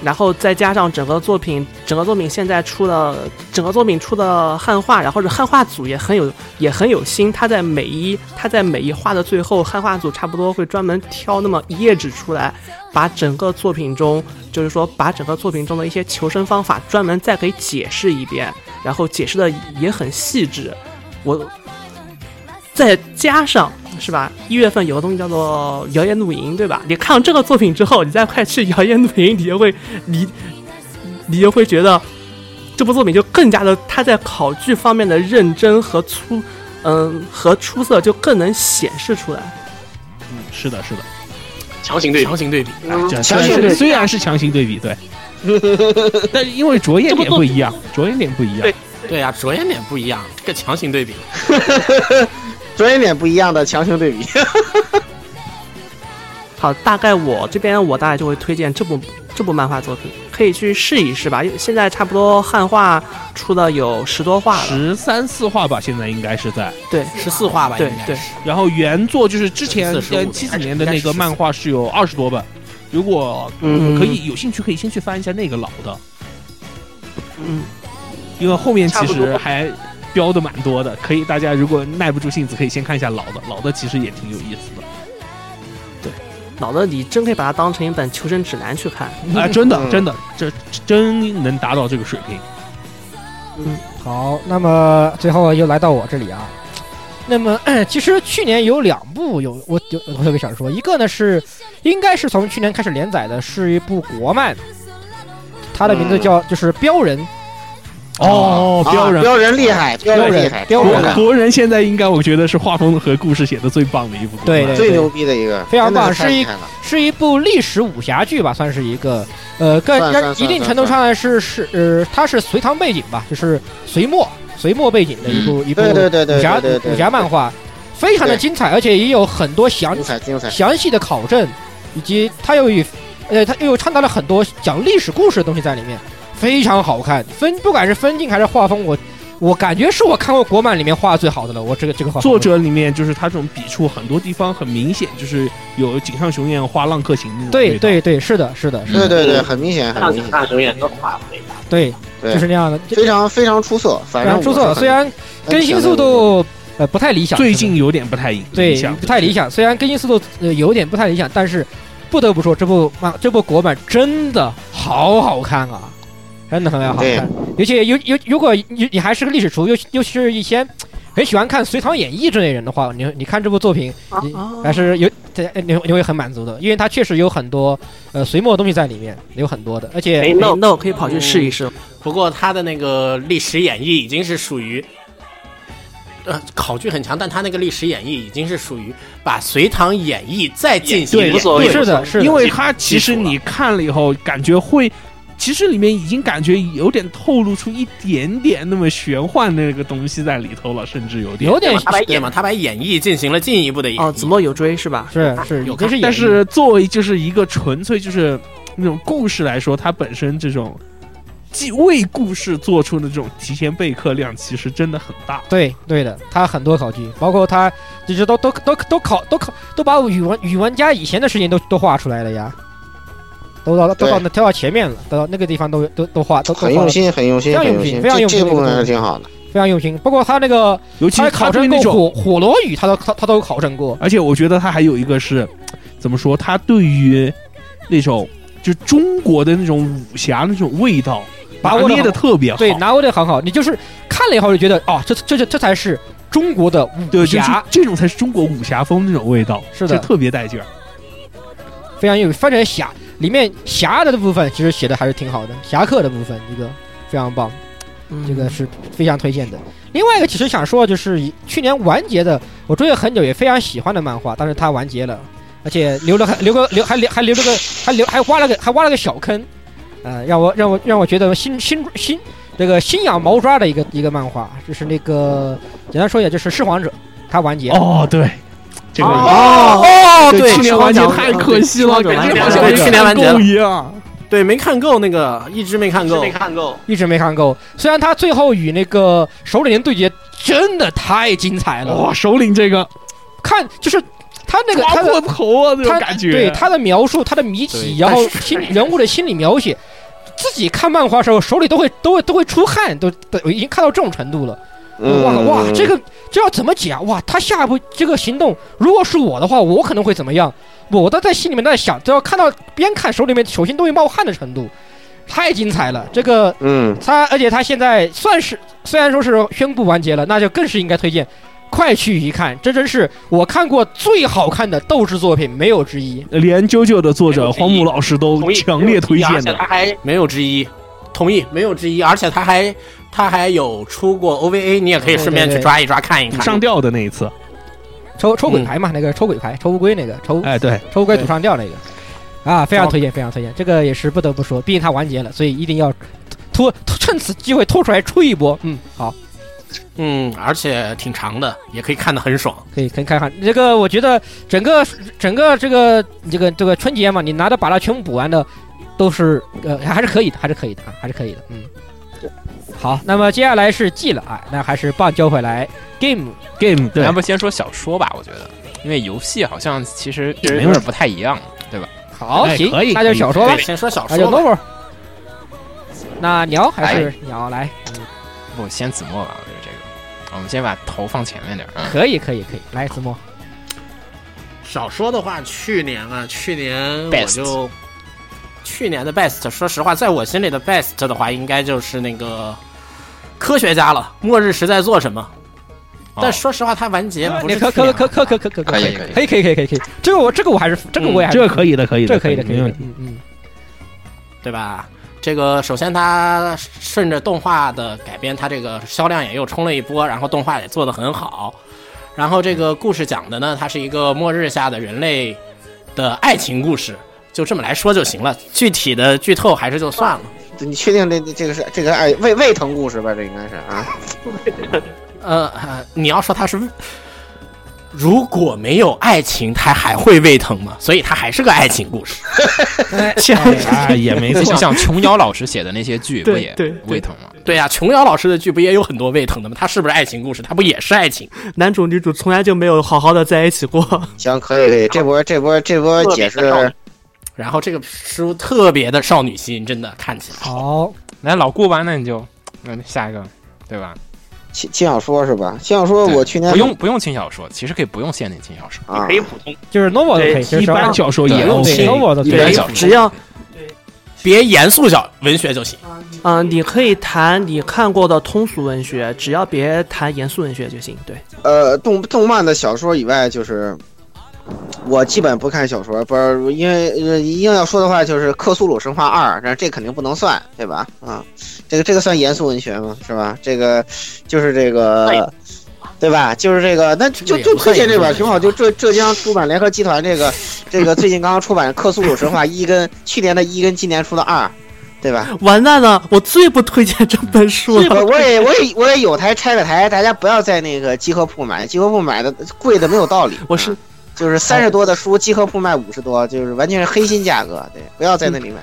Speaker 3: 然后再加上整个作品，整个作品现在出了，整个作品出的汉化，然后是汉化组也很有 [laughs] 也很有心，他在每一他在每一画的最后，汉化组差不多会专门挑那么一页纸出来，把整个作品中，就是说把整个作品中的一些求生方法专门再给解释一遍，然后解释的也很细致。我再加上是吧，一月份有个东西叫做谣言露营，对吧？你看了这个作品之后，你再快去谣言露营，你就会你你就会觉得这部作品就更加的他在考据方面的认真和出嗯和出色就更能显示出来。
Speaker 1: 嗯是的，是的，
Speaker 9: 强行对比
Speaker 3: 强行对比，
Speaker 2: 嗯
Speaker 1: 这
Speaker 2: 强
Speaker 1: 虽
Speaker 2: 行
Speaker 1: 然
Speaker 2: 对
Speaker 1: 是
Speaker 2: 比
Speaker 1: 虽然是强行对比，对，
Speaker 3: [laughs]
Speaker 1: 但是因为着眼点不一样，着眼点不一样
Speaker 9: 对，
Speaker 3: 对
Speaker 6: 啊
Speaker 3: 呀、着眼点不一样，
Speaker 9: 这个强行对比，
Speaker 2: 专业点不一样的强行对比。
Speaker 3: 好，大概我这边我大概就会推荐这部这部漫画作品，可以去试一试吧。因为现在差不多汉化出了有十多话了，
Speaker 1: 十三四话吧，现在应该是在。
Speaker 3: 对
Speaker 6: 十四话吧，
Speaker 3: 对
Speaker 6: 应该
Speaker 3: 对
Speaker 6: 是，
Speaker 1: 然后原作就是之前
Speaker 6: 45的
Speaker 1: 呃七几年的那个漫画是有二十多本，如果
Speaker 2: 嗯
Speaker 1: 可以有兴趣可以先去翻一下那个老的，
Speaker 3: 嗯，
Speaker 1: 因为后面
Speaker 9: 差
Speaker 1: 其
Speaker 9: 不多
Speaker 1: 实还标的蛮多的，可以大家如果耐不住性子可以先看一下老的，老的其实也挺有意思的。
Speaker 3: 老的你真可以把它当成一本求生指南去看。
Speaker 1: 啊、真的
Speaker 2: 嗯
Speaker 1: 真的，这这真能达到这个水平。
Speaker 5: 好，那么最后又来到我这里啊。那么 [clears throat] 其实去年有两部有我有我特别想说，一个呢是应该是从去年开始连载的，是一部国漫，它的名字叫就是《标人》。
Speaker 1: 哦，标
Speaker 2: 啊
Speaker 1: 人。
Speaker 2: 标人厉害，标人厉害，
Speaker 5: 标人
Speaker 1: 国
Speaker 2: 国
Speaker 5: 标人
Speaker 2: 漫
Speaker 1: 国人现在应该，我觉得是画风和故事写的最棒的一部国漫。
Speaker 5: 对对
Speaker 2: 最牛逼的一个，
Speaker 5: 非常棒
Speaker 2: 真的太
Speaker 5: 是一
Speaker 2: 厉害了
Speaker 5: 是一部历史武侠剧吧，算是一个，呃，更
Speaker 2: 算
Speaker 5: 让
Speaker 2: 算
Speaker 5: 一定程度上来是是呃，它是隋唐背景吧，就是隋末隋末背景的一部、一部
Speaker 2: 嗯对对对对
Speaker 5: 武侠
Speaker 2: 对对对
Speaker 5: 武侠漫画，非常的
Speaker 2: 对
Speaker 5: 精彩，而且也有很多详
Speaker 2: 精彩精彩，
Speaker 5: 详细的考证，以及它又与呃它又掺杂了很多讲历史故事的东西在里面，非常好看。分不管是分镜还是画风，我我感觉是我看过国漫里面画的最好的了。我这个这个画风
Speaker 1: [laughs] 作者里面就是他这种笔触，很多地方很明显，就是有井上雄彦画《浪客行》那种味
Speaker 5: 对
Speaker 1: 道
Speaker 5: 对对，是的，是的，是的
Speaker 2: 对对对，很明显
Speaker 9: 上
Speaker 2: 很
Speaker 9: 去
Speaker 2: 明显，
Speaker 6: 啊
Speaker 9: 看永远都垮回。
Speaker 5: 对，
Speaker 2: 对
Speaker 5: 就是那样的。
Speaker 2: 非常非常出色，反
Speaker 5: 非常
Speaker 2: 正
Speaker 5: 出
Speaker 2: 我是
Speaker 5: 色，
Speaker 2: 很
Speaker 5: 虽然更新速度呃不太理想，
Speaker 1: 最近有点不太影
Speaker 5: 对
Speaker 1: 影响
Speaker 5: 不太理想，虽然更新速度呃有点不太理想，但是不得不说这部漫这部国漫真的好好看啊，真的很好
Speaker 2: 对
Speaker 5: 看，尤其尤尤如果你你还是个历史厨，尤其尤其是一些很喜欢看《隋唐演义》之类的人的话，你你看这部作品你
Speaker 3: 哦
Speaker 8: 哎
Speaker 5: 还是有对你你会很满足的，因为它确实有很多呃隋末的东西在里面，有很多的，而且
Speaker 9: 哎，
Speaker 3: 那
Speaker 9: 那
Speaker 3: 那我可以跑去试一
Speaker 8: 嗯
Speaker 3: 试。
Speaker 10: 不过他的那个历史演绎已经是属于，呃，考据很强，但他那个历史演绎已经是属于把《隋唐演义》再进行
Speaker 1: 对
Speaker 10: 演
Speaker 9: 无所谓
Speaker 10: 绎
Speaker 5: 是的，是的，
Speaker 1: 因为它其实你看了以后，感觉会，其实里面已经感觉有点透露出一点点那么玄幻那个东西在里头了，甚至有点
Speaker 5: 有点
Speaker 10: 他把对吗？他把演绎进行了进一步的演
Speaker 3: 哦，
Speaker 10: 绎。
Speaker 3: 子墨有追是吧？
Speaker 5: 是是已经是演绎，
Speaker 1: 但是作为就是一个纯粹就是那种故事来说，它本身这种既为故事做出的这种提前备课量，其实真的很大。
Speaker 5: 对对的，他很多考据，包括他就是都都都都考都考都把语文语文家以前的事情都都画出来了呀，都到都到那都到前面了，都到那个地方都都都画都都画
Speaker 2: 很
Speaker 5: 了
Speaker 2: 用，心，很用心，
Speaker 5: 非常
Speaker 2: 很
Speaker 5: 用心
Speaker 2: 心，
Speaker 5: 非常
Speaker 2: 这
Speaker 5: 用心
Speaker 2: 这部分
Speaker 5: 这
Speaker 2: 还
Speaker 5: 个
Speaker 2: 是挺好的。
Speaker 5: 非常用心。包括他那个
Speaker 1: 尤其
Speaker 5: 他还
Speaker 1: 它
Speaker 5: 考
Speaker 1: 对
Speaker 5: 证过
Speaker 1: 那种，
Speaker 5: 火火罗语，他都他他都考证过。
Speaker 1: 而且我觉得它还有一个是，怎么说？它对于那种就中国的那种武侠那种味道，
Speaker 5: 把
Speaker 1: 把
Speaker 5: 握得
Speaker 1: 捏的特别好。
Speaker 5: 对，拿过的很好，你就是看了以后就觉得哦，这这这这才是中国的武
Speaker 1: 对，就是
Speaker 5: 侠，
Speaker 1: 这种才是中国武侠风那种味道，
Speaker 5: 是的
Speaker 1: 就特别带劲儿。
Speaker 5: 非常有非常侠里面侠的部分其实写的还是挺好的，侠客的部分一个非常棒。
Speaker 3: 嗯
Speaker 5: 这个是非常推荐的。另外一个其实想说的就是以去年完结的，我追了很久也非常喜欢的漫画，但是它完结了，而且留了还留个留还留还留了个还留还挖了个还挖了个小坑，呃，让我让我让我觉得心心心这个心痒毛抓的一个一个漫画，就是那个简单说一下，就是《噬皇者》，它完结了
Speaker 1: 哦，对，这个
Speaker 3: 哦
Speaker 1: 哦
Speaker 3: 对
Speaker 1: 去年完结
Speaker 3: 双脚
Speaker 1: 太可惜了，
Speaker 3: 双脚
Speaker 1: 感
Speaker 3: 完
Speaker 1: 觉
Speaker 3: 结
Speaker 1: 好像没
Speaker 3: 对去年完结
Speaker 1: 看够
Speaker 3: 了
Speaker 1: 一样。
Speaker 6: 对，没看够那个，一直没看够，
Speaker 11: 没看够。
Speaker 5: 一直没看够。虽然他最后与那个首领对决真的太精彩了，
Speaker 1: 哇，首领这个
Speaker 5: 看就是他那个
Speaker 1: 抓
Speaker 5: 他
Speaker 1: 破
Speaker 5: 的
Speaker 1: 头啊，那种
Speaker 5: 他
Speaker 1: 感觉，
Speaker 5: 对他的描述、他的谜题，然后心人物的心理描写，自己看漫画的时候手里都会都会都会出汗，都都已经看到这种程度了。哇
Speaker 2: 嗯
Speaker 5: 哇，这个这要怎么讲？哇，他下一步这个行动，如果是我的话，我可能会怎么样？我都在心里面在想，都要看到边看手里面手心都会冒汗的程度，太精彩了！这个
Speaker 2: 嗯，
Speaker 5: 他而且他现在算是虽然说是宣布完结了，那就更是应该推荐，快去一看，这真是我看过最好看的斗志作品，没有之一。
Speaker 1: 连啾啾的作
Speaker 11: 没
Speaker 1: 者
Speaker 11: 有提议
Speaker 1: 荒木老师都
Speaker 11: 同意，
Speaker 1: 强烈推
Speaker 11: 而
Speaker 1: 荐
Speaker 11: 且
Speaker 1: 的。
Speaker 11: 他还
Speaker 6: 没有之一，同意，没有之一，而且他还他还有出过 OVA，你也可以顺便去抓一抓看一看。
Speaker 1: 上吊的那一次，
Speaker 5: 抽抽鬼牌嘛，那个抽鬼牌，抽乌龟那个，抽
Speaker 1: 嗯哎，对，
Speaker 5: 抽乌龟赌上吊那个，啊，非常推荐，非常推荐，这个也是不得不说，毕竟它完结了，所以一定要拖趁此机会拖出来吹一波。嗯，好，
Speaker 6: 嗯，而且挺长的，也可以看得很爽。
Speaker 5: 可以可以看看这个，我觉得整个整个这个这个这个春节嘛，你拿着把它全部补完的，都是呃还是可以的，还是可以的啊，还是可以的，嗯。好，那么接下来是 G 了啊，那还是棒交回来 Game
Speaker 1: game 对
Speaker 8: 咱不先说小说吧？我觉得，因为游戏好像其实
Speaker 1: 没
Speaker 8: 有
Speaker 1: 味儿
Speaker 8: 点不太一样，对吧？
Speaker 5: 好
Speaker 1: 哎
Speaker 5: 行
Speaker 1: 可以，
Speaker 5: 那就小说吧哎
Speaker 6: 对，，先说小
Speaker 5: 那就
Speaker 6: 说吧。
Speaker 5: Novel。那鸟还是鸟来？
Speaker 8: 不，先子墨吧，我觉得这个，我们先把头放前面点儿啊。
Speaker 5: 可以可以可以，来子墨，
Speaker 6: 小说的话，去年啊，去年我
Speaker 8: Best
Speaker 6: 就去年的 best，说实话，在我心里的 best 的话，应该就是那个科学家了，《末日时在做什么》但说实话，它完结啊不
Speaker 5: 你
Speaker 6: 是
Speaker 5: 可
Speaker 6: 去年
Speaker 5: 可
Speaker 6: 完
Speaker 5: 可可可可可
Speaker 8: 可以
Speaker 5: 以可以可以可以可以，这个我这个我还是这个我也还
Speaker 1: 这个可以的，可以
Speaker 5: 嗯这
Speaker 1: 的，
Speaker 5: 个可以的可以
Speaker 1: 没
Speaker 5: 的
Speaker 1: 问题。，
Speaker 5: 嗯嗯，
Speaker 6: 对吧？这个首先它顺着动画的改编，它这个销量也又冲了一波，然后动画也做得很好。然后这个故事讲的呢，它是一个末日下的人类的爱情故事，就这么来说就行了。具体的剧透还是就算了。
Speaker 2: 你确定这这个是这个爱胃胃疼故事吧？这应该是啊，
Speaker 6: 呃，呃你要说它是，如果没有爱情，它还会胃疼吗？所以它还是个爱情故事。
Speaker 5: 这
Speaker 1: 啊，也没
Speaker 8: 就
Speaker 1: 错，
Speaker 8: 像琼瑶老师写的那些剧，不
Speaker 3: 对
Speaker 8: 哦也
Speaker 3: 对
Speaker 8: 胃疼吗？
Speaker 6: [laughs] 对呀、啊琼瑶老师的剧不也有很多胃疼的吗？它是不是爱情故事？它不也是爱情？
Speaker 3: 男主女主从来就没有好好的在一起过。
Speaker 2: 行，可以可以，这波这波这波
Speaker 11: 特别
Speaker 2: 解释
Speaker 11: 的道理
Speaker 6: 然后这个书特别的少女心，真的看起来。
Speaker 5: 好，
Speaker 8: 来老顾吧，那你就那下一个，对吧？
Speaker 2: 轻轻小说是吧？轻小说
Speaker 8: 对
Speaker 2: 我去年
Speaker 8: 不用不用轻小说，其实可以不用限定轻小说，
Speaker 11: 你
Speaker 2: 啊
Speaker 11: 可，以普
Speaker 6: 哎
Speaker 11: 通，
Speaker 5: 就是 novel 都可以，
Speaker 11: 对
Speaker 5: 就是
Speaker 1: 一
Speaker 5: 小
Speaker 1: 般小说也
Speaker 8: 对
Speaker 1: OK。
Speaker 5: novel 都可
Speaker 8: 一
Speaker 5: 以
Speaker 8: 般小说
Speaker 3: 只要
Speaker 6: 别严肃小文学就行。
Speaker 3: 嗯、你可以谈你看过的通俗文学，只要别谈严肃文学就行。对，
Speaker 2: 呃，动动漫的小说以外，就是我基本不看小说，不是因为呃硬要说的话，就是《克苏鲁神话二》，但这肯定不能算，对吧？啊，这个这个算严肃文学吗？是吧？这个就是这
Speaker 11: 哎
Speaker 2: 个。对吧？就是这个，那就
Speaker 6: 这个也
Speaker 2: 就
Speaker 6: 不
Speaker 2: 推
Speaker 6: 算
Speaker 2: 荐这本
Speaker 6: 严肃文
Speaker 2: 挺
Speaker 6: 学啊
Speaker 2: 好，就浙浙江出版联合集团这个这个最近刚刚出版《克苏鲁神话一》跟去年的一跟今年出的二，对吧？
Speaker 3: 完蛋了，我最不推荐这本书了。
Speaker 2: 我我也我也我也有台拆个台，大家不要在那个集合铺买，集合铺买的贵的没有道理。
Speaker 3: 我是
Speaker 2: 就是三十多的书，集合铺卖五十多，就是完全是黑心价格，对，不要在那里买。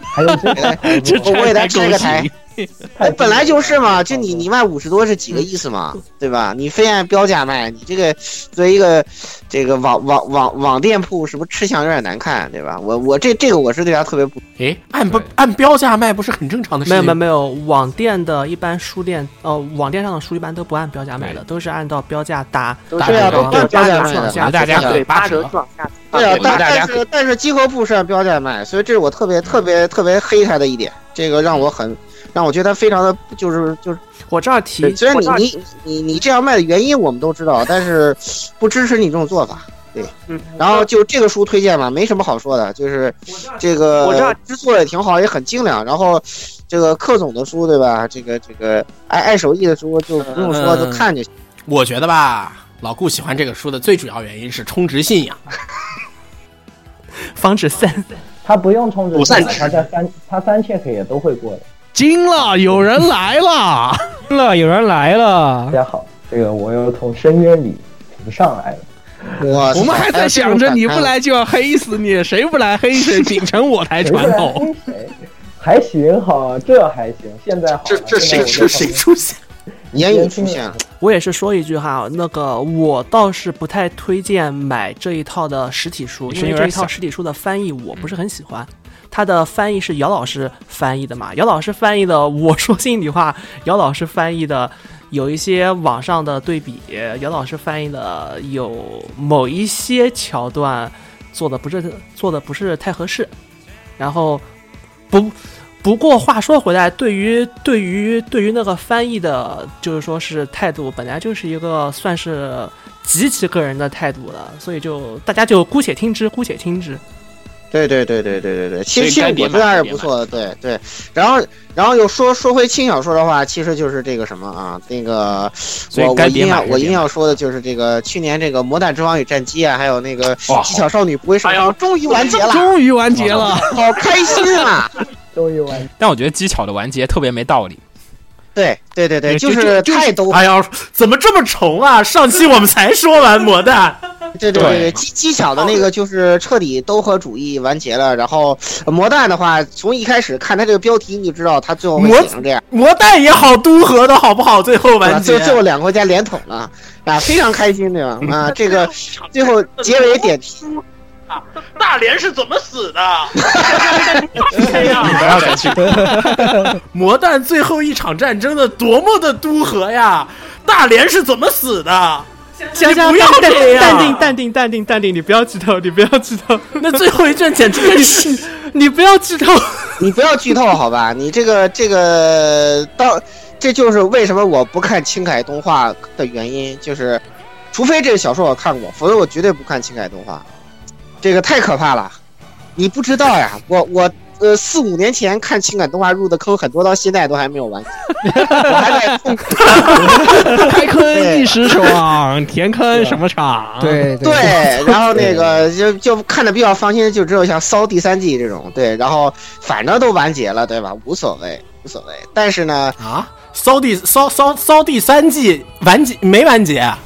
Speaker 12: 还有这个
Speaker 1: 这
Speaker 2: 我我给大
Speaker 1: 拆
Speaker 2: 家拆个台，哎
Speaker 12: 太
Speaker 2: 本来就是嘛，就你你卖五十多是几个意思嘛，对吧？你非按标价卖，你这个作为一个这个网网网网店铺，是不是吃相有点难看，对吧？我我这这个我是对他特别不
Speaker 6: 诶，按不
Speaker 8: 对
Speaker 6: 哎按标价卖不是很正常的事
Speaker 3: 没有
Speaker 6: 情？
Speaker 3: 没有没有，网店的一般书店，呃，网店上的书一般都不按标价卖的，都是按照标价打
Speaker 2: 对
Speaker 3: 打
Speaker 2: 啊，
Speaker 3: 折
Speaker 2: 都
Speaker 3: 扣
Speaker 2: 不按标价卖
Speaker 3: 打折
Speaker 2: 的
Speaker 3: 扣。下
Speaker 8: 大家
Speaker 2: 对啊
Speaker 11: 对，八折
Speaker 8: 八折
Speaker 11: 去往下。
Speaker 2: 对啊，
Speaker 8: 我觉
Speaker 2: 但
Speaker 8: 得大家
Speaker 2: 但是但是激活部是按标价卖，所以这是我特别特别特别黑他的一点，这个让我很让我觉得他非常的就是就是，
Speaker 3: 我这儿提，
Speaker 2: 虽然
Speaker 3: 我
Speaker 2: 你
Speaker 3: 这儿
Speaker 2: 你你你这样卖的原因我们都知道，但是不支持你这种做法。对，然后就这个书推荐嘛，没什么好说的，就是这
Speaker 13: 我这
Speaker 2: 个制作也挺好，也很精良。然后这个克总的书，对吧？这个这个爱爱手艺的书就不用说，
Speaker 10: 嗯
Speaker 2: 就看就行。
Speaker 10: 我觉得吧，老顾喜欢这个书的最主要原因是充值信仰，
Speaker 3: 防止散。
Speaker 14: 他不用充值
Speaker 10: 不善，
Speaker 14: 他在三他三 check 也都会过的。
Speaker 1: 惊了，有人来了，
Speaker 5: 了，有人来了。大 [laughs]
Speaker 14: 家好，这个我又从深渊里浮上来了。
Speaker 2: 哇
Speaker 1: [laughs] 我们还在想着你不来就要黑死你，谁不来黑谁，秉承我台传统。
Speaker 14: 还行哈，这还行。现在好了，
Speaker 2: 这这
Speaker 14: 现在
Speaker 2: 谁
Speaker 14: 我就
Speaker 2: 这谁
Speaker 14: 好
Speaker 2: 出现言语出现了。
Speaker 3: 我也是说一句哈，那个我倒是不太推荐买这一套的实体书，
Speaker 5: 你
Speaker 3: 因
Speaker 5: 声音
Speaker 3: 为这
Speaker 5: 有点嗯
Speaker 3: 一套
Speaker 5: 小
Speaker 3: 实体书的翻译我不是很喜欢。它的翻译是姚老师翻译的嘛？姚老师翻译的，我说心里话，姚老师翻译的有一些网上的对比，姚老师翻译的有某一些桥段做的不是做的不是太合适，然后不不过话说回来，对于对于对于那个翻译的，就是说是态度，本来就是一个算是极其个人的态度了，所以就大家就姑且听之，姑且听之。
Speaker 2: 对对对对对对对，其实
Speaker 3: 所以
Speaker 2: 其实
Speaker 3: 该
Speaker 2: 我
Speaker 3: 别
Speaker 2: 觉
Speaker 3: 买
Speaker 2: 得还是
Speaker 3: 别
Speaker 2: 不错的，对对。然后然后又说说回轻小说的话，其实就是这个什么啊，那个
Speaker 10: 所以
Speaker 2: 我我
Speaker 10: 该
Speaker 2: 一
Speaker 10: 别
Speaker 2: 定
Speaker 10: 买
Speaker 2: 要
Speaker 10: 还是
Speaker 2: 我
Speaker 10: 别
Speaker 2: 一定要说的就是这个去年这个《魔弹之王与战机》啊，还有那个
Speaker 10: 哇
Speaker 2: 《技巧少女不会上当》终于完结了，
Speaker 1: 终于完结
Speaker 2: 了，好开心啊！
Speaker 14: 终于
Speaker 5: [laughs]
Speaker 14: 完。
Speaker 8: 但我觉得技巧的完结特别没道理。
Speaker 2: 对对对对，
Speaker 8: 对
Speaker 2: 是
Speaker 8: 就就
Speaker 2: 太都
Speaker 6: 啊
Speaker 8: 哎呀
Speaker 10: 怎么这么重啊？上期我们才说完魔弹，
Speaker 2: 对对对，技技巧的那个就是彻底都和主义完结了。然后呃魔弹的话，从一开始看它这个标题，你就知道它最后会
Speaker 10: 魔
Speaker 2: 写成这样。
Speaker 10: 魔弹也好都合的好不好？最后
Speaker 2: 对吧
Speaker 10: 完结
Speaker 2: 最，最后两国家连捅了啊，非常开心对吧？啊，这个最后结尾点 [laughs] 题，
Speaker 13: 大连是怎么死的？
Speaker 10: 不要再去。魔弹最后一场战争的多么的都合呀！大连是怎么死的？
Speaker 3: 行行，
Speaker 10: 你不要
Speaker 3: 淡
Speaker 10: 这样
Speaker 3: 淡定，淡定，淡定，淡定，你不要剧透，你不要剧透。
Speaker 10: 那最后一卷简直真是，
Speaker 3: 嗯你不要剧透。
Speaker 2: 你不要剧透好吧？你这个这个到，这就是为什么我不看轻改动画的原因，就是除非这个小说我看过，否则我绝对不看轻改动画。这个太可怕了，你不知道呀，我我。呃，四五年前看轻改动画入的坑很多，到现在都还没有完结， [laughs] 我还在痛苦。
Speaker 1: 开坑一时爽，填坑什么场？
Speaker 2: 对
Speaker 5: [laughs]
Speaker 2: 对，然后那个就就看的比较放心，就只有像《骚》第三季这种，对，然后反正都完结了，对吧？无所谓，无所谓。但是呢，
Speaker 10: 啊，骚第骚骚骚第三季完结没完结啊？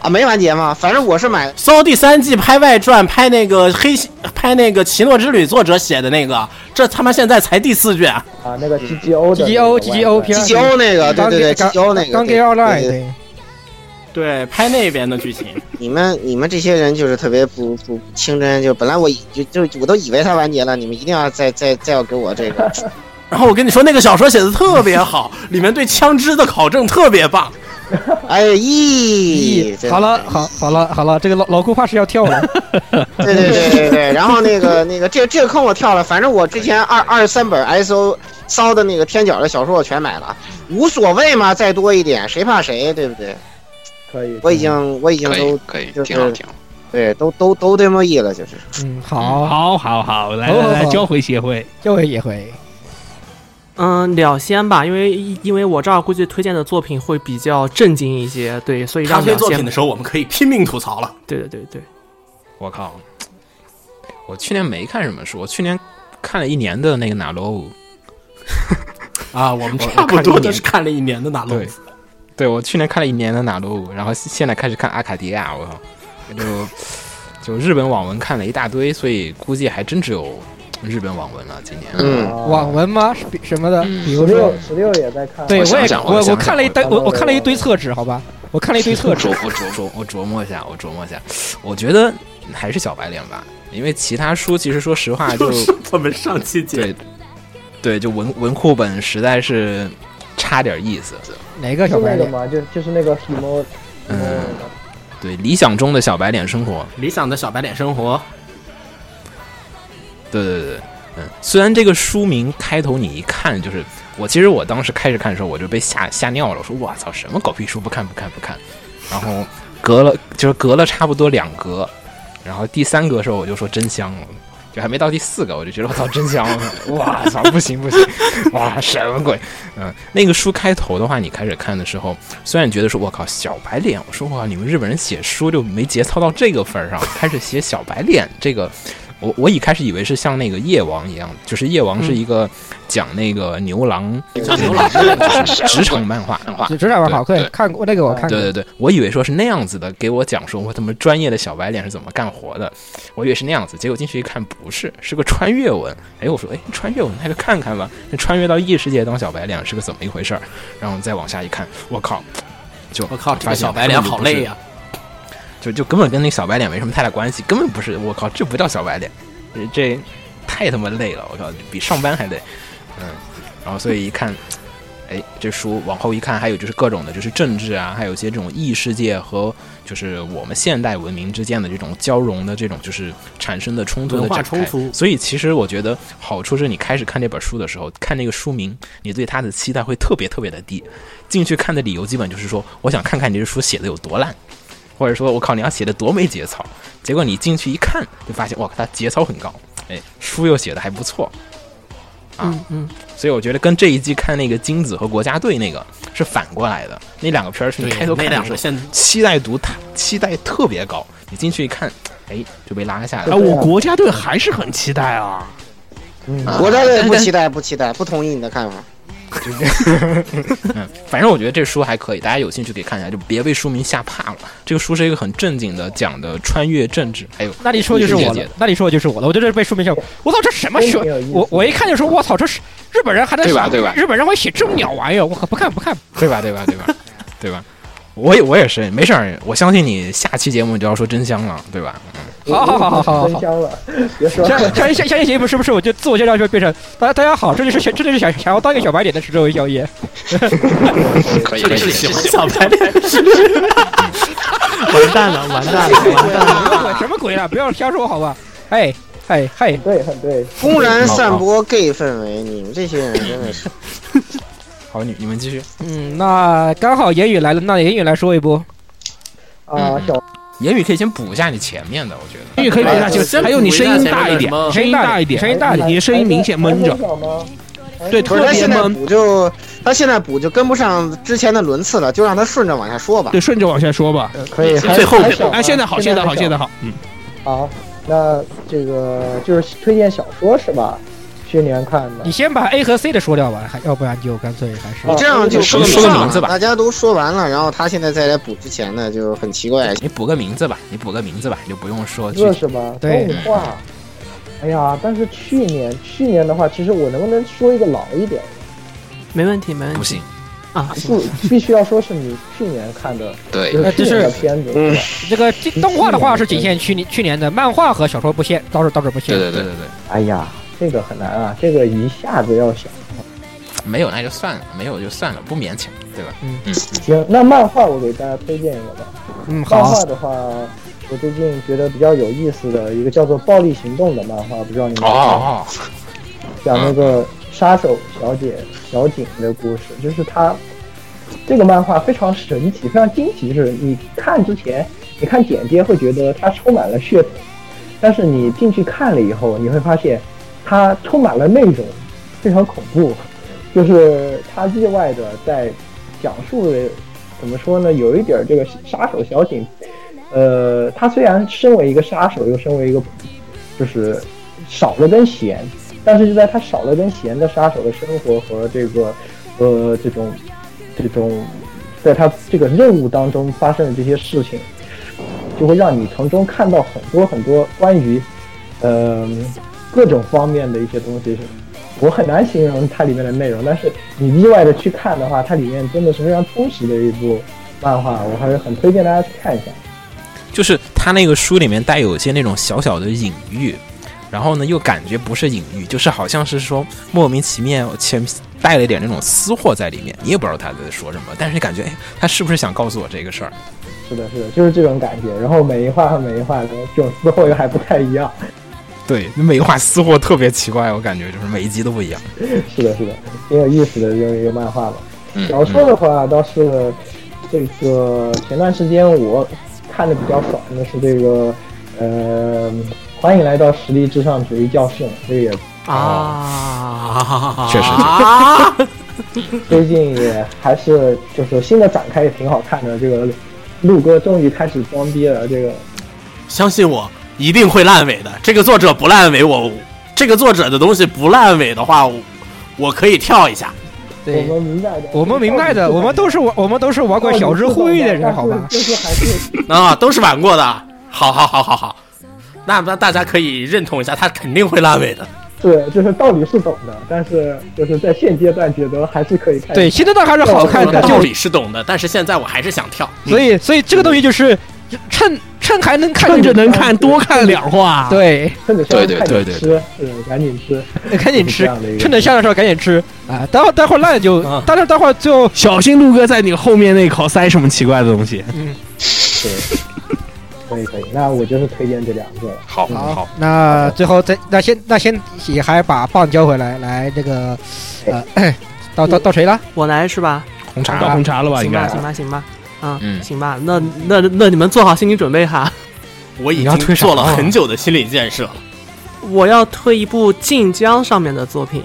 Speaker 2: 啊，没完结吗？反正我是买
Speaker 10: 骚第三季拍外传，拍那个黑拍那个《奇诺之旅》作者写的那个，这他妈现在才第四卷。
Speaker 14: 啊，那个 G G O 的
Speaker 5: G G O G G O 片
Speaker 2: GGO 那个对对对 GGO 那个
Speaker 5: 刚
Speaker 2: 对
Speaker 5: G O
Speaker 2: 对
Speaker 5: Line
Speaker 2: 对
Speaker 5: 对
Speaker 10: 对，拍那边的剧情。
Speaker 2: 你们你们这些人就是特别不不清真，就本来我以就就我都以为它完结了，你们一定要再再再要给我这
Speaker 5: [laughs]
Speaker 2: 个。
Speaker 10: 然后我跟你说，那个小说写的特别
Speaker 4: [laughs]
Speaker 10: 好，里面对枪支的考证特别棒。
Speaker 2: 哎咦，
Speaker 5: 咦，好了，好，好了，好了，这个老老顾话是要跳了。
Speaker 2: 对对对对对，然后那个那个这这个坑我跳了，反正我之前二二十三本 S O 骚的那个天角的小说我全买了，无所谓嘛，再多一点谁怕谁，对不对？
Speaker 14: 可以，
Speaker 2: 我已经我已经都可以，就是对，都都都 demo E 了，就是。
Speaker 5: 嗯，好，
Speaker 1: 好，好，好，来
Speaker 5: 好
Speaker 1: 来
Speaker 5: 好
Speaker 1: 来，
Speaker 5: 好
Speaker 1: 交回协会。
Speaker 5: 这回也会。
Speaker 3: 嗯，了先吧，因为因为我这儿估计推荐的作品会比较震惊一些，对，所以
Speaker 10: 他
Speaker 3: 让
Speaker 10: 推
Speaker 3: 两
Speaker 10: 作
Speaker 3: 先
Speaker 10: 品的时候，我们可以拼命吐槽了。
Speaker 3: 对对对对，
Speaker 8: 我靠！我去年没看什么书，我去年看了一年的那个《哪罗五》
Speaker 10: 啊，我们
Speaker 8: 我
Speaker 10: 差不
Speaker 8: 看了
Speaker 10: 多
Speaker 8: 一
Speaker 10: 都
Speaker 8: 年
Speaker 10: 是看了一年的哪路
Speaker 8: 对，对我去年看了一年的《哪罗五》，然后现在开始看《阿卡迪亚》，我靠，就就日本网文看了一大堆，所以估计还真只有日本网文了。今年，
Speaker 5: 嗯，网文吗？是比什么的？比
Speaker 14: 十
Speaker 5: 如说
Speaker 14: 六，十六也在看。
Speaker 5: 对，我也
Speaker 8: 想
Speaker 5: 我
Speaker 8: 嗯我想
Speaker 5: 看了一堆，我我看了一堆厕纸，好吧，我 [laughs] 看了一堆厕纸
Speaker 8: 我。我琢琢我琢磨一下，我琢磨一下，我觉得还是小白脸吧，因为其他书其实说实话就
Speaker 10: 就是我们上期节
Speaker 8: 对对，就文文库本实在是差点意思。
Speaker 5: 哪个
Speaker 14: 是
Speaker 5: 小白
Speaker 14: 那个
Speaker 5: 脸？
Speaker 14: 吗？就就是那个 emo
Speaker 8: 嗯，对，理想中的小白脸生活，
Speaker 10: 理想的小白脸生活，
Speaker 8: 对对对，嗯，虽然这个书名开头你一看就是，我其实我当时开始看的时候我就被吓吓尿了，我说我操，什么狗屁书不看不看不看，然后隔了就是隔了差不多两格，
Speaker 4: 然后第三个时候我就说真香了，就还没到第四个我就觉得我操真香了，哇操 [laughs] [laughs] 不行不行，哇什么鬼？嗯，那个书开头的话，你开始看的时候，虽然觉得说我靠小白脸，我说哇你们日本人写书就没节操到这个份儿上，开始写小白脸这个。我我一开始以为是像那个夜王一样，就是夜王是一个讲那个牛郎，
Speaker 5: 嗯牛郎
Speaker 4: [laughs] 就是职场漫
Speaker 5: [laughs]
Speaker 4: 画，漫画
Speaker 5: 就职场漫画，
Speaker 4: 对
Speaker 5: 对，看过那个我看过
Speaker 4: 对，对对，我以为说是那样子的，给我讲说我他妈专业的小白脸是怎么干活的，我以为是那样子，结果进去一看不是，是个穿越文。哎，我说哎，穿越文那就看看吧，那穿越到异世界当小白脸是个怎么一回事儿？然后再往下一看，我靠，就
Speaker 6: 我靠，这
Speaker 4: 发
Speaker 6: 个
Speaker 4: 现
Speaker 6: 小白脸好累
Speaker 10: 啊
Speaker 6: 呀、
Speaker 4: 就就根本跟那小白脸没什么太大关系，根本不是。我靠，这不叫小白脸，这这太他妈累了，我靠，比上班还累。嗯，然后所以一看，哎，这书往后一看，还有就是各种的，就是政治啊，还有一些这种异世界和就是我们现代文明之间的这种交融的这种就是产生的冲突的
Speaker 6: 文化
Speaker 4: 展开
Speaker 6: 冲突
Speaker 4: 所以其实我觉得好处是你开始看这本书的时候，看那个书名，你对它的期待会特别特别的低。进去看的理由基本就是说，我想看看你这书写的有多烂。或者说我靠，你要写的多没节操。结果你进去一看，就发现哇，他节操很高，哎，书又写的还不错，啊，
Speaker 3: 嗯，
Speaker 4: 所以我觉得跟这一季看那个金子和国家队那个是反过来的，那两个片儿是你
Speaker 6: 对
Speaker 4: 开头
Speaker 6: 那
Speaker 4: 看的
Speaker 6: 两个
Speaker 4: 时候
Speaker 6: 现
Speaker 4: 期待度太期待特别高，你进去一看，哎，就被拉下来了。
Speaker 1: 啊，我国家队还是很期待啊。
Speaker 2: 国家队不期
Speaker 4: 待。
Speaker 2: 待，不期待，不同意你的看法。
Speaker 4: 嗯，反正我觉得这书还可以，大家有兴趣可以看一下，就别被书名吓怕了。这个书是一个很正经的，讲的穿越政治，还有
Speaker 5: 那你说就是
Speaker 4: 异世
Speaker 5: 我
Speaker 4: 界
Speaker 5: 了
Speaker 4: 的，
Speaker 5: 那你说就是我了，我就这被书名叫，我操，这什么书？我我一看就说，我操，这是日本人还能
Speaker 4: 对吧对吧
Speaker 5: 日本人会写这种鸟玩意儿，我靠，不看不看。
Speaker 4: 对吧？对吧？对吧？对吧？我也我也是，没事儿，我相信你下期节目你就要说真香了，对吧？嗯
Speaker 5: 好好好好好好
Speaker 15: 真。香了，别说
Speaker 5: 下下下下一节目是不是我就自我介绍就变成大家大家好，这就是想这就是想想要当一个小白脸的池中宵夜。
Speaker 4: 可以可
Speaker 6: 这里
Speaker 4: 以
Speaker 6: 是喜
Speaker 4: 行
Speaker 6: 欢小白脸，
Speaker 3: 完蛋了，完 [laughs] 蛋了，啊完蛋了！
Speaker 5: [laughs] 什么鬼啊！不要瞎说好吧？哎哎嗨，
Speaker 15: 对，很对，
Speaker 2: 公然散播 gay 氛围，你们这些人真的是。
Speaker 4: 好，你你们继续。
Speaker 5: 嗯，那刚好言语来了，那言语来说一波。
Speaker 4: 呃
Speaker 15: 啊，小
Speaker 4: 嗯言语可以先补一下你前面的，我觉得
Speaker 1: 言语可以补一下前面还有你声音大一点声音大一点声音大一点你的声音明显闷
Speaker 15: 哎
Speaker 1: 着对
Speaker 2: 不是
Speaker 1: 特
Speaker 2: 他
Speaker 1: 别
Speaker 2: 现在
Speaker 1: 闷
Speaker 2: 补就他现在补就跟不上之前的轮次了，就让他顺着往下说吧。
Speaker 1: 对，顺着往下说吧。
Speaker 15: 可以还
Speaker 1: 最后
Speaker 15: 还小吗
Speaker 1: 哎，现在好，现
Speaker 15: 哦现在
Speaker 1: 在好，
Speaker 15: 还小
Speaker 1: 现在好。嗯，
Speaker 15: 好，那这个就是推荐小说是吧？去年看的，
Speaker 5: 你先把 A 和 C 的说掉吧，还要不然就干脆还是
Speaker 1: 哦
Speaker 2: 你这样就
Speaker 4: 说
Speaker 2: 跟不
Speaker 4: 说个
Speaker 2: 上
Speaker 4: 名字
Speaker 2: 了
Speaker 4: 吧
Speaker 2: 大家都说完了，然后他现在再来补之前的就很奇怪。
Speaker 4: [laughs] 你补个名字吧，你补个名字吧，你就不用说具
Speaker 15: 这
Speaker 4: 体
Speaker 15: 是。吧？
Speaker 5: 对
Speaker 15: 动画。哎呀，但是去年去年的话，其实我能不能说一个老一
Speaker 4: [laughs]
Speaker 15: 点？
Speaker 3: 没问题，没问题
Speaker 4: 不行，
Speaker 3: 啊！
Speaker 15: 不，必须要说是你去年
Speaker 4: [laughs]
Speaker 15: 看的，
Speaker 4: 对
Speaker 5: 呃就
Speaker 15: 就是去年的
Speaker 5: 是
Speaker 15: 片子。是
Speaker 4: 嗯
Speaker 15: 吧
Speaker 5: 这个这动画的话是仅限去年去年的，漫画和小说不限，到时到时不限。
Speaker 4: 对对对对对，
Speaker 15: 哎呀，这个很难啊，这个一下子要想。
Speaker 4: 没有那就算了，没有就算了，不勉强，对吧？
Speaker 5: 嗯
Speaker 4: 嗯，
Speaker 15: 行，那漫画我给大家推荐一个吧。
Speaker 5: 嗯，
Speaker 15: 漫
Speaker 5: 好
Speaker 15: 画，的话，我最近觉得比较有意思的一个叫做《暴力行动》的漫画，不知道你们看过吗
Speaker 4: 哦，嗯
Speaker 15: 讲那个杀手小姐小景的故事，就是她这个漫画非常神奇，非常惊奇，就是你看之前，你看简介会觉得它充满了噱头，但是你进去看了以后，你会发现它充满了内容，非常恐怖，就是它意外的在讲述的怎么说呢，有一点儿这个杀手小景，呃，他虽然身为一个杀手，又身为一个就是少了根弦，但是就在他少了根弦的杀手的生活和这个呃这种这种在他这个任务当中发生的这些事情，就会让你从中看到很多很多关于呃各种方面的一些东西。我很难形容它里面的内容，但是你意外的去看的话，它里面真的是非常充实的一部漫画，我还是很推荐大家去看一下。
Speaker 4: 就是他那个书里面带有一些那种小小的隐喻，然后呢又感觉不是隐喻，就是好像是说莫名其妙前带了一点那种私货在里面，你也不知道他在说什么，但是你感觉哎，他是不是想告诉我这个事儿？
Speaker 15: 是的，是的，就是这种感觉。然后每一话和每一话的这种思后又还不太一样。
Speaker 4: 对，每一话私货特别奇怪，我感觉就是每一集都不 [laughs] 一样。
Speaker 15: 是的，是的，挺有意思的这么一个漫画吧。
Speaker 4: 嗯
Speaker 15: 小说的话倒是，这个前段时间我看的比较爽的是这个，呃，欢迎来到实力至上主义教室，这个也
Speaker 3: 啊，
Speaker 15: 确实
Speaker 10: [laughs]
Speaker 15: 最近也还是就是新的展开也挺好看的。这个陆哥终于开始装逼了，这个
Speaker 6: 相信我，一定会烂尾的。这个作者不烂尾，我这个作者的东西不烂尾的话，我我可以跳一下。
Speaker 15: 我们明白的，
Speaker 5: 哎
Speaker 15: 哎
Speaker 5: 我们明白
Speaker 1: 哦
Speaker 5: 的，我们都是玩，我们都是玩过小智互娱的人，好吧？
Speaker 15: 就是还是
Speaker 6: 啊，都是玩过的。好好好好好，那那大家可以认同一下，他肯定会烂尾的。
Speaker 15: 对，就是道理是懂的，但是就是在现阶段觉得还是可以看。
Speaker 5: 对，现在倒还是好看
Speaker 1: 哦
Speaker 5: 的，
Speaker 6: 道
Speaker 5: 就
Speaker 6: 理是懂的，但是现在我还是想跳。
Speaker 5: 所以所以这个东西就是趁趁还能 [laughs] 看，
Speaker 1: 趁着能看多看两话。
Speaker 5: 对，
Speaker 15: 趁着
Speaker 5: 对
Speaker 15: 赶紧吃，对，赶紧吃，
Speaker 5: [laughs] 赶紧吃
Speaker 15: 这样的一，个啊
Speaker 5: 趁着香的时候赶紧吃啊！待会儿待会儿烂就，待会儿待会儿就
Speaker 1: 小心陆哥在你后面那口塞什么奇怪的东西。
Speaker 15: 对，可以可以，那我就是推荐这两个。
Speaker 4: 好，
Speaker 15: 好，
Speaker 5: 那最后再那先那先也还把棒交回来，来这个呃，到到到谁了？
Speaker 3: 我来是吧？
Speaker 5: 红茶到红茶了吧
Speaker 3: 行
Speaker 5: 应
Speaker 3: 吧，
Speaker 5: 该
Speaker 3: 行吧，行吧，啊，
Speaker 8: 嗯
Speaker 3: 行吧，那那那你们做好心理准备哈。 [laughs]
Speaker 6: 我已
Speaker 3: 你要
Speaker 6: 经
Speaker 3: 推啥
Speaker 6: 做了很久的心理建设了。
Speaker 3: 我要推一部晋江上面的作品，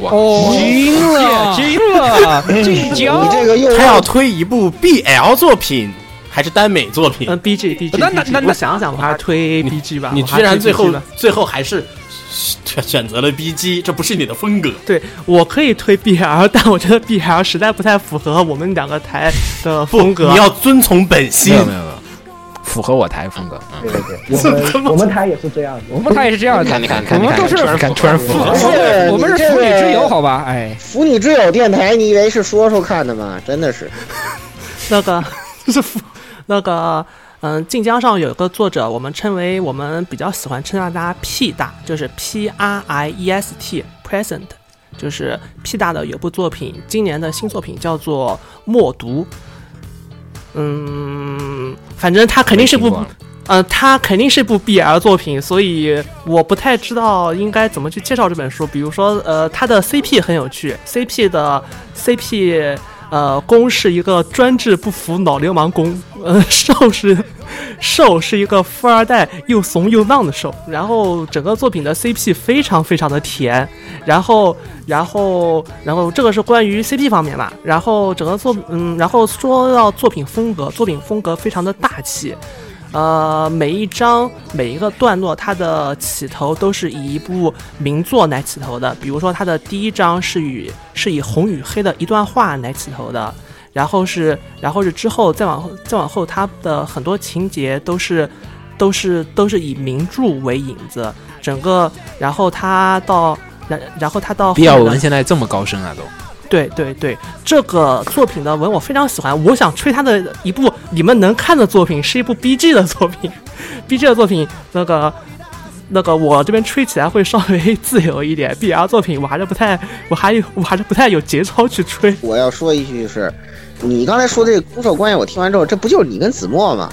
Speaker 5: 哦，惊了，惊
Speaker 15: [laughs]
Speaker 5: 了，晋江， [laughs]
Speaker 2: 哎
Speaker 6: 他要推一部 BL 作品还是耽美作品？
Speaker 3: 嗯，BG BG，
Speaker 6: 哎那那
Speaker 3: BG
Speaker 6: 那那
Speaker 3: 我想想，我还是推 BG 吧。
Speaker 6: 你
Speaker 3: 我还
Speaker 6: 居然
Speaker 3: 推
Speaker 6: 最
Speaker 3: BG
Speaker 6: 后
Speaker 3: 吧
Speaker 6: 最后还是选选择了 BG，这不是你的风格。
Speaker 3: 对我可以推 BL，但我觉得 BL 实在不太符合我们两个台的风格。啊
Speaker 6: 你要遵从本心
Speaker 8: 没有没有没有，符合我台
Speaker 4: [laughs]
Speaker 8: 风格。
Speaker 15: 对我们我们台也是这样的，
Speaker 5: 我们台也是这样的，
Speaker 8: 看你看你看
Speaker 5: 我
Speaker 8: 你
Speaker 5: 们
Speaker 8: 看
Speaker 5: 都是
Speaker 8: 突然
Speaker 5: 看
Speaker 8: 突然
Speaker 5: 我
Speaker 8: 符合
Speaker 5: 们是我们是妇女之友，好吧？哎，
Speaker 2: 腐女之友电台，你以为是说说看的吗？真的是，
Speaker 3: 那
Speaker 8: [laughs]
Speaker 3: 个是腐那个嗯，晋江上有个作者，我们称为我们比较喜欢称他他 P 大，就是 P R I E S T present，就是 P 大的有部作品，今年的新作品叫做《默读》。嗯，反正他肯定是
Speaker 8: 没
Speaker 3: 部
Speaker 8: 听过，
Speaker 3: 嗯、他肯定是部 BL 作品，所以我不太知道应该怎么去介绍这本书。比如说，呃，他的 CP 很有趣，CP 的 CP。呃，攻是一个专制不服老流氓攻，呃，受是受是一个富二代又怂又浪的受，然后整个作品的 CP 非常非常的甜，然后然后然后这个是关于 CP 方面吧，然后整个作嗯，然后说到作品风格，作品风格非常的大气。呃，每一章每一个段落，它的起头都是以一部名作来起头的。比如说，它的第一章是以是以红与黑的一段话来起头的，然后是然后是之后再往后再往后，它的很多情节都是都是都是以名著为引子，整个然后它到然然后它到后
Speaker 8: 毕耀
Speaker 3: 面的
Speaker 8: 文现在这么高深啊都，
Speaker 3: 对对对，这个作品的文我非常喜欢，我想吹他的一部你们能看的作品，是一部 BG 的作品，BG 的作品那个。那个我这边吹起来会稍微 [laughs] 自由一点，BL 作品我还是不太，我还我还是不太有节操去吹。 [laughs]
Speaker 2: 我要说一句是，你刚才说这个攻守关系，我听完之后，这不就是你跟子墨吗？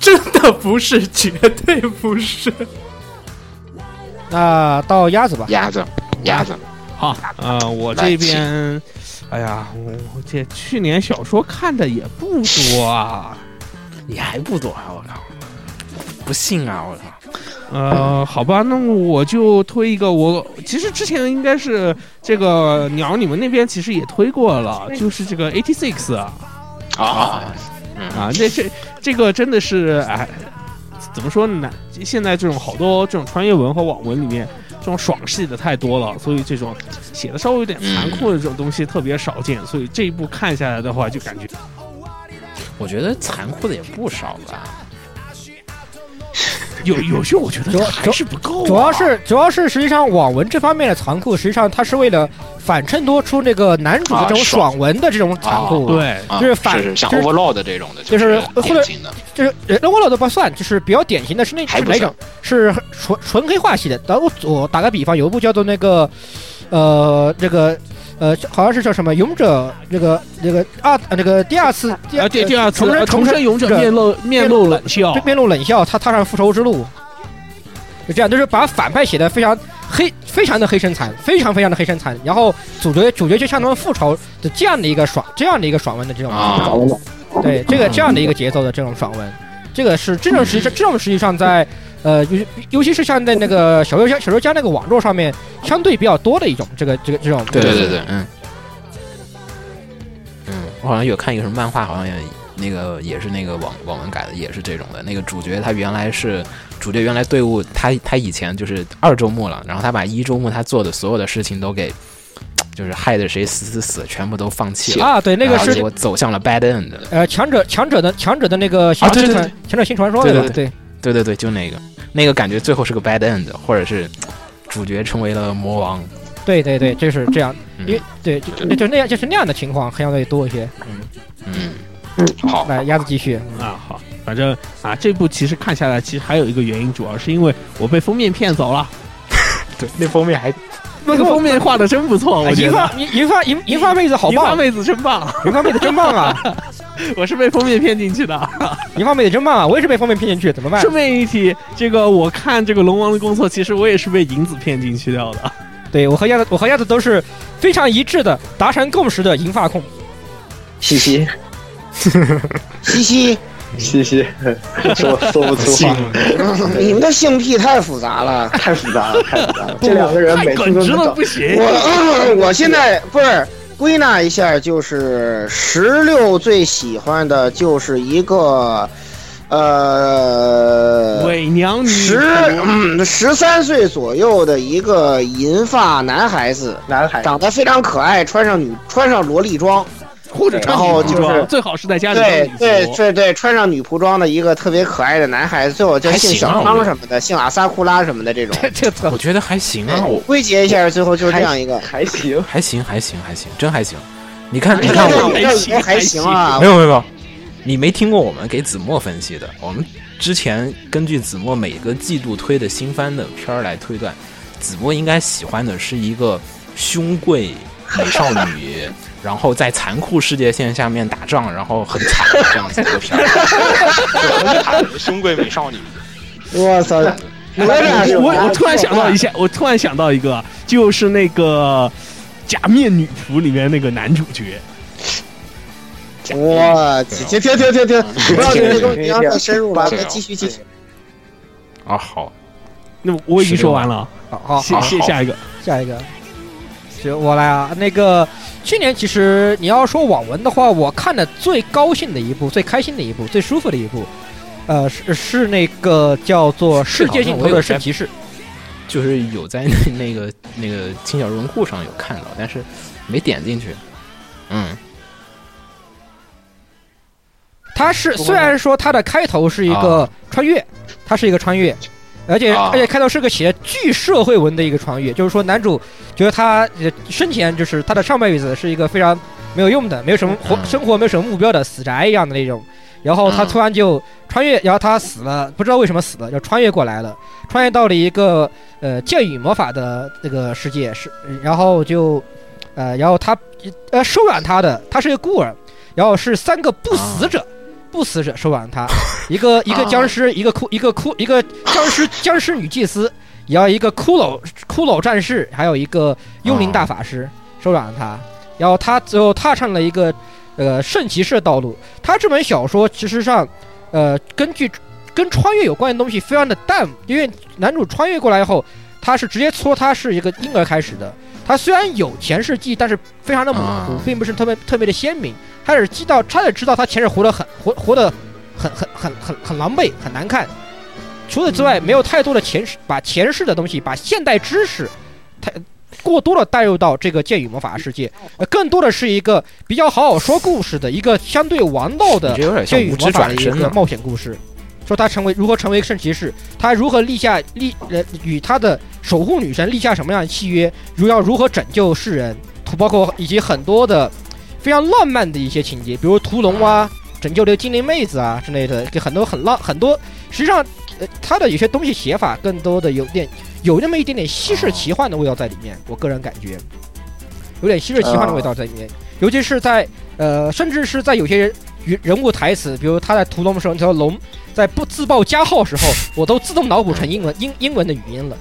Speaker 3: 真的不是，绝对不是。
Speaker 5: 那到鸭子吧，
Speaker 8: 鸭子，鸭子，
Speaker 1: 好，啊，我这边，哎呀，我我这去年小说看的也不多啊，
Speaker 8: 你还不多啊！我靠，不信啊！我靠，
Speaker 1: 呃，好吧，那么我就推一个。我其实之前应该是这个鸟，你们那边其实也推过了，就是这个 eighty six 啊
Speaker 8: 啊
Speaker 1: 啊，那这这个真的是哎，怎么说呢？现在这种好多这种穿越文和网文里面，这种爽戏的太多了，所以这种写的稍微有点残酷的这种东西特别少见，所以这一部看下来的话，就感觉
Speaker 8: 我觉得残酷的也不少吧。
Speaker 1: 有有些我觉得还是不够、啊
Speaker 5: 主要是主要是实际上网文这方面的残酷，实际上它是为了反衬托出这个男主的这种
Speaker 4: 啊爽
Speaker 5: 爽文的这种残酷，
Speaker 4: 啊
Speaker 5: 就是反
Speaker 4: 是像
Speaker 5: 就是
Speaker 4: overload 这种的，
Speaker 5: 就是是或者
Speaker 4: 典型的。
Speaker 5: 就是呃人肉了都不算，就是比较典型的是那
Speaker 4: 还
Speaker 5: 是
Speaker 4: 不是
Speaker 5: 哪种是纯纯黑化系的。然后我打个比方，有一部叫做那个呃这个呃好像是叫什么勇者那个那个二呃那个第二次第
Speaker 1: 啊，对，第二次
Speaker 5: 重生
Speaker 1: 呃重生勇者面露面露冷笑
Speaker 5: 面，面露冷笑，他踏上复仇之路。就这样，就是把反派写的非常黑，非常的黑身残，非常非常的黑身残。然后主角主角却向他们复仇的这样的一个爽，这样的一个爽文的这种。
Speaker 8: 啊，
Speaker 5: 对这个这样的一个节奏的这种爽文，这个是这种实际上这种实际上在呃尤尤其是像在那个小说家小说家那个网络上面相对比较多的一种这个这个这种
Speaker 8: 对对对对，嗯嗯，我好像有看一个什么漫画，好像也那个也是那个网网文改的，也是这种的。那个主角他原来是主角，原来队伍他他以前就是二周目了，然后他把一周目他做的所有的事情都给。就是害得谁死死死，全部都放弃了
Speaker 5: 啊对那个
Speaker 8: 然后
Speaker 5: 是
Speaker 8: 结果走向了 bad end
Speaker 5: 呃强者强者的强者的那个新
Speaker 8: 啊对
Speaker 5: 传
Speaker 8: 对
Speaker 5: 传强者新传说
Speaker 8: 对
Speaker 5: 吧？
Speaker 8: 对对对对对，就那个那个感觉最后是个 bad end，或者是主角成为了魔王，
Speaker 5: 对对对，就是这样，因为对就就就那样就是那样的情况相对多一些。
Speaker 8: 嗯
Speaker 5: 嗯，好，来鸭子继续
Speaker 1: 啊，好，反正啊，这部其实看下来，其实还有一个原因，主要是因为我被封面骗走了。
Speaker 8: 对，那封面还
Speaker 1: 那个封面画的真不错，我觉
Speaker 5: 哎银
Speaker 1: 得
Speaker 5: 发。银银发银银发妹子好
Speaker 1: 银发
Speaker 5: 棒，
Speaker 1: 妹子真棒，
Speaker 5: 银发妹子真棒啊！
Speaker 1: 我是被封面骗进去的。
Speaker 5: 银发妹子真棒啊！我也是被封面骗进去，怎么办？
Speaker 1: 顺便一提，这个我看这个龙王的工作，其实我也是被银子骗进去掉的。
Speaker 5: 对我和鸭子，我和鸭子都是非常一致的，达成共识的银发控。
Speaker 2: 嘻嘻，嘻嘻，
Speaker 15: 嘻嘻，说说不出话，
Speaker 2: 你们的性癖太复杂了，
Speaker 15: [laughs] 太复杂了，太复杂了。这两
Speaker 2: 啊
Speaker 15: 个人每次都能找
Speaker 2: 我我现在不是归纳一下，就是十六最喜欢的就是一个。呃，
Speaker 1: 伪娘女
Speaker 2: 十嗯十三岁左右的一个银发男孩子，
Speaker 15: 男孩
Speaker 2: 长得非常可爱，穿上女穿上萝莉装，
Speaker 1: 或者
Speaker 2: 然
Speaker 1: 穿
Speaker 2: 后
Speaker 1: 女
Speaker 2: 就
Speaker 1: 仆
Speaker 2: 是
Speaker 1: 装，最好是在家里当
Speaker 2: 对
Speaker 1: 女
Speaker 2: 对
Speaker 1: 仆。
Speaker 2: 对对，穿上女仆装的一个特别可爱的男孩子，最后就姓
Speaker 1: 啊
Speaker 2: 小康什么的，姓阿萨库拉什么的这
Speaker 1: [laughs]
Speaker 2: 种。
Speaker 5: 这
Speaker 8: 我觉得还行啊，我
Speaker 2: 归结一下，最后就是这样一个。
Speaker 15: 还行，
Speaker 8: 还行，还行，还行，真还行。你
Speaker 2: [laughs]
Speaker 8: 看，你
Speaker 2: 还
Speaker 8: 看
Speaker 2: 行
Speaker 8: 我，
Speaker 2: 还行还行啊
Speaker 8: 没有没有没有，你没听过我们给子墨分析的，我们之前根据子墨每个季度推的新番的片儿来推断，子墨应该喜欢的是一个胸贵美少女，然后在残酷世界线下面打仗，然后很惨的这样子一个片
Speaker 5: [laughs]
Speaker 8: 儿。
Speaker 4: 胸贵美少女，
Speaker 2: 我操！
Speaker 5: 哎
Speaker 1: 哎我我我突然想到一下，我突然想到一个，就是那个《假面女仆》里面那个男主角。
Speaker 2: 嗯哇，停停
Speaker 1: [laughs]
Speaker 2: 停停停停！不要这个东西，你要再深入了，再继续继续。
Speaker 8: 啊，好，
Speaker 1: 那么我已经说完了，
Speaker 5: 好好
Speaker 1: 谢
Speaker 5: 好
Speaker 1: 谢
Speaker 5: 好
Speaker 1: 下一个，
Speaker 5: 下一个，行，我来啊。那个去年其实你要说网文的话，我看的最高兴的一部、最开心的一部、最舒服的一部，呃，是是那个叫做《世界尽头的圣骑士》。
Speaker 8: 就是有在那那个那个轻小说文库上有看到，但是没点进去。嗯，
Speaker 5: 它是虽然说它的开头是一个
Speaker 8: 啊
Speaker 5: 穿越，它是一个穿越，而且
Speaker 8: 啊
Speaker 5: 而且开头是个写巨社会文的一个穿越，就是说男主觉得他呃生前就是他的上辈子是一个非常没有用的，没有什么
Speaker 8: 嗯
Speaker 5: 活生活没有什么目标的死宅一样的那种，然后他突然就穿越，然后他死了，不知道为什么死了，就穿越过来了，穿越到了一个呃剑与魔法的那个世界，是然后就呃，然后他呃收养他的，他是一个孤儿，然后是三个不死者，不死者收养他，一个一个僵尸，一个骷一个骷一个僵尸僵尸女祭司，然后一个骷髅骷髅战士，还有一个幽灵大法师收养了他，然后他最后踏上了一个呃圣骑士的道路。他这本小说其实上呃根据跟穿越有关的东西非常的淡，因为男主穿越过来以后，他是直接说他是一个婴儿开始的。他虽然有前世记忆，但是非常的模糊，并不是特别特别的鲜明。他只知道，他只知道他前世活得很活活得很很很很很狼狈，很难看。除此之外，没有太多的前世把前世的东西，把现代知识，太过多的带入到这个剑与魔法世界，呃，更多的是一个比较好好说故事的一个相对王道的
Speaker 8: 你这有点像
Speaker 5: 剑与
Speaker 8: 无
Speaker 5: 魔
Speaker 8: 知
Speaker 5: 法的
Speaker 8: 转
Speaker 5: 一
Speaker 8: 身哦
Speaker 5: 个
Speaker 8: 了
Speaker 5: 冒险故事。说他成为如何成为圣骑士，他如何立下立呃与他的守护女神立下什么样的契约，如要如何拯救世人，图包括以及很多的非常浪漫的一些情节，比如屠龙啊、拯救这个精灵妹子啊之类的，就很多很浪很多。实际上，呃，他的有些东西写法更多的有点有那么一点点西式奇幻的味道在里面，我个人感觉有点西式奇幻的味道在里面，尤其是在呃，甚至是在有些人。人人物台词，比如他在屠龙的时候，那条龙在不自报家号时候，我都自动脑补成英文英英文的语音了。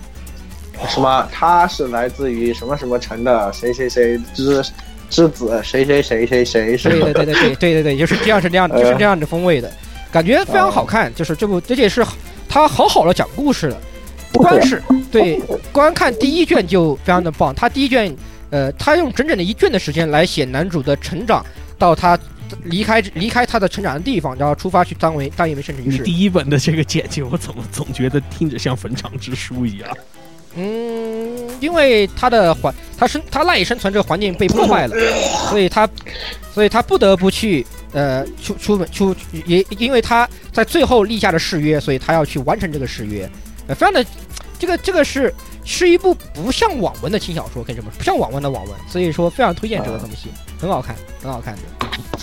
Speaker 15: 什么？他是来自于什么什么城的谁谁谁之之子谁谁谁谁谁是
Speaker 5: 对
Speaker 15: 吧
Speaker 5: 对对对对对对对，就是这样是这样的，就是这样的风味的，感觉非常好看。就是这部，这也是他好好的讲故事了，不光是对，光看第一卷就非常的棒。他第一卷，呃，他用整整的一卷的时间来写男主的成长，到他离开离开他的成长的地方，然后出发去当为当一名圣职医
Speaker 1: 你
Speaker 5: 师。
Speaker 1: 第一本的这个简介，我怎么总觉得听着像坟场之书一样？
Speaker 5: 嗯，因为他的环，他生他赖以生存这个环境被破坏了，
Speaker 15: [laughs]
Speaker 5: 所以他，所以他不得不去呃出出门出也因为他在最后立下的誓约，所以他要去完成这个誓约，呃，非常的这个这个是是一部不像网文的轻小说，可以这么说，不像网文的网文，所以说非常推荐这个东西，很好看，很好看的。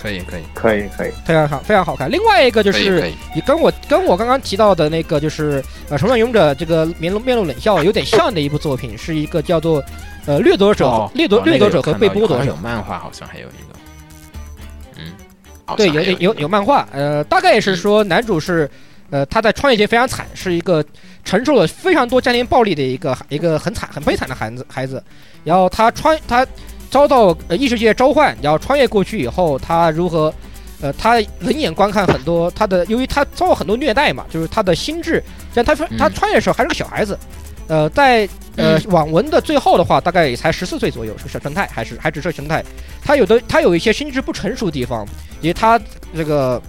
Speaker 8: 可以可以
Speaker 15: 啊可以可以，
Speaker 5: 非常好，非常好看。另外一个就
Speaker 8: 可
Speaker 5: 是
Speaker 8: 以可以
Speaker 5: 也跟我跟我刚刚提到的那个就是呃《重返勇者》这个面露面露冷笑有点像的一部作品，是一个叫做呃掠夺者、
Speaker 8: 哦
Speaker 5: 掠夺
Speaker 8: 哦那
Speaker 5: 掠
Speaker 8: 个
Speaker 5: 夺者和
Speaker 8: 有看
Speaker 5: 被
Speaker 8: 到
Speaker 5: 剥
Speaker 8: 好
Speaker 5: 夺
Speaker 8: 像
Speaker 5: 者
Speaker 8: 有。漫画，好像还有一个，嗯，好
Speaker 5: 对，
Speaker 8: 像
Speaker 5: 有
Speaker 8: 还一个嗯
Speaker 5: 有有漫画，呃，大概也是说男主是，呃，他在创业前非常惨，是一个承受了非常多家庭暴力的一个一个很惨很悲惨的孩子孩子，然后他穿他遭到呃异世界召唤，然后穿越过去以后，他如何，呃，他冷眼观看很多他的，由于他遭到很多虐待嘛，就是他的心智，但他
Speaker 8: 嗯
Speaker 5: 他穿越的时候还是个小孩子，呃，在呃网文的最后的话，大概也才十四岁左右，是小正太，还是还只是正太。他有的他有一些心智不成熟的地方，以及他这个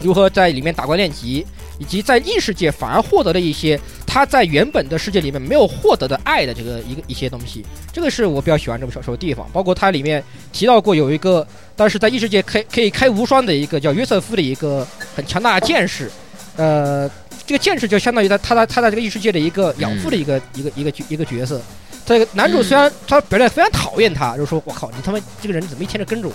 Speaker 5: 如何在里面打怪练级，以及在异世界反而获得了一些他在原本的世界里面没有获得的爱的这个一个一些东西。这个是我比较喜欢这部小说的地方，包括它里面提到过有一个，但是在异世界开可以开无双的一个叫约瑟夫的一个很强大的剑士，呃，这个剑士就相当于他他在他在这个异世界的一个养父的一个、一个一个角一个角色。这个男主虽然他表现非常讨厌他，就说我靠你他妈这个人怎么一天就跟着我，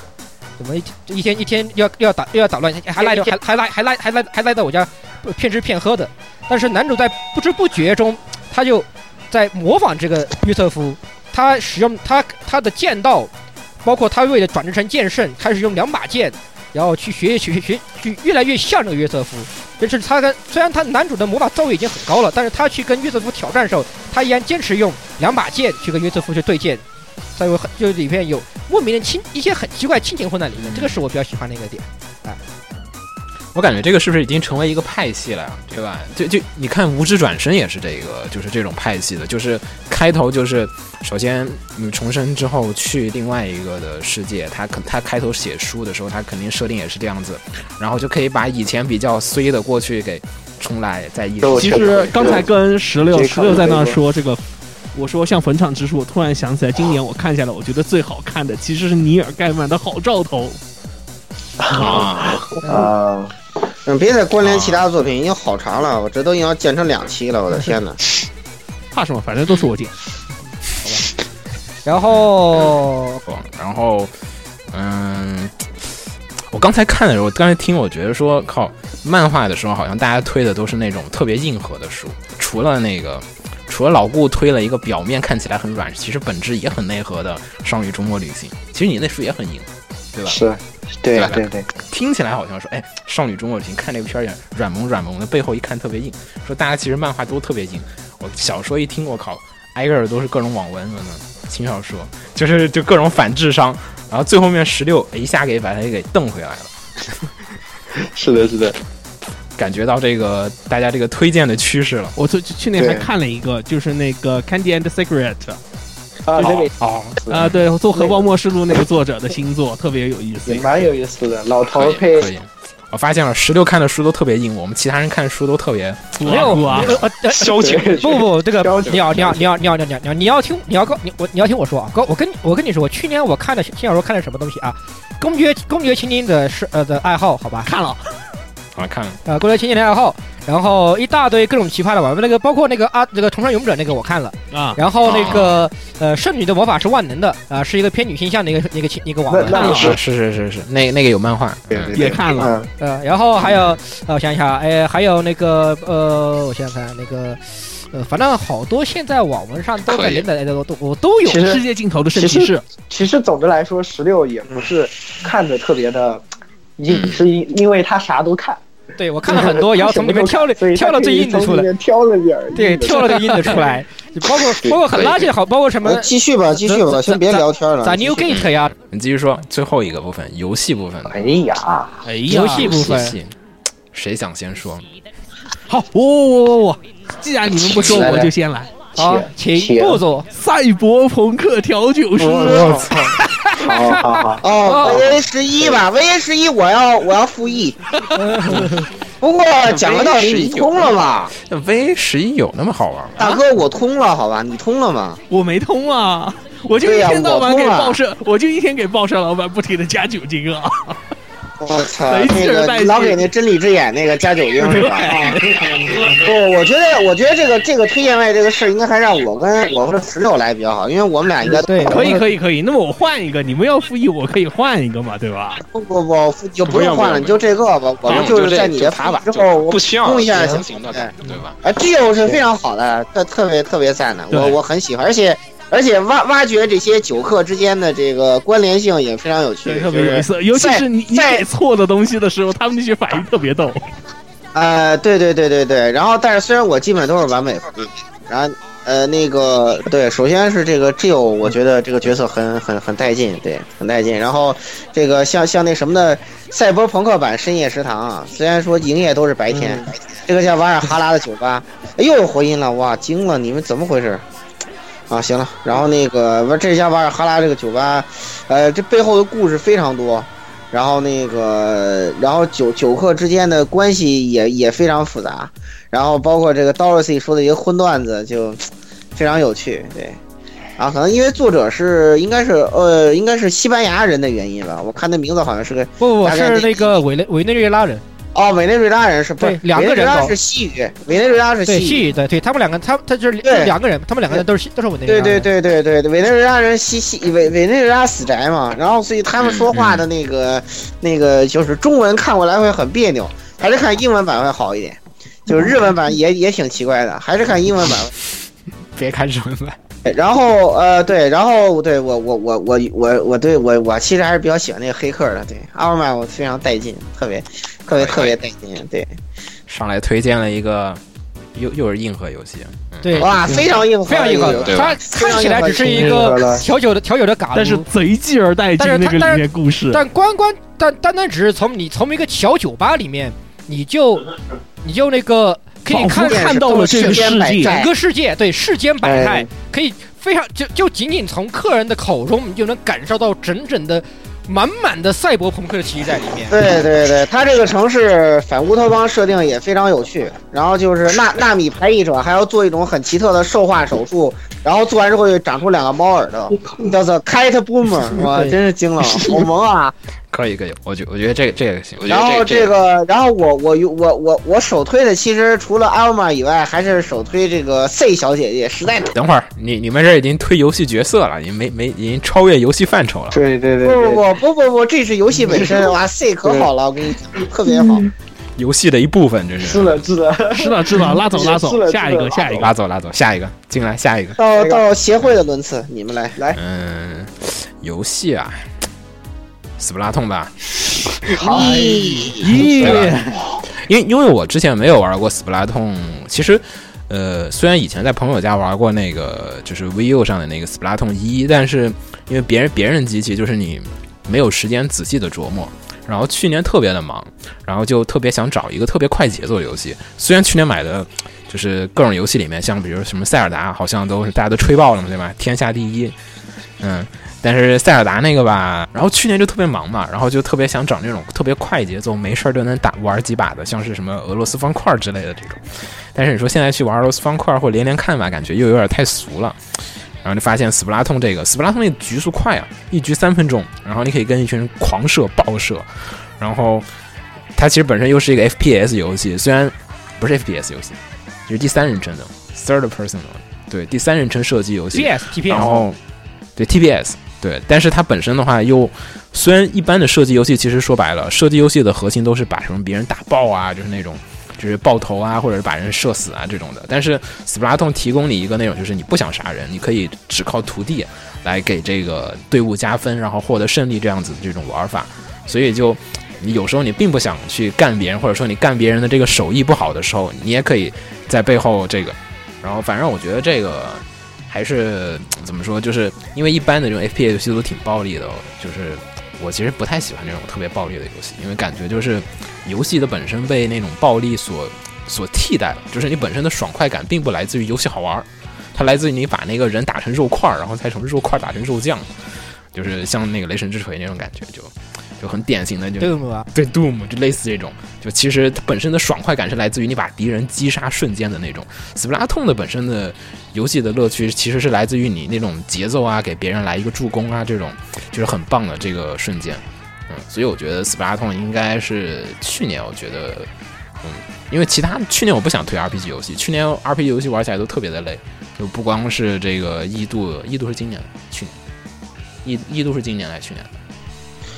Speaker 5: 怎么一天一天一天要要打又要打乱，还赖着还还赖还赖还赖还赖在我家呃骗吃骗喝的。但是男主在不知不觉中，他就在模仿这个约瑟夫，他使用他他的剑道，包括他为了转职成剑圣，开始用两把剑，然后去学学学去越来越像这个约瑟夫。就是他跟虽然他男主的魔法造诣已经很高了，但是他去跟约瑟夫挑战的时候，他依然坚持用两把剑去跟约瑟夫去对剑，所以我很就里面有莫名的亲一些很奇怪亲情混在里面，这个是我比较喜欢的一个点。哎，
Speaker 8: 我感觉这个是不是已经成为一个派系了呀？对吧？就就你看《无知转身》也是这个，就是这种派系的，就是开头就是首先你重生之后去另外一个的世界，他肯他开头写书的时候，他肯定设定也是这样子，然后就可以把以前比较衰的过去给重来再一。
Speaker 1: 其实刚才跟石榴，石榴在那说这个，我说像坟场之书，我突然想起来，今年我看下来，我觉得最好看的其实是尼尔盖曼的《好兆头》。
Speaker 8: 啊
Speaker 2: 啊！嗯，别再关联其他作品，已经好长了，我这都已经要剪成两期了，我的天哪！
Speaker 1: 怕什么？反正都是我剪。
Speaker 5: 然后，
Speaker 8: 然后，嗯，我刚才看的时候，刚才听，我觉得说靠，漫画的时候好像大家推的都是那种特别硬核的书，除了那个，除了老顾推了一个表面看起来很软，其实本质也很内核的《少女周末旅行》，其实你那书也很硬，对吧？
Speaker 15: 是，对
Speaker 8: 吧
Speaker 15: 对对，
Speaker 8: 听起来好像说，哎，《少女周末旅行》看这个片儿也软萌软萌的，背后一看特别硬，说大家其实漫画都特别硬，我小说一听，我靠，挨个儿都是各种网文文呢，轻小说，就是就各种反智商，然后最后面十六哎一下给把它给瞪回来了。
Speaker 15: 是的，是的，
Speaker 8: 感觉到这个大家这个推荐的趋势了。
Speaker 1: 我最去年还看了一个，就是那个《Candy and Cigarette》。
Speaker 15: 啊
Speaker 1: 就是
Speaker 15: 对
Speaker 8: 哦
Speaker 1: 啊，对，做《荷包末世录》那个作者的新作特别有意思
Speaker 15: 也，蛮有意思的。老头配
Speaker 8: 可以，我发现了，十六看的书都特别硬，我们其他人看的书都特别
Speaker 5: 没有呃呃呃不不，这个你要你要你要你要你要你要你要听你要跟你我你要听我说啊，哥，我跟我跟你说，我去年我看的轻小说看的什么东西啊？公爵公爵青年的是呃的爱好，好吧？
Speaker 1: 看了，
Speaker 8: 好看了。
Speaker 5: 呃，过来青年的爱好，然后一大堆各种奇葩的玩意儿，那个包括那个啊，这个《重生勇者》那个我看了
Speaker 1: 啊
Speaker 5: 然后那个呃，圣女的魔法是万能的啊、是一个偏女性向的一个一个一个网文，
Speaker 8: 啊是是是是，那那个有漫画，嗯
Speaker 1: 也看了。
Speaker 5: 呃，然后还有呃，我想一下，哎，还有那个呃，我想想看那个。呃，反正好多现在网文上都在连载的哎都都我都有
Speaker 15: 其实
Speaker 5: 士
Speaker 15: 其实其实总的来说，十六也不是看着特别的
Speaker 5: 嗯
Speaker 15: 硬，是因因为他啥都看。
Speaker 2: [laughs]
Speaker 15: [laughs]
Speaker 5: 对我看了很多，然后从里面挑了挑了最硬的出来，
Speaker 15: 挑了点，
Speaker 2: [laughs]
Speaker 5: 对，挑了最硬的出来。包括包括很垃圾的好，包括什么？
Speaker 2: 继续吧，继续吧，先别聊天了。
Speaker 5: 咋 New Gate 呀？
Speaker 4: 你继续说最后一个部分，游戏部分。哎
Speaker 15: 呀，
Speaker 4: 哎
Speaker 5: 呀游戏部分哦
Speaker 4: 游戏谁想先说？
Speaker 1: 好，我我我我，既然你们不说，我就先 [laughs] 来。
Speaker 5: 好，请步走。
Speaker 1: 赛博朋克调酒师，
Speaker 2: 我
Speaker 1: 操！
Speaker 15: 好好好，
Speaker 2: 哦，VA 十一吧，VA 十一，我要我要复议。不过讲个道理，你通了吧？
Speaker 4: ？V 十一有那么好玩吗？
Speaker 2: 大哥，我通了，好吧？你通了吗？
Speaker 1: 我没通啊，我就一
Speaker 2: 对呀
Speaker 1: 天到晚
Speaker 2: 我
Speaker 1: 给
Speaker 2: 通了
Speaker 1: 报社，我啊就一天给报社老板不停的加酒精啊。
Speaker 2: 我操，
Speaker 1: 没
Speaker 2: 那
Speaker 1: 事儿
Speaker 2: 个
Speaker 1: 拜
Speaker 2: 你老给那真理之眼那个加酒精是吧？
Speaker 1: [laughs]
Speaker 2: 啊不，我觉得，我觉得这个这个推荐外这个事儿，应该还让我跟我和石榴来比较好，因为我们俩应该
Speaker 1: 可以可
Speaker 2: 以。
Speaker 1: 以可以，那么我换一个，你们要复议，我可以换一个嘛，对吧？
Speaker 2: 不不不，就不用换了，你就这个吧。我们啊就是在你的爬板之后，我弄一下行
Speaker 4: 那对吧？
Speaker 2: 啊，这种是非常好的，特特别特别赞的，
Speaker 4: 对
Speaker 2: 我我很喜欢，而且而且挖挖掘这些酒客之间的这个关联性也非常有趣，
Speaker 1: 对，特别有意
Speaker 2: 就
Speaker 1: 思，
Speaker 2: 是
Speaker 1: 尤其
Speaker 2: 在
Speaker 1: 是你你
Speaker 2: 在
Speaker 1: 给错的东西的时候，他们那些反应特别逗。
Speaker 2: 呃，对对对对对，然后但是虽然我基本都是完美服，然后呃那个对，首先是这个 Jill，我觉得这个角色很很很带劲，对，很带劲。然后这个像像那什么的赛博朋克版深夜食堂啊，虽然说营业都是白天，这个叫瓦尔哈拉的酒吧，哎呦回音了，哇惊了，你们怎么回事？啊，行了，然后那个不是这家瓦尔哈拉这个酒吧，呃，这背后的故事非常多，然后那个，然后酒酒客之间的关系也也非常复杂，然后包括这个 Dorothy 说的一个荤段子就非常有趣，对，啊，可能因为作者是应该是呃应该是西班牙人的原因吧，我看那名字好像是个
Speaker 5: 不不
Speaker 2: 大概
Speaker 5: 是那个委内委内瑞拉人，
Speaker 2: 哦委内瑞拉人是不是
Speaker 5: 对两个人
Speaker 2: 委内瑞拉
Speaker 5: 搞
Speaker 2: 是西语，委内瑞拉是
Speaker 5: 对
Speaker 2: 西
Speaker 5: 西
Speaker 2: 语。
Speaker 5: 语的，对他们两个，他他就是
Speaker 2: 对
Speaker 5: 两个人，他们两个人都是都是委内瑞
Speaker 2: 对
Speaker 5: 拉
Speaker 2: 对
Speaker 5: 人。
Speaker 2: 对对对，委内瑞拉人西西委委内瑞拉死宅嘛，然后所以他们说话的那个、那个就是中文看过来会很别扭，还是看英文版会好一点。就是日文版也也挺奇怪的，还是看英文版。
Speaker 4: 别看日文版，
Speaker 2: 然后呃对，然后对我我我我我我对我我其实还是比较喜欢那个黑客的，对阿尔曼我非常带劲，特别特别特别带劲，对
Speaker 4: 上来推荐了一个，又又是硬核游戏，嗯
Speaker 5: 对
Speaker 2: 哇非常硬核
Speaker 5: 非常硬核
Speaker 2: 啊对。
Speaker 4: 对
Speaker 5: 它
Speaker 4: 吧
Speaker 5: 看起来只是一个调酒的调酒的嘎，
Speaker 1: 但是贼继而带进
Speaker 5: 但是
Speaker 1: 那
Speaker 5: 他
Speaker 1: 个
Speaker 5: 但
Speaker 1: 里
Speaker 5: 是
Speaker 1: 面故事，
Speaker 5: 但光光但单单只是从你从一个小酒吧里面，你就你就那个可以
Speaker 1: 仿佛
Speaker 5: 看
Speaker 1: 看到了这个世界
Speaker 5: 整个世界对世间百态
Speaker 1: 哎，
Speaker 5: 可以非常就就仅仅从客人的口中，你就能感受到整整的满满的赛博朋克的气息在里面。
Speaker 2: 对对对，它这个城市反乌托邦设定也非常有趣。然后就是纳纳米排异者还要做一种很奇特的兽化手术，然后做完之后会长出两个猫耳朵，叫做 Cat Boomer，我真是惊了，好萌啊！
Speaker 4: 可以可以，我觉我觉得这个这个行，
Speaker 2: 然后这个，然后我我我我我首推的其实除了 Alma 以外，还是首推这个 C 小姐姐，实在太
Speaker 4: [laughs] 等会儿你你们这已经推游戏角色了，已经没没已经超越游戏范畴了，
Speaker 15: 对对
Speaker 2: 不不不不不不，这是游戏本身，哇，C 可好了，我跟你讲，特别好。
Speaker 4: 游戏的一部分，这是哎
Speaker 15: 是的，是的， [laughs]
Speaker 1: 是的，是的， [laughs] 拉走拉
Speaker 2: 是
Speaker 1: 走，
Speaker 2: 的
Speaker 1: 下一
Speaker 2: 是
Speaker 1: 个
Speaker 2: 的
Speaker 1: 下一个，
Speaker 4: 拉走拉走，下一个进来下一个，
Speaker 2: 到到协会的轮次，你们来来，
Speaker 4: 嗯，游戏啊，死不拉痛吧，
Speaker 1: 咦
Speaker 4: [laughs] 对吧因为因为我之前没有玩过 Splatoon，其实呃，虽然以前在朋友家玩过那个就是 VU 上的那个 Splatoon 一，但是因为别人别人机器，就是你没有时间仔细的琢磨。然后去年特别的忙，然后就特别想找一个特别快节奏的游戏。虽然去年买的，就是各种游戏里面，像比如什么塞尔达，好像都是大家都吹爆了嘛，对吧？天下第一，嗯，但是塞尔达那个吧，然后去年就特别忙嘛，然后就特别想找那种特别快节奏，没事儿就能打玩几把的，像是什么俄罗斯方块之类的这种。但是你说现在去玩俄罗斯方块或连连看吧，感觉又有点太俗了。然后就发现斯普拉通这个，斯普拉通那局数快啊，一局三分钟，然后你可以跟一群人狂射爆射，然后它其实本身又是一个 FPS 游戏，虽然不是 FPS 游戏，就是第三人称的 third person 的，对，第三人称射击游戏
Speaker 5: PS TPS
Speaker 1: 哦
Speaker 4: 然后对 TPS 对，但是它本身的话又虽然一般的射击游戏其实说白了，射击游戏的核心都是把什么别人打爆啊，就是那种。就是爆头啊，或者是把人射死啊这种的。但是 Splatoon 提供你一个那种，就是你不想杀人，你可以只靠徒弟来给这个队伍加分，然后获得胜利这样子的这种玩法。所以就你有时候你并不想去干别人，或者说你干别人的这个手艺不好的时候，你也可以在背后这个
Speaker 8: 然后反正我觉得这个还是怎么说，就是因为一般的这种 FPA 游戏都挺暴力的、哦，就是我其实不太喜欢这种特别暴力的游戏，因为感觉就是游戏的本身被那种暴力所所替代了，就是你本身的爽快感并不来自于游戏好玩儿，它来自于你把那个人打成肉块儿，然后再从肉块儿打成肉酱，就是像那个雷神之锤那种感觉就。就很典型的就
Speaker 5: Doom 啊
Speaker 8: 对 Doom 就类似这种，就其实它本身的爽快感是来自于你把敌人击杀瞬间的那种。Splatoon 的本身的游戏的乐趣其实是来自于你那种节奏啊，给别人来一个助攻啊，这种就是很棒的这个瞬间。嗯，所以我觉得 Splatoon 应该是去年，我觉得，嗯，因为其他去年我不想推 RPG 游戏，去年 RPG 游戏玩起来都特别的累，就不光是这个异度，异度是今年的，去年，异异度是今年还是去年的？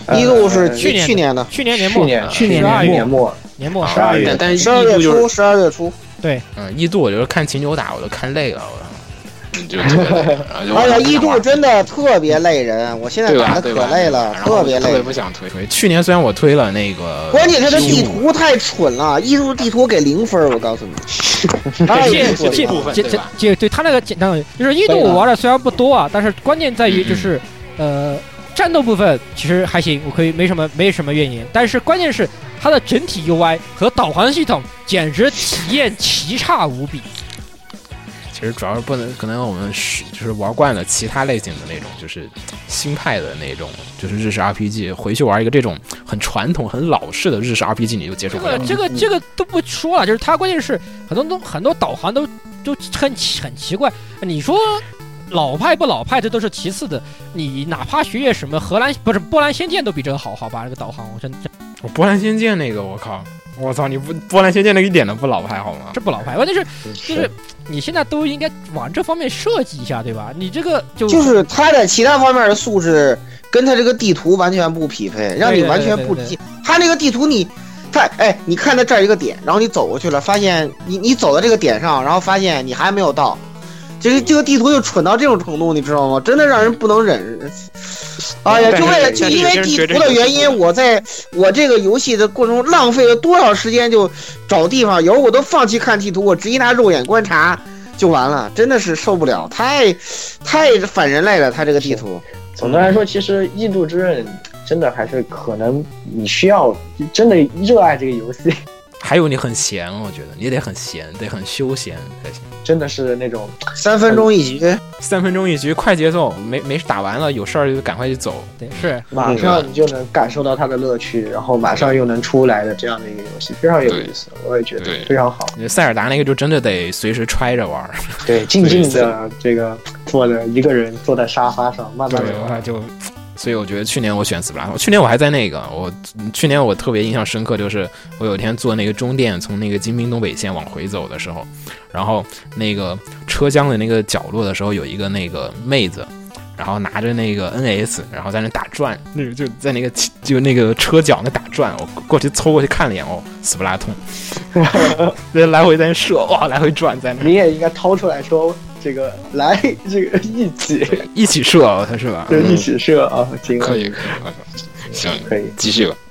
Speaker 15: 呃
Speaker 2: 一度是去
Speaker 5: 年
Speaker 2: 去年的，
Speaker 5: 去呃年年末啊
Speaker 2: 去
Speaker 5: 年
Speaker 2: 年
Speaker 5: 年
Speaker 2: 末，
Speaker 5: 年末
Speaker 2: 十二月，
Speaker 5: 但是
Speaker 2: 十二月
Speaker 5: 一度就是
Speaker 2: 初，十二月初，
Speaker 5: 对，
Speaker 8: 嗯，一度我就是看秦九打，我都看累了，我就
Speaker 2: 哎呀，一度真的特别累人，我现在
Speaker 8: 对
Speaker 2: 打
Speaker 8: 吧？
Speaker 2: 的
Speaker 8: 对
Speaker 2: 可
Speaker 8: 吧？
Speaker 2: 累了，
Speaker 8: 然后
Speaker 2: 特
Speaker 8: 我
Speaker 2: 别
Speaker 8: 就特
Speaker 2: 累
Speaker 8: 别。不想推。去年虽然我推了那个，
Speaker 2: 关键它的地图太蠢了，一度地图给零分儿，我告诉你。太
Speaker 5: 这
Speaker 2: 蠢
Speaker 5: 这
Speaker 2: 了
Speaker 5: 这这这对他那个简单的，就是印度我玩的虽然不多啊，但是关键在于就是呃战斗部分其实还行，我可以没什么没什么怨言，但是关键是它的整体 UI 和导航系统简直体验奇差无比。
Speaker 8: 其实主要是不能，可能我们是就是玩惯了其他类型的那种，就是新派的那种，就是日式 RPG，回去玩一个这种很传统、很老式的日式 RPG，你就接受
Speaker 5: 这
Speaker 8: 不了
Speaker 5: 个。这个这个都不说了，就是它关键是很多东很多导航都都很奇很奇怪。你说老派不老派，这都是其次的。你哪怕学学什么荷兰不是波兰仙剑都比这个好，好吧？这个导航我真真
Speaker 8: 我波兰仙剑那个，我靠，我操，你不波兰仙剑那个一点都不老派好吗？
Speaker 5: 这不老派，关键是
Speaker 15: 嗯
Speaker 5: 就是你现在都应该往这方面设计一下，对吧？你这个就
Speaker 2: 就是他在其他方面的素质跟他这个地图完全不匹配，让你完全不理
Speaker 5: 对对对对
Speaker 2: 解
Speaker 5: 对。
Speaker 2: 他那个地图你，他哎，你看到这儿一个点，然后你走过去了，发现你你走到这个点上，然后发现你还没有到，这个这个地图就蠢到这种程度，你知道吗？真的让人不能忍。 [laughs] 哎呀，
Speaker 13: 但
Speaker 2: 就是为
Speaker 13: 但是有些
Speaker 2: 了就因为
Speaker 13: 人
Speaker 2: 地
Speaker 13: 觉得
Speaker 2: 图的
Speaker 13: 有
Speaker 2: 原因，我在我这个游戏的过程中浪费了多少时间就找地方，有时候我都放弃看地图，我直接拿肉眼观察就完了，真的是受不了，太太反人类了，他这个地图。
Speaker 15: 总的来说，其实《异度之刃》真的还是可能你需要真的热爱这个游戏， [laughs]
Speaker 8: 还有你很闲，我觉得你得很闲，得很休闲才行。
Speaker 15: 真的是那种
Speaker 2: 三分钟一局，
Speaker 8: 三分钟一局，快节奏，没没打完了，有事儿就赶快去走。
Speaker 5: 对，是
Speaker 15: 马上
Speaker 5: 嗯
Speaker 15: 你就能感受到它的乐趣，然后马上又能出来的这样的一个游戏，非常有意思，我也觉得
Speaker 8: 对
Speaker 15: 非常好。
Speaker 8: 塞尔达那个就真的得随时揣着玩儿，
Speaker 15: 对，静静的这个坐着一个人坐在沙发上，慢慢的
Speaker 8: 对，就。所以我觉得去年我选 Splatoon，去年我还在那个，我去年我特别印象深刻，就是我有一天坐那个中电从那个金滨东北线往回走的时候，然后那个车厢的那个角落的时候，有一个那个妹子，然后拿着那个 NS，然后在那打转，那个就在那个就那个车角那打转，我过去凑过去看了一眼，哦，Splatoon，来 [laughs] 来回在那射，哇，来回转在那，
Speaker 15: 你也应该掏出来说这个来这个一起，
Speaker 8: 一起射，它是吧？
Speaker 15: 就一起射啊，行，
Speaker 8: 可以可以，行，
Speaker 15: 可以
Speaker 8: 继续吧。
Speaker 15: 啊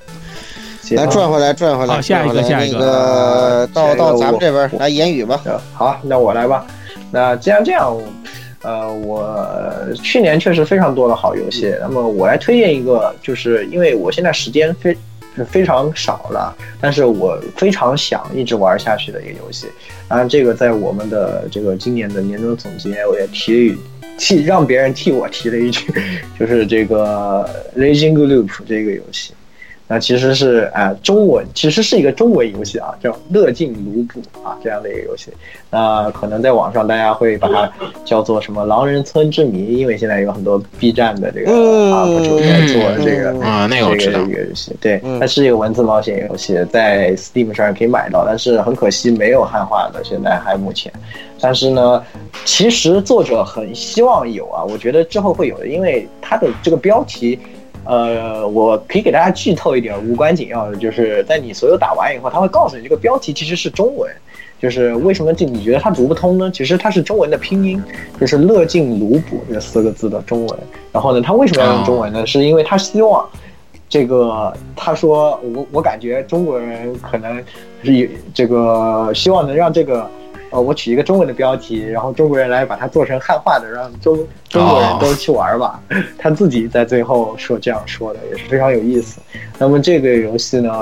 Speaker 2: 来转回来，转回来。
Speaker 15: 好下一个
Speaker 2: 转回来
Speaker 15: 下一个
Speaker 2: 那个到
Speaker 15: 下一个
Speaker 2: 到咱们
Speaker 15: 我
Speaker 2: 这边
Speaker 15: 我
Speaker 2: 来言语吧。
Speaker 15: 好，那我来吧。那既然这样，我呃，我去年确实非常多的好游戏。那么我来推荐一个，就是因为我现在时间非非常少了，但是我非常想一直玩下去的一个游戏。当然，这个在我们的这个今年的年终总结，我也提了一替让别人替我提了一句， [laughs] 就是这个《Raging Loop》这个游戏。那其实是啊、呃中文其实是一个中文游戏啊，叫《乐尽卢布》啊这样的一个游戏。那、可能在网上大家会把它叫做什么“狼人村之谜”，因为现在有很多 B 站的这个、
Speaker 2: 嗯
Speaker 15: 啊博主在做这个、
Speaker 8: 嗯啊那个我知道
Speaker 15: 这个这个游戏。对，它是一个文字冒险游戏，在 Steam 上也可以买到，但是很可惜没有汉化的，现在还目前。但是呢，其实作者很希望有啊，我觉得之后会有的，因为它的这个标题。呃，我可以给大家剧透一点无关紧要的，就是在你所有打完以后，他会告诉你这个标题其实是中文，就是为什么这你觉得它读不通呢？其实它是中文的拼音，就是“乐尽卢补”这四个字的中文。然后呢，他为什么要用中文呢？是因为他希望这个，他说我我感觉中国人可能是有这个希望能让这个呃，我取一个中文的标题，然后中国人来把它做成汉化的，让中中国人都去玩吧。 [laughs] 他自己在最后说这样说的，也是非常有意思。那么这个游戏呢，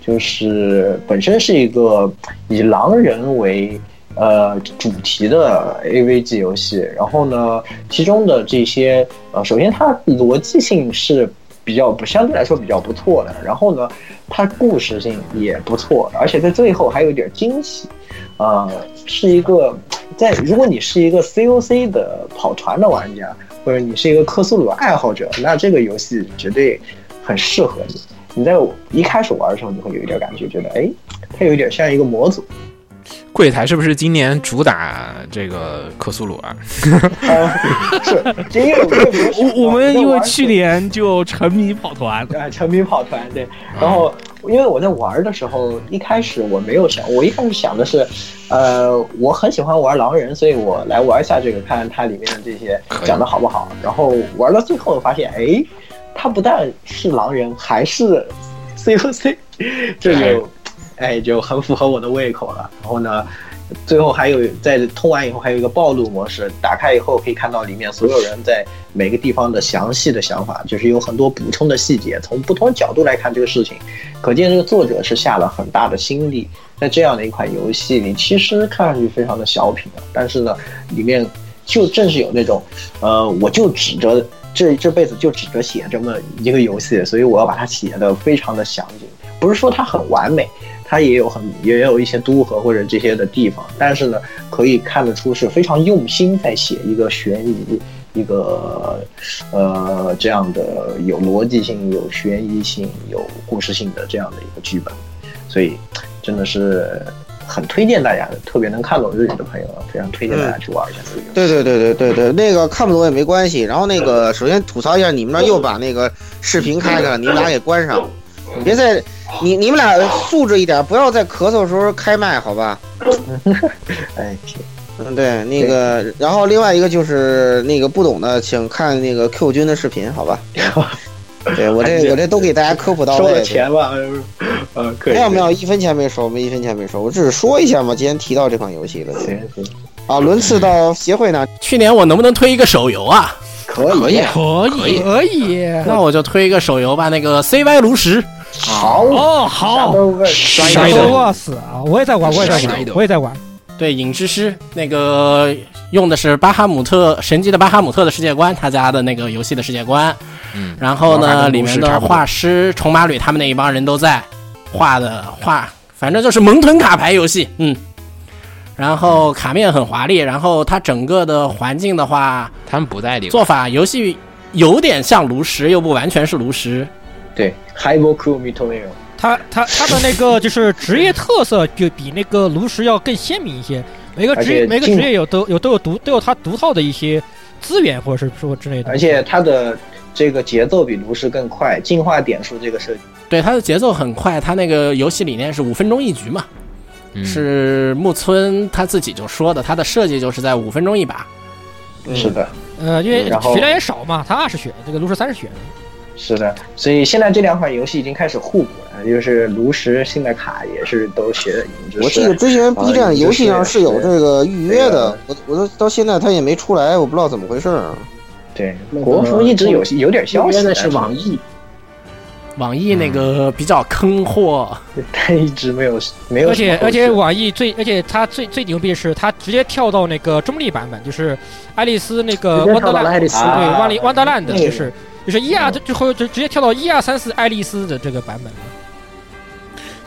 Speaker 15: 就是本身是一个以狼人为呃主题的 AVG 游戏，然后呢，其中的这些呃，首先它逻辑性是比较不相对来说比较不错的，然后呢，它故事性也不错，而且在最后还有点惊喜，呃，是一个在如果你是一个 COC 的跑团的玩家，或者你是一个克苏鲁爱好者，那这个游戏绝对很适合你。你在一开始玩的时候，你会有一点感觉，觉得哎，它有点像一个模组，
Speaker 8: 柜台是不是今年主打这个克苏鲁啊？
Speaker 15: [laughs] 这因为我也不是
Speaker 1: 我我们因为去年就沉迷跑团，
Speaker 15: 啊，沉迷跑团对。然后因为我在玩的时候，一开始我没有想，我一开始想的是，呃，我很喜欢玩狼人，所以我来玩一下这个，看它里面的这些
Speaker 8: 可以
Speaker 15: 讲的好不好。然后玩到最后，发现哎，它不但是狼人，还是 COC，这 [laughs] 就哎就很符合我的胃口了。然后呢？最后还有在通完以后还有一个暴露模式，打开以后可以看到里面所有人在每个地方的详细的想法，就是有很多补充的细节，从不同角度来看这个事情，可见这个作者是下了很大的心力。在这样的一款游戏里，其实看上去非常的小品啊，但是呢，里面就正是有那种，呃，我就指着这这辈子就指着写这么一个游戏，所以我要把它写的非常的详尽。不是说它很完美，它也有很也有一些都合或者这些的地方，但是呢，可以看得出是非常用心在写一个悬疑，一个呃这样的有逻辑性、有悬疑性、有故事性的这样的一个剧本，所以真的是很推荐大家的，特别能看懂日语的朋友啊，非常推荐大家去玩一下这个游戏。
Speaker 2: 对对对对对对，那个看不懂也没关系。然后那个，首先吐槽一下，你们那儿又把那个视频开开了，你们俩给关上，别再你你们俩素质一点，不要在咳嗽的时候开麦，好吧？
Speaker 15: 哎，行
Speaker 2: 嗯，对，那个，然后另外一个就是那个不懂的，请看那个 Q 君的视频，好吧？哎对我这我这都给大家科普到
Speaker 15: 收
Speaker 2: 位。
Speaker 15: 了钱吧， [laughs] 呃，可以。
Speaker 2: 没有没有，一分钱没收，我们一分钱没收，我只是说一下嘛，今天提到这款游戏了。
Speaker 15: 行行。
Speaker 2: 啊，轮次到协会呢。
Speaker 6: 去年我能不能推一个手游啊？
Speaker 2: 可
Speaker 6: 以
Speaker 1: 可以
Speaker 5: 可以，
Speaker 15: 啊
Speaker 6: 那我就推一个手游吧，那个 CY 炉石。
Speaker 15: 好
Speaker 1: 哦，好，
Speaker 5: 沙
Speaker 6: 的
Speaker 5: 洲 boss 啊，我也在玩，我也在玩，我也在玩。
Speaker 6: 对，影之师
Speaker 5: 那
Speaker 6: 那个用的是巴哈姆特《神级的巴哈姆特》的世界观，他家的那个游戏的世界观。
Speaker 8: 嗯，
Speaker 6: 然后
Speaker 8: 玩法
Speaker 6: 呢，
Speaker 8: 跟
Speaker 6: 里
Speaker 8: 炉石
Speaker 6: 面的
Speaker 8: 差不多
Speaker 6: 画师虫马吕他们那一帮人都在画的画，反正就是蒙屯卡牌游戏，嗯。然后卡面很华丽，然后它整个的环境的话，
Speaker 8: 他们不在里边
Speaker 6: 做法游戏有点像炉石，又不完全是炉石。
Speaker 15: 对 h y b o k u m i t o m e
Speaker 5: 他他他的那个就是职业特色就比那个炉石要更鲜明一些，每个职
Speaker 15: 而
Speaker 5: 业
Speaker 15: 且
Speaker 5: 每个
Speaker 15: 进
Speaker 5: 职业有都有都有独都有它独套的一些资源或者是说之类的。
Speaker 15: 而且它的这个节奏比炉石更快，进化点数这个设计，
Speaker 6: 对，它的节奏很快，它那个游戏理念是五分钟一局嘛，嗯是木村他自己就说的，他的设计就是在五分钟一把。
Speaker 15: 是的，
Speaker 5: 呃，因为
Speaker 15: 嗯然后
Speaker 5: 血量也少嘛，他二十血，这个炉石三十血。
Speaker 15: 是的。所以现在这两款游戏已经开始互补了，就是炉石新的卡也是都学的影之
Speaker 2: 我记得之前 B 站游戏啊上是有这个预约的，我我都到现在它也没出来，我不知道怎么回事儿。啊
Speaker 15: 对，国服一直有有点消息，但 [laughs]
Speaker 10: 易，
Speaker 6: 网易那个比较坑货，
Speaker 15: 它一直没有没有
Speaker 5: 而
Speaker 15: 哎什么
Speaker 5: 且
Speaker 15: 后续。
Speaker 5: 而且网易最，而且它最最牛逼的是，它直接跳到那个中立版本，就是爱丽丝那个
Speaker 10: 直接跳
Speaker 5: 万德
Speaker 10: 到了
Speaker 5: 兰，
Speaker 10: 爱丽丝
Speaker 5: 对，
Speaker 10: 啊
Speaker 5: 万丽万德兰的，
Speaker 10: 那个
Speaker 5: 就是就是一二，就后就直接跳到一二三四爱丽丝的这个版本了。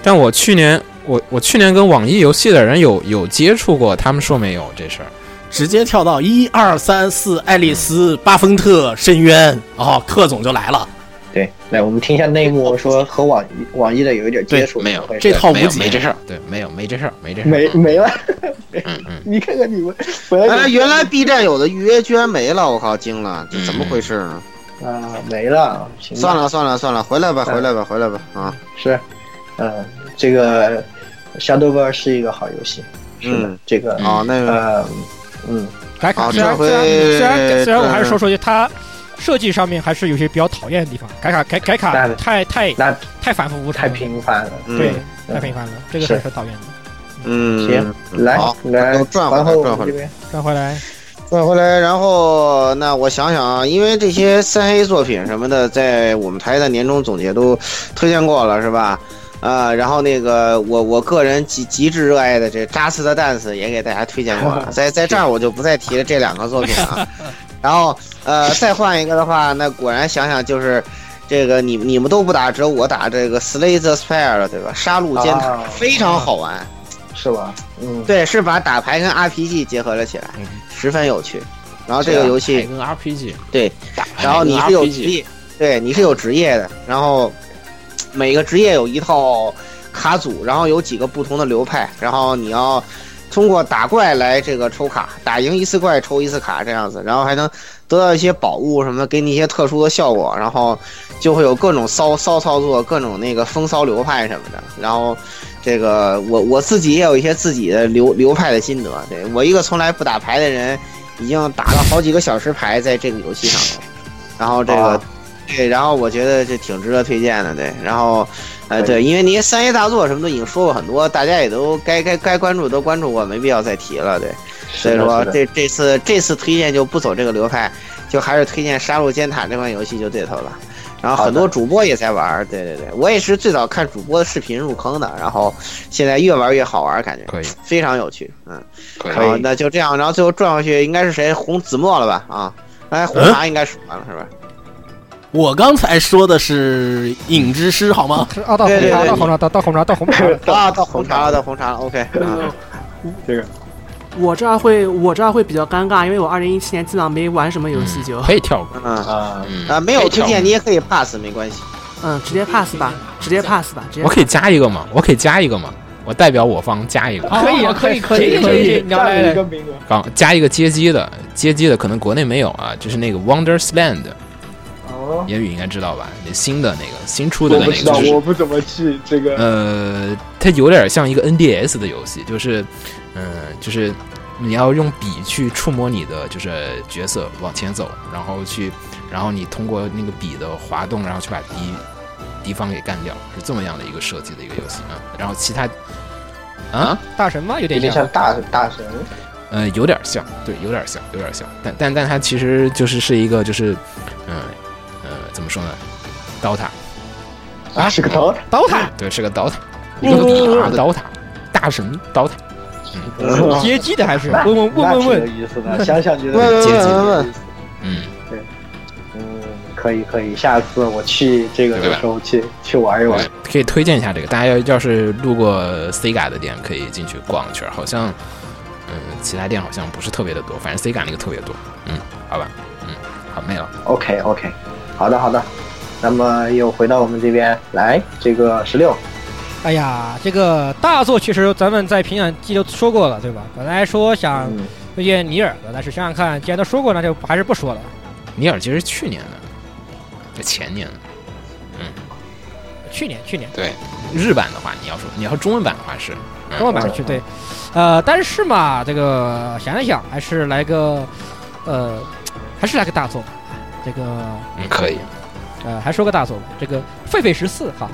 Speaker 8: 但我去年我我去年跟网易游戏的人有有接触过，他们说没有这事儿。
Speaker 6: 直接跳到一二三四，爱丽丝、巴芬特、深渊，哦，克总就来了。
Speaker 15: 对，来我们听一下内幕，说和网易网易的有一点接触，没有
Speaker 8: 这没有没这事儿，嗯对，没有没这事儿，没这事儿。
Speaker 15: 没没了。 [laughs] 你看看你们，本来
Speaker 2: 原来哎原来
Speaker 15: 嗯
Speaker 2: B 站有的预约居然没了，我靠，惊了，这怎么回事啊？
Speaker 15: 啊没了，行吧
Speaker 2: 算了算了算了，回来
Speaker 15: 嗯
Speaker 2: 吧回来吧回来吧啊！
Speaker 15: 是，呃，这个 Shadow b e r 是一个好游戏，是的，
Speaker 2: 嗯
Speaker 15: 这个
Speaker 2: 哦那个
Speaker 15: 呃，嗯，
Speaker 5: 来
Speaker 15: 卡
Speaker 5: 卡，
Speaker 15: 虽
Speaker 5: 虽然
Speaker 15: 然
Speaker 5: 虽然虽然虽然
Speaker 15: 虽然虽然虽然
Speaker 5: 我
Speaker 15: 我
Speaker 5: 还
Speaker 15: 还
Speaker 5: 是
Speaker 15: 是
Speaker 5: 说
Speaker 15: 说
Speaker 5: 说句，它设计上面还是有些比较讨厌的地方，改卡改改卡太太
Speaker 15: 那
Speaker 5: 太反复无常，
Speaker 15: 太频繁了，
Speaker 5: 对，
Speaker 15: 嗯
Speaker 5: 太频繁了，这个
Speaker 15: 是
Speaker 5: 是很讨厌的。
Speaker 2: 嗯，
Speaker 15: 行来
Speaker 2: 好
Speaker 15: 来
Speaker 2: 转回来，
Speaker 15: 然后
Speaker 2: 转回来
Speaker 15: 这边。
Speaker 5: 转回来，
Speaker 2: 转回来，然后那我想想啊，因为这些三 A 作品什么的，在我们台的年终总结都推荐过了，是吧？啊、然后那个我我个人极极致热爱的这《扎斯的 Dance》也给大家推荐过了，在在这儿我就不再提了这两个作品
Speaker 15: [laughs]
Speaker 2: 啊。然后呃，再换一个的话，那果然想想就是这个你你们都不打，只有我打这个《Slay the Spire》了，对吧？杀戮尖塔、
Speaker 15: 啊
Speaker 2: 非常好玩，
Speaker 15: 是吧？嗯，
Speaker 2: 对，是把打牌跟 RPG 结合了起来，十分有趣。然后这个游戏
Speaker 10: 跟 RPG，
Speaker 8: 哎
Speaker 2: 对，
Speaker 4: 哎
Speaker 2: 然后你是有职业，对，你是有职业的，然后每个职业有一套卡组，然后有几个不同的流派，然后你要通过打怪来这个抽卡，打赢一次怪抽一次卡这样子，然后还能得到一些宝物什么的，给你一些特殊的效果，然后就会有各种骚骚操作，各种那个风骚流派什么的，然后。这个我我自己也有一些自己的流流派的心得，对我一个从来不打牌的人，已经打了好几个小时牌在这个游戏上了，然后这个、
Speaker 15: 啊
Speaker 2: 对，然后我觉得这挺值得推荐的，对，然后，呃，
Speaker 15: 可以
Speaker 2: 对，因为那些三 A 大作什么都已经说过很多，大家也都该该该关注都关注过，没必要再提了，对，所以
Speaker 15: 的
Speaker 2: 说
Speaker 15: 是的
Speaker 2: 这这次这次推荐就不走这个流派，就还是推荐《杀戮尖塔》这款游戏就对头了。然后很多主播也在玩儿，对对对，我也是最早看主播的视频入坑的，然后现在越玩越好玩，感觉
Speaker 8: 可以，
Speaker 2: 非常有趣，嗯，
Speaker 8: 可以
Speaker 2: 然后那就这样，然后最后转回去应该是谁红子墨了吧？啊，哎，红茶应该数完了是吧？
Speaker 6: 我刚才说的是影之师，好吗？
Speaker 5: 啊，到
Speaker 2: 对
Speaker 5: 红
Speaker 2: 对
Speaker 5: 茶，
Speaker 2: 对
Speaker 5: 到红茶，到到红茶，到红茶。
Speaker 2: 啊，到红茶了，到红茶了，OK，啊
Speaker 15: 这个
Speaker 3: 我这儿会我这儿会比较尴尬，因为我二零一七年基本上没玩什么游戏就，
Speaker 8: 嗯可以跳
Speaker 2: 过啊
Speaker 8: 嗯
Speaker 2: 啊，没有推荐你
Speaker 3: 也
Speaker 2: 也可以 pass，没关系。
Speaker 3: 嗯，直接 pass 吧，直接 pass 吧，直接
Speaker 8: 我可以加一个吗？我可以加一个吗？我代表我方加一
Speaker 1: [laughs]
Speaker 8: 个，
Speaker 5: 可以啊，可以，可以，可以，你要来来，
Speaker 8: 刚加一个街机的，街机的可能国内没有啊，就是那个 Wondersland，
Speaker 15: 哦，
Speaker 8: 言语应该知道吧？那新的那个新出
Speaker 15: 我
Speaker 8: 的那
Speaker 15: 不
Speaker 8: 个，
Speaker 15: 知道
Speaker 8: 就，
Speaker 15: 我
Speaker 8: 是
Speaker 15: 不怎么去这个。
Speaker 8: 呃，它有点像一个 NDS 的游戏，就是嗯、就是你要用笔去触摸你的就是角色往前走，然后去，然后你通过那个笔的滑动，然后去把敌敌方给干掉，是这么样的一个设计的一个游戏啊。然后其他啊，
Speaker 5: 大神吗？有
Speaker 15: 有
Speaker 5: 点
Speaker 15: 点像大大神，
Speaker 8: 呃，有点像，对，有点像，有点像，但但但它其实就是是一个就是，嗯呃怎么说呢，DOTA
Speaker 15: 啊，是个刀塔，
Speaker 5: 刀
Speaker 4: [laughs]
Speaker 5: 塔，
Speaker 8: 对，是个 DOTA，一
Speaker 15: 嗯
Speaker 8: 个大 DOTA，大神 DOTA，嗯，
Speaker 5: 街机的还是问问问问
Speaker 15: [laughs] 那挺有意思的，
Speaker 2: 嗯
Speaker 15: 想想觉得
Speaker 5: 问问
Speaker 15: 接
Speaker 5: 问
Speaker 15: 近
Speaker 5: 问
Speaker 15: 问，
Speaker 8: 嗯，
Speaker 15: 对，嗯，可以可以，下次我去这个
Speaker 8: 对
Speaker 15: 的
Speaker 8: 吧
Speaker 15: 时候去去玩一玩。
Speaker 8: 可以推荐一下这个，大家要要是路过 Sega 的店，可以进去逛一圈，好像嗯其他店好像不是特别的多，反正 Sega 那个特别多，嗯，好吧，嗯，好没了，
Speaker 15: OK OK，好的好的，那么又回到我们这边来，这个十六，
Speaker 5: 哎呀，这个大作其实咱们在评奖季都说过了，对吧？本来说想
Speaker 15: 嗯
Speaker 5: 推荐尼尔的，但是想想看，既然都说过，那就还是不说了。
Speaker 8: 尼尔其实去年的，前年的，嗯，
Speaker 5: 去年去年
Speaker 8: 对，日版的话你要说你要中文版的话是嗯
Speaker 5: 中文版上去对，
Speaker 15: 嗯
Speaker 5: 呃，但是嘛，这个想一想，还是来个，呃，还是来个大作吧。这个
Speaker 8: 嗯，可以。
Speaker 5: 呃，还说个大作吧，这个《狒狒十四》
Speaker 15: 嗯
Speaker 5: 哈，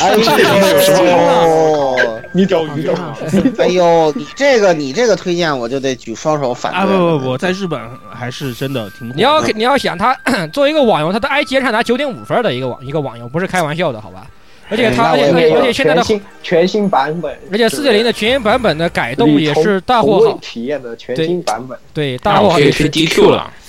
Speaker 2: 哎呦，
Speaker 15: 你懂你懂，
Speaker 2: [laughs] 哎呦，你这个你这个推荐我就得举双手反
Speaker 1: 啊
Speaker 2: 对
Speaker 1: 不
Speaker 2: 了。
Speaker 1: 不不，在日本还是真的挺火的。
Speaker 5: 你要你要想他作为一个网游，他的 IGN 上拿九点五分的一个网一个网游，不是开玩笑的，好吧？而且他
Speaker 15: 嗯哎那
Speaker 5: 而且
Speaker 15: 我也
Speaker 5: 而
Speaker 15: 没
Speaker 5: 且
Speaker 15: 有
Speaker 5: 而且现在的
Speaker 15: 全新全新版本，
Speaker 5: 而且四点零的全新版本的改动也是大获
Speaker 15: 从
Speaker 5: 好
Speaker 15: 未体验的全新版本，
Speaker 5: 对，大
Speaker 4: 啊
Speaker 5: 获好评，也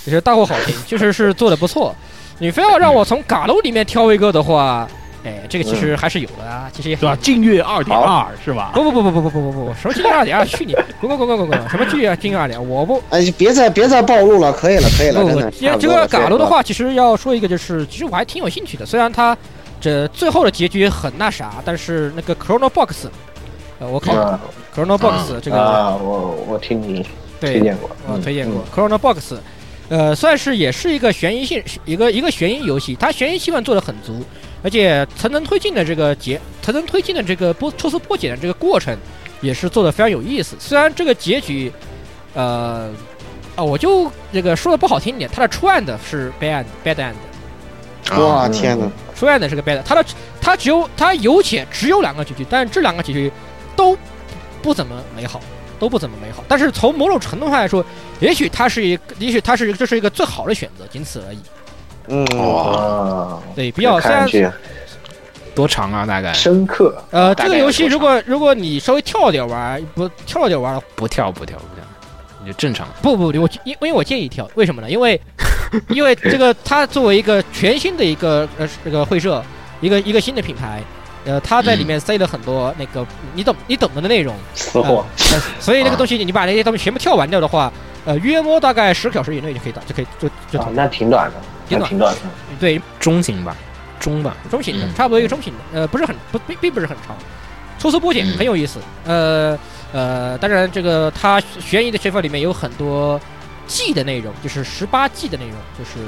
Speaker 5: 是大获好评，确实是做的不错。你非要让我从嘎楼里面挑一个的话，哎，这个其实还是有的啊，其实也
Speaker 1: 对吧？禁月二点二是吧？
Speaker 5: 不不不不不不不不不，什么禁月二点二？啊去你！滚滚滚滚滚滚！什么啊禁月禁月二点？我不
Speaker 2: 哎，别再别再暴露了，可以了，可以了，真
Speaker 5: 不
Speaker 2: 的。
Speaker 5: 这个这个嘎楼的话，，其实要说一个就是，其实我还挺有兴趣的，虽然它这最后的结局很那啥，但是那个 Chrono Box，呃，我靠
Speaker 15: 啊
Speaker 5: ，Chrono Box 这个
Speaker 15: 啊，我我听你
Speaker 5: 对
Speaker 15: 推荐过，
Speaker 5: 我
Speaker 15: 嗯
Speaker 5: 呃推荐过 Chrono Box，呃，算是也是一个悬疑性一个一个悬疑游戏，它悬疑气氛做的很足，而且层层推进的这个结层层推进的这个波抽丝剥茧的这个过程也是做的非常有意思。虽然这个结局，呃，啊，我就这个说的不好听一点，它的出案的是 bad bad end，
Speaker 15: 嗯
Speaker 8: 啊
Speaker 2: 哇天哪！
Speaker 5: 出案的是个 bad，它的它只有它有且只有两个结局，但是这两个结局都不怎么美好，都不怎么美好。但是从某种程度上来说，也许它是一个，也许它是一个这是一个最好的选择，仅此而已。
Speaker 2: 嗯，
Speaker 15: 哇，
Speaker 5: 对，比较虽然
Speaker 15: 看上去
Speaker 8: 多长啊？大概
Speaker 15: 深刻。
Speaker 5: 呃，
Speaker 8: 大
Speaker 5: 这
Speaker 8: 概
Speaker 5: 个游戏
Speaker 8: 有多
Speaker 5: 如果如果你稍微跳点玩，不跳点玩，
Speaker 8: 不跳不跳不跳，你就正常。
Speaker 5: 不不，我因因为我建议跳，为什么呢？因为 [laughs] 因为这个它作为一个全新的一个呃这个会社，一个一个新的品牌，呃，它在里面塞了很多那个你懂你懂得的内容，
Speaker 15: 死货
Speaker 5: 呃所以那个东西你把那些东西全部跳完掉的话，呃，约摸大概十个小时以内就可以打，就可以就就
Speaker 15: 啊，那挺短的，
Speaker 5: 挺
Speaker 15: 那
Speaker 5: 短
Speaker 15: 挺短的。
Speaker 5: 对
Speaker 8: 中型吧，中吧，
Speaker 5: 中型的，差不多一个中型的，呃，不是很不并并不是很长，抽丝剥茧很有意思。呃呃，当然这个它悬疑的学法里面有很多 G 的内容，就是十八 G 的内容，就是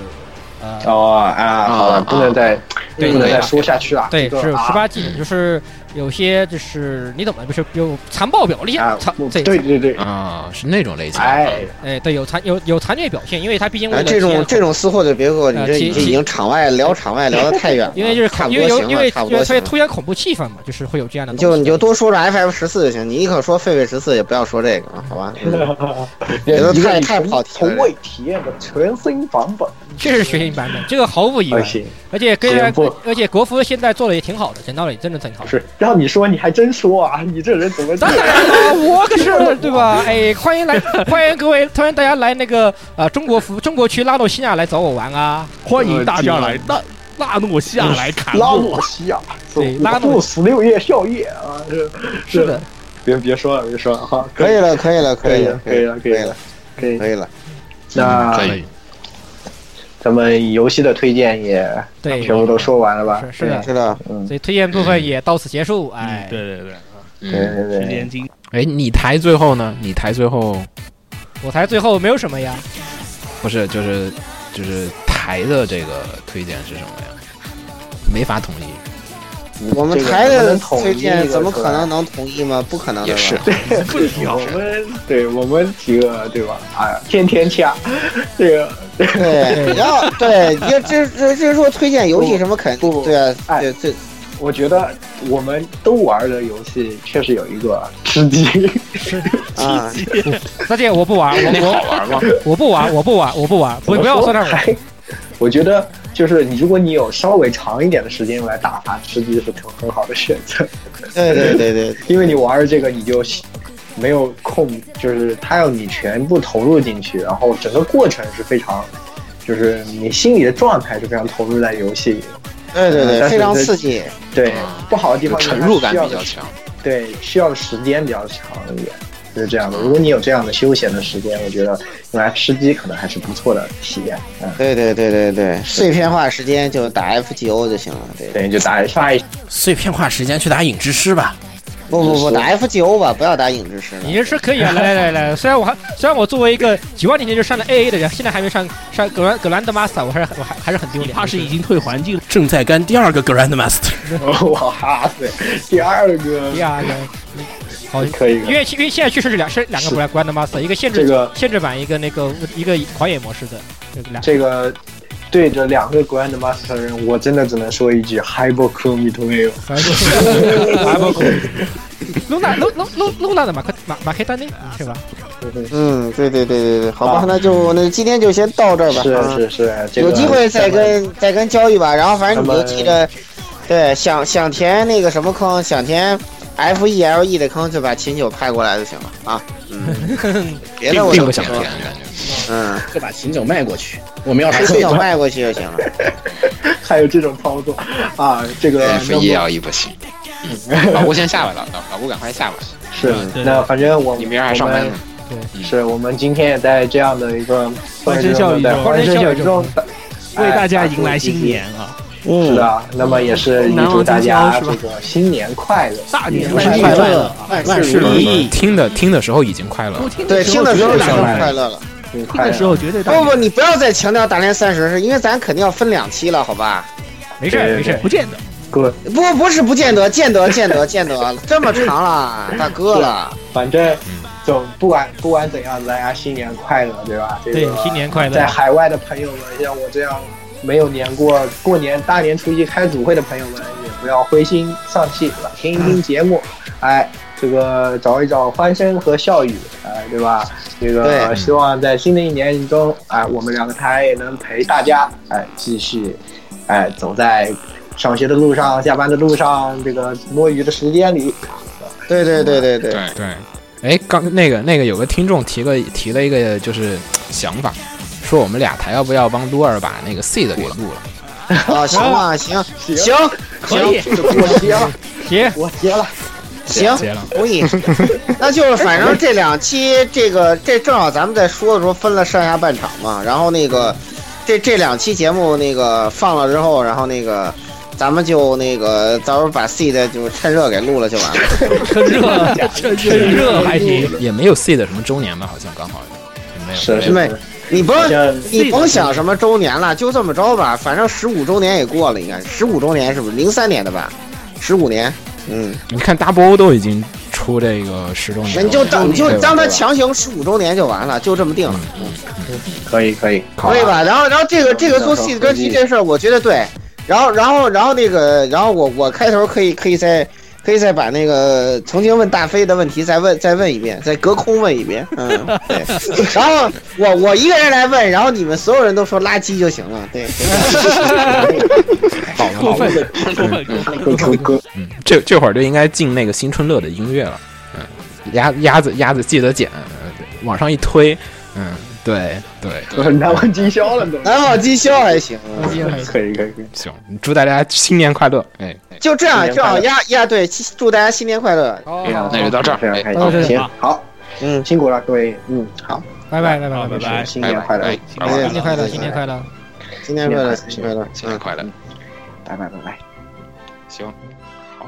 Speaker 5: 呃
Speaker 15: 哦啊，好了，不能再
Speaker 5: 对
Speaker 15: 不能
Speaker 5: 对
Speaker 15: 再说下去了。
Speaker 5: 对，
Speaker 15: 这个
Speaker 5: 是
Speaker 15: 啊
Speaker 5: 十八 G 的，就是有些就是你懂的，就是有残暴表现，残对
Speaker 15: 啊嗯对对对
Speaker 8: 啊，是那种类型。
Speaker 15: 哎，
Speaker 5: 哎对，有残有有残虐表现，因为它毕竟为
Speaker 2: 哎，
Speaker 5: 了
Speaker 2: 这
Speaker 5: 贴
Speaker 2: 种
Speaker 5: 合
Speaker 2: 这种私货就别给我，你
Speaker 5: 呃
Speaker 2: 这
Speaker 5: 提
Speaker 2: 你这已经场外聊场外聊的太远了，
Speaker 5: 因为就是
Speaker 2: 差不
Speaker 5: 因为
Speaker 2: 多
Speaker 5: 有
Speaker 2: 行
Speaker 5: 因为
Speaker 2: 了，差不
Speaker 5: 因
Speaker 2: 多
Speaker 5: 为它
Speaker 2: 行
Speaker 5: 也
Speaker 2: 了。
Speaker 5: 凸显恐怖气氛嘛，就是会有这样的
Speaker 2: 你
Speaker 5: 东
Speaker 2: 就
Speaker 5: 西。
Speaker 2: 你就多说说 F F 十四就行，你一可说狒狒十四也不要说这个了，好吧？别的
Speaker 15: 一个
Speaker 2: 太
Speaker 15: [laughs] 你
Speaker 2: 太
Speaker 15: 从
Speaker 2: 跑题了
Speaker 15: 从未体验的全新版本。
Speaker 5: 这是学习版本，这个毫无疑问
Speaker 15: 哎行，
Speaker 5: 而且跟
Speaker 15: 行不
Speaker 5: 而且国服现在做的也挺好的，讲道理真的挺好。
Speaker 15: 是让你说你还真说啊，你这人怎么？
Speaker 5: 当然了，我可是对吧？哎，欢迎来，欢迎各位，欢迎大家来那个呃中国服中国区拉到西亚来找我玩啊！
Speaker 1: 欢迎大家来纳纳诺西亚来砍
Speaker 15: 拉
Speaker 1: 我
Speaker 15: 诺。西亚，
Speaker 5: 对
Speaker 1: 拉
Speaker 15: 诺
Speaker 1: 诺
Speaker 15: 死六夜笑夜啊，是
Speaker 5: 是的，
Speaker 15: 别别说了，别说了，哈，
Speaker 2: 可以了，可以了，可以了，
Speaker 15: 可以了，可以了，可以
Speaker 2: 可以了。
Speaker 15: 那
Speaker 8: 可以
Speaker 15: 咱们游戏的推荐也
Speaker 5: 对
Speaker 15: 全部都说完了吧？
Speaker 5: 是的
Speaker 2: 是的，
Speaker 15: 嗯，
Speaker 5: 所以推荐部分也到此结束，哎，
Speaker 1: 嗯对对对，
Speaker 15: 对对对，
Speaker 1: 经。
Speaker 8: 哎，你台最后呢？你台最后
Speaker 5: 我台最后没有什么呀，
Speaker 8: 不是就是就是台的这个推荐是什么呀？没法统一，
Speaker 2: 我们
Speaker 15: 这个
Speaker 2: 台
Speaker 15: 不
Speaker 2: 的
Speaker 15: 能统
Speaker 2: 推
Speaker 15: 一
Speaker 2: 荐
Speaker 15: 的
Speaker 2: 怎么
Speaker 15: 出
Speaker 2: 可
Speaker 15: 来
Speaker 2: 能能同意吗？不可能的吧，
Speaker 1: 不聊
Speaker 15: 我们对我们几个对吧？哎呀，天天掐，这个
Speaker 2: 对，然 [laughs] 后对，你要这这这说推荐游戏什么肯定对啊，
Speaker 15: 哎
Speaker 2: 对对，
Speaker 15: 我觉得我们都玩的游戏确实有一个吃鸡，
Speaker 2: 啊，
Speaker 5: 再见，我不玩，
Speaker 15: 你
Speaker 5: 我
Speaker 15: 好玩吗？
Speaker 5: 我我不玩，我不玩，我不玩，不不要说那我，
Speaker 15: 还，我觉得就是你，如果你有稍微长一点的时间来打发吃鸡是很很好的选择，
Speaker 2: 对对对对，
Speaker 15: 因为你玩这个你就没有空，就是他要你全部投入进去，然后整个过程是非常，就是你心里的状态是非常投入在游戏里的。
Speaker 2: 对对
Speaker 15: 但
Speaker 2: 对，
Speaker 15: 是
Speaker 2: 非常
Speaker 15: 这
Speaker 2: 刺激，
Speaker 15: 对，不好的地
Speaker 8: 就
Speaker 15: 方就是
Speaker 8: 啊沉
Speaker 15: 它
Speaker 8: 入感
Speaker 15: 需要
Speaker 8: 比较
Speaker 15: 的
Speaker 8: 强。
Speaker 15: 对，需要的时间比较长一点，就是这样的。如果你有这样的休闲的时间，我觉得用来吃鸡可能还是不错的体验。嗯，
Speaker 2: 对对对对对，碎片化时间就打 FGO 就行了，对，
Speaker 15: 对，就打发一
Speaker 6: 碎片化时间去打影之师吧。
Speaker 2: 不不不，打 FGO 吧，不要打影之师
Speaker 5: 你
Speaker 2: 了。
Speaker 5: 这是可以啊，来来来来，虽然我还虽然我作为一个几万年前就上了 AA 的人，现在还没上上格兰格兰德 master，我还是我还还是很丢脸，
Speaker 1: 怕是已经退环境了，
Speaker 6: 正在干第二个 Grandmaster，
Speaker 15: 个， [laughs] 哇塞，第二个
Speaker 5: 第二个。好，
Speaker 15: 可以
Speaker 5: 啊因为因为现在确实是两是两个
Speaker 15: 是
Speaker 5: Grand Grand Master，一个限制、
Speaker 15: 这个
Speaker 5: 限制版，一个那个一个狂野模式的，这个两
Speaker 15: 这个。对着两个 Grandmaster 人，我真的只能说一句 h y b e r c o m i t o m
Speaker 5: 还有还包括
Speaker 15: [laughs]
Speaker 5: 露娜露露露露娜的马克马马克丹内是吧？
Speaker 2: 嗯，对对对对对，好吧
Speaker 15: 啊，
Speaker 2: 那就那今天就先到这儿吧。啊
Speaker 15: 是是是，这个
Speaker 2: 有机会再跟再跟交易吧。然后反正你
Speaker 15: 咱
Speaker 2: 就
Speaker 15: 们
Speaker 2: 记着，对，想想填那个什么坑，想填 F E L E 的坑，就把秦九派过来就行了啊。嗯，别的我
Speaker 8: 并
Speaker 2: 就
Speaker 8: 不
Speaker 2: 不
Speaker 8: 想
Speaker 2: 说
Speaker 8: 填
Speaker 2: 了，
Speaker 8: 感觉。
Speaker 2: 嗯，
Speaker 6: 再把秦九卖过去，我们要
Speaker 8: 哎
Speaker 4: 哎
Speaker 2: 把
Speaker 6: 是
Speaker 2: 秦九卖过去就行了。
Speaker 15: 还有这种操作啊，这个
Speaker 8: 对，非也要一不行。老顾先下吧，老老老顾赶快下吧，
Speaker 15: 是
Speaker 1: 对
Speaker 15: 那反正我
Speaker 8: 嗯你明儿还上班呢。
Speaker 15: 我们是我们今天也在这样的一个
Speaker 1: 欢声笑语中
Speaker 15: 对欢声笑语中
Speaker 1: 为大家迎来新。年啊！
Speaker 15: 哎
Speaker 6: 哦
Speaker 15: 是的，那么也是预祝大家这个新年快乐，
Speaker 1: 大
Speaker 2: [laughs]
Speaker 1: 年
Speaker 15: 快
Speaker 1: 万事
Speaker 15: 乐快
Speaker 1: 快
Speaker 15: 乐
Speaker 1: 乐，
Speaker 6: 万事如意。
Speaker 8: 听的听的时候已经快乐了，
Speaker 2: 对，听的时候
Speaker 1: 绝
Speaker 2: 就
Speaker 1: 对大
Speaker 2: 快乐了。
Speaker 15: 嗯
Speaker 1: 听
Speaker 15: 快
Speaker 1: 的时
Speaker 15: 乐。
Speaker 1: 候绝对大
Speaker 2: 不
Speaker 1: 年
Speaker 2: 不，你不要再强调大连三十，是因为咱肯定要分两期了，好吧？
Speaker 5: 没事儿没事儿，
Speaker 1: 不见得。
Speaker 15: 哥，
Speaker 2: 不不是不见得，见得见得见得， [laughs] 这么长了，大哥了。
Speaker 15: 反正总不管不管怎样，大家新年快乐，对吧？这个
Speaker 5: 对新年快乐
Speaker 15: 在海外的朋友们，像我这样没有年过过年大年初一开组会的朋友们，也不要灰心丧气，对吧？听一听节目，
Speaker 5: 嗯
Speaker 15: 哎，这个找一找欢声和笑语，哎，对吧？这个
Speaker 2: 对
Speaker 15: 希望在新的一年中，哎，我们两个台也能陪大家，哎，继续，哎，走在上学的路上、下班的路上、这个摸鱼的时间里。
Speaker 2: 对对对对对
Speaker 8: 对哎，刚那个那个有个听众提个提了一个就是想法，说我们俩台要不要帮撸二把那个 C 的给录了？
Speaker 2: 啊，行啊，行行行，
Speaker 8: 可以
Speaker 2: 我结
Speaker 5: [laughs]
Speaker 15: 啊
Speaker 2: 了，
Speaker 5: 结
Speaker 2: 我结了。行
Speaker 8: 结了，
Speaker 2: 同 [laughs] 意。那就是反正这两期这个这正好咱们在说的时候分了上下半场嘛，然后那个这这两期节目那个放了之后，然后那个咱们就那个到时候把 C 的就趁热给录了就完了。
Speaker 5: 趁
Speaker 15: [laughs]
Speaker 5: 热，趁趁热还行。
Speaker 8: 也没有 C 的什么周年吧，好像刚好也没有。
Speaker 2: 是妹，你甭你甭想什么周年了，就这么着吧，反正十五周年也过了，应该十五周年是不是？零三年的吧，十五年，嗯，
Speaker 8: 你看 Double O 都已经出这个十周年
Speaker 2: 那
Speaker 8: 了，
Speaker 2: 你就当你就
Speaker 8: 对吧
Speaker 2: 当他强行十五周年就完了，就这么定了，
Speaker 15: 可以可以，
Speaker 8: 啊
Speaker 2: 可以吧？嗯然后然后这个这个做戏歌姬这事儿，我觉得对。然后然后然后那个，然后我我开头可以可以再可以再把那个曾经问大飞的问题再问再问一遍，再隔空问一遍， [laughs] 嗯，对。然后我我一个人来问，然后你们所有人都说垃圾就行了，对。
Speaker 8: 好
Speaker 2: 过分
Speaker 8: 过分
Speaker 15: [laughs]
Speaker 8: 过分。嗯，这这会儿就应该进那个新春乐的音乐了。嗯，鸭鸭子鸭子记得剪，呃对往上一推。嗯，对对。
Speaker 15: 难忘今宵了都。
Speaker 2: 难忘今宵还行，
Speaker 15: [laughs] 可以可以可以，
Speaker 8: 行，祝大家新年快乐！哎，哎
Speaker 2: 就这样，
Speaker 8: 新年
Speaker 2: 正
Speaker 8: 快
Speaker 2: 好
Speaker 8: 乐
Speaker 2: 呀呀，对，祝大家新年快乐。
Speaker 5: 哎
Speaker 15: 非常
Speaker 8: 那就到这儿
Speaker 15: [laughs] 非常开心
Speaker 2: 到这。里
Speaker 15: 行
Speaker 2: 好，
Speaker 15: 好，
Speaker 2: 嗯，
Speaker 15: 辛苦了各位，嗯，好，
Speaker 5: 拜拜拜拜
Speaker 15: 拜
Speaker 5: 拜哎拜，
Speaker 15: 新年快乐，
Speaker 8: 哎
Speaker 4: 哎
Speaker 5: 新年快乐，新年快乐。
Speaker 2: 新年快乐，新年快乐，
Speaker 8: 新年快乐，
Speaker 15: 拜拜拜拜。
Speaker 8: 行，好。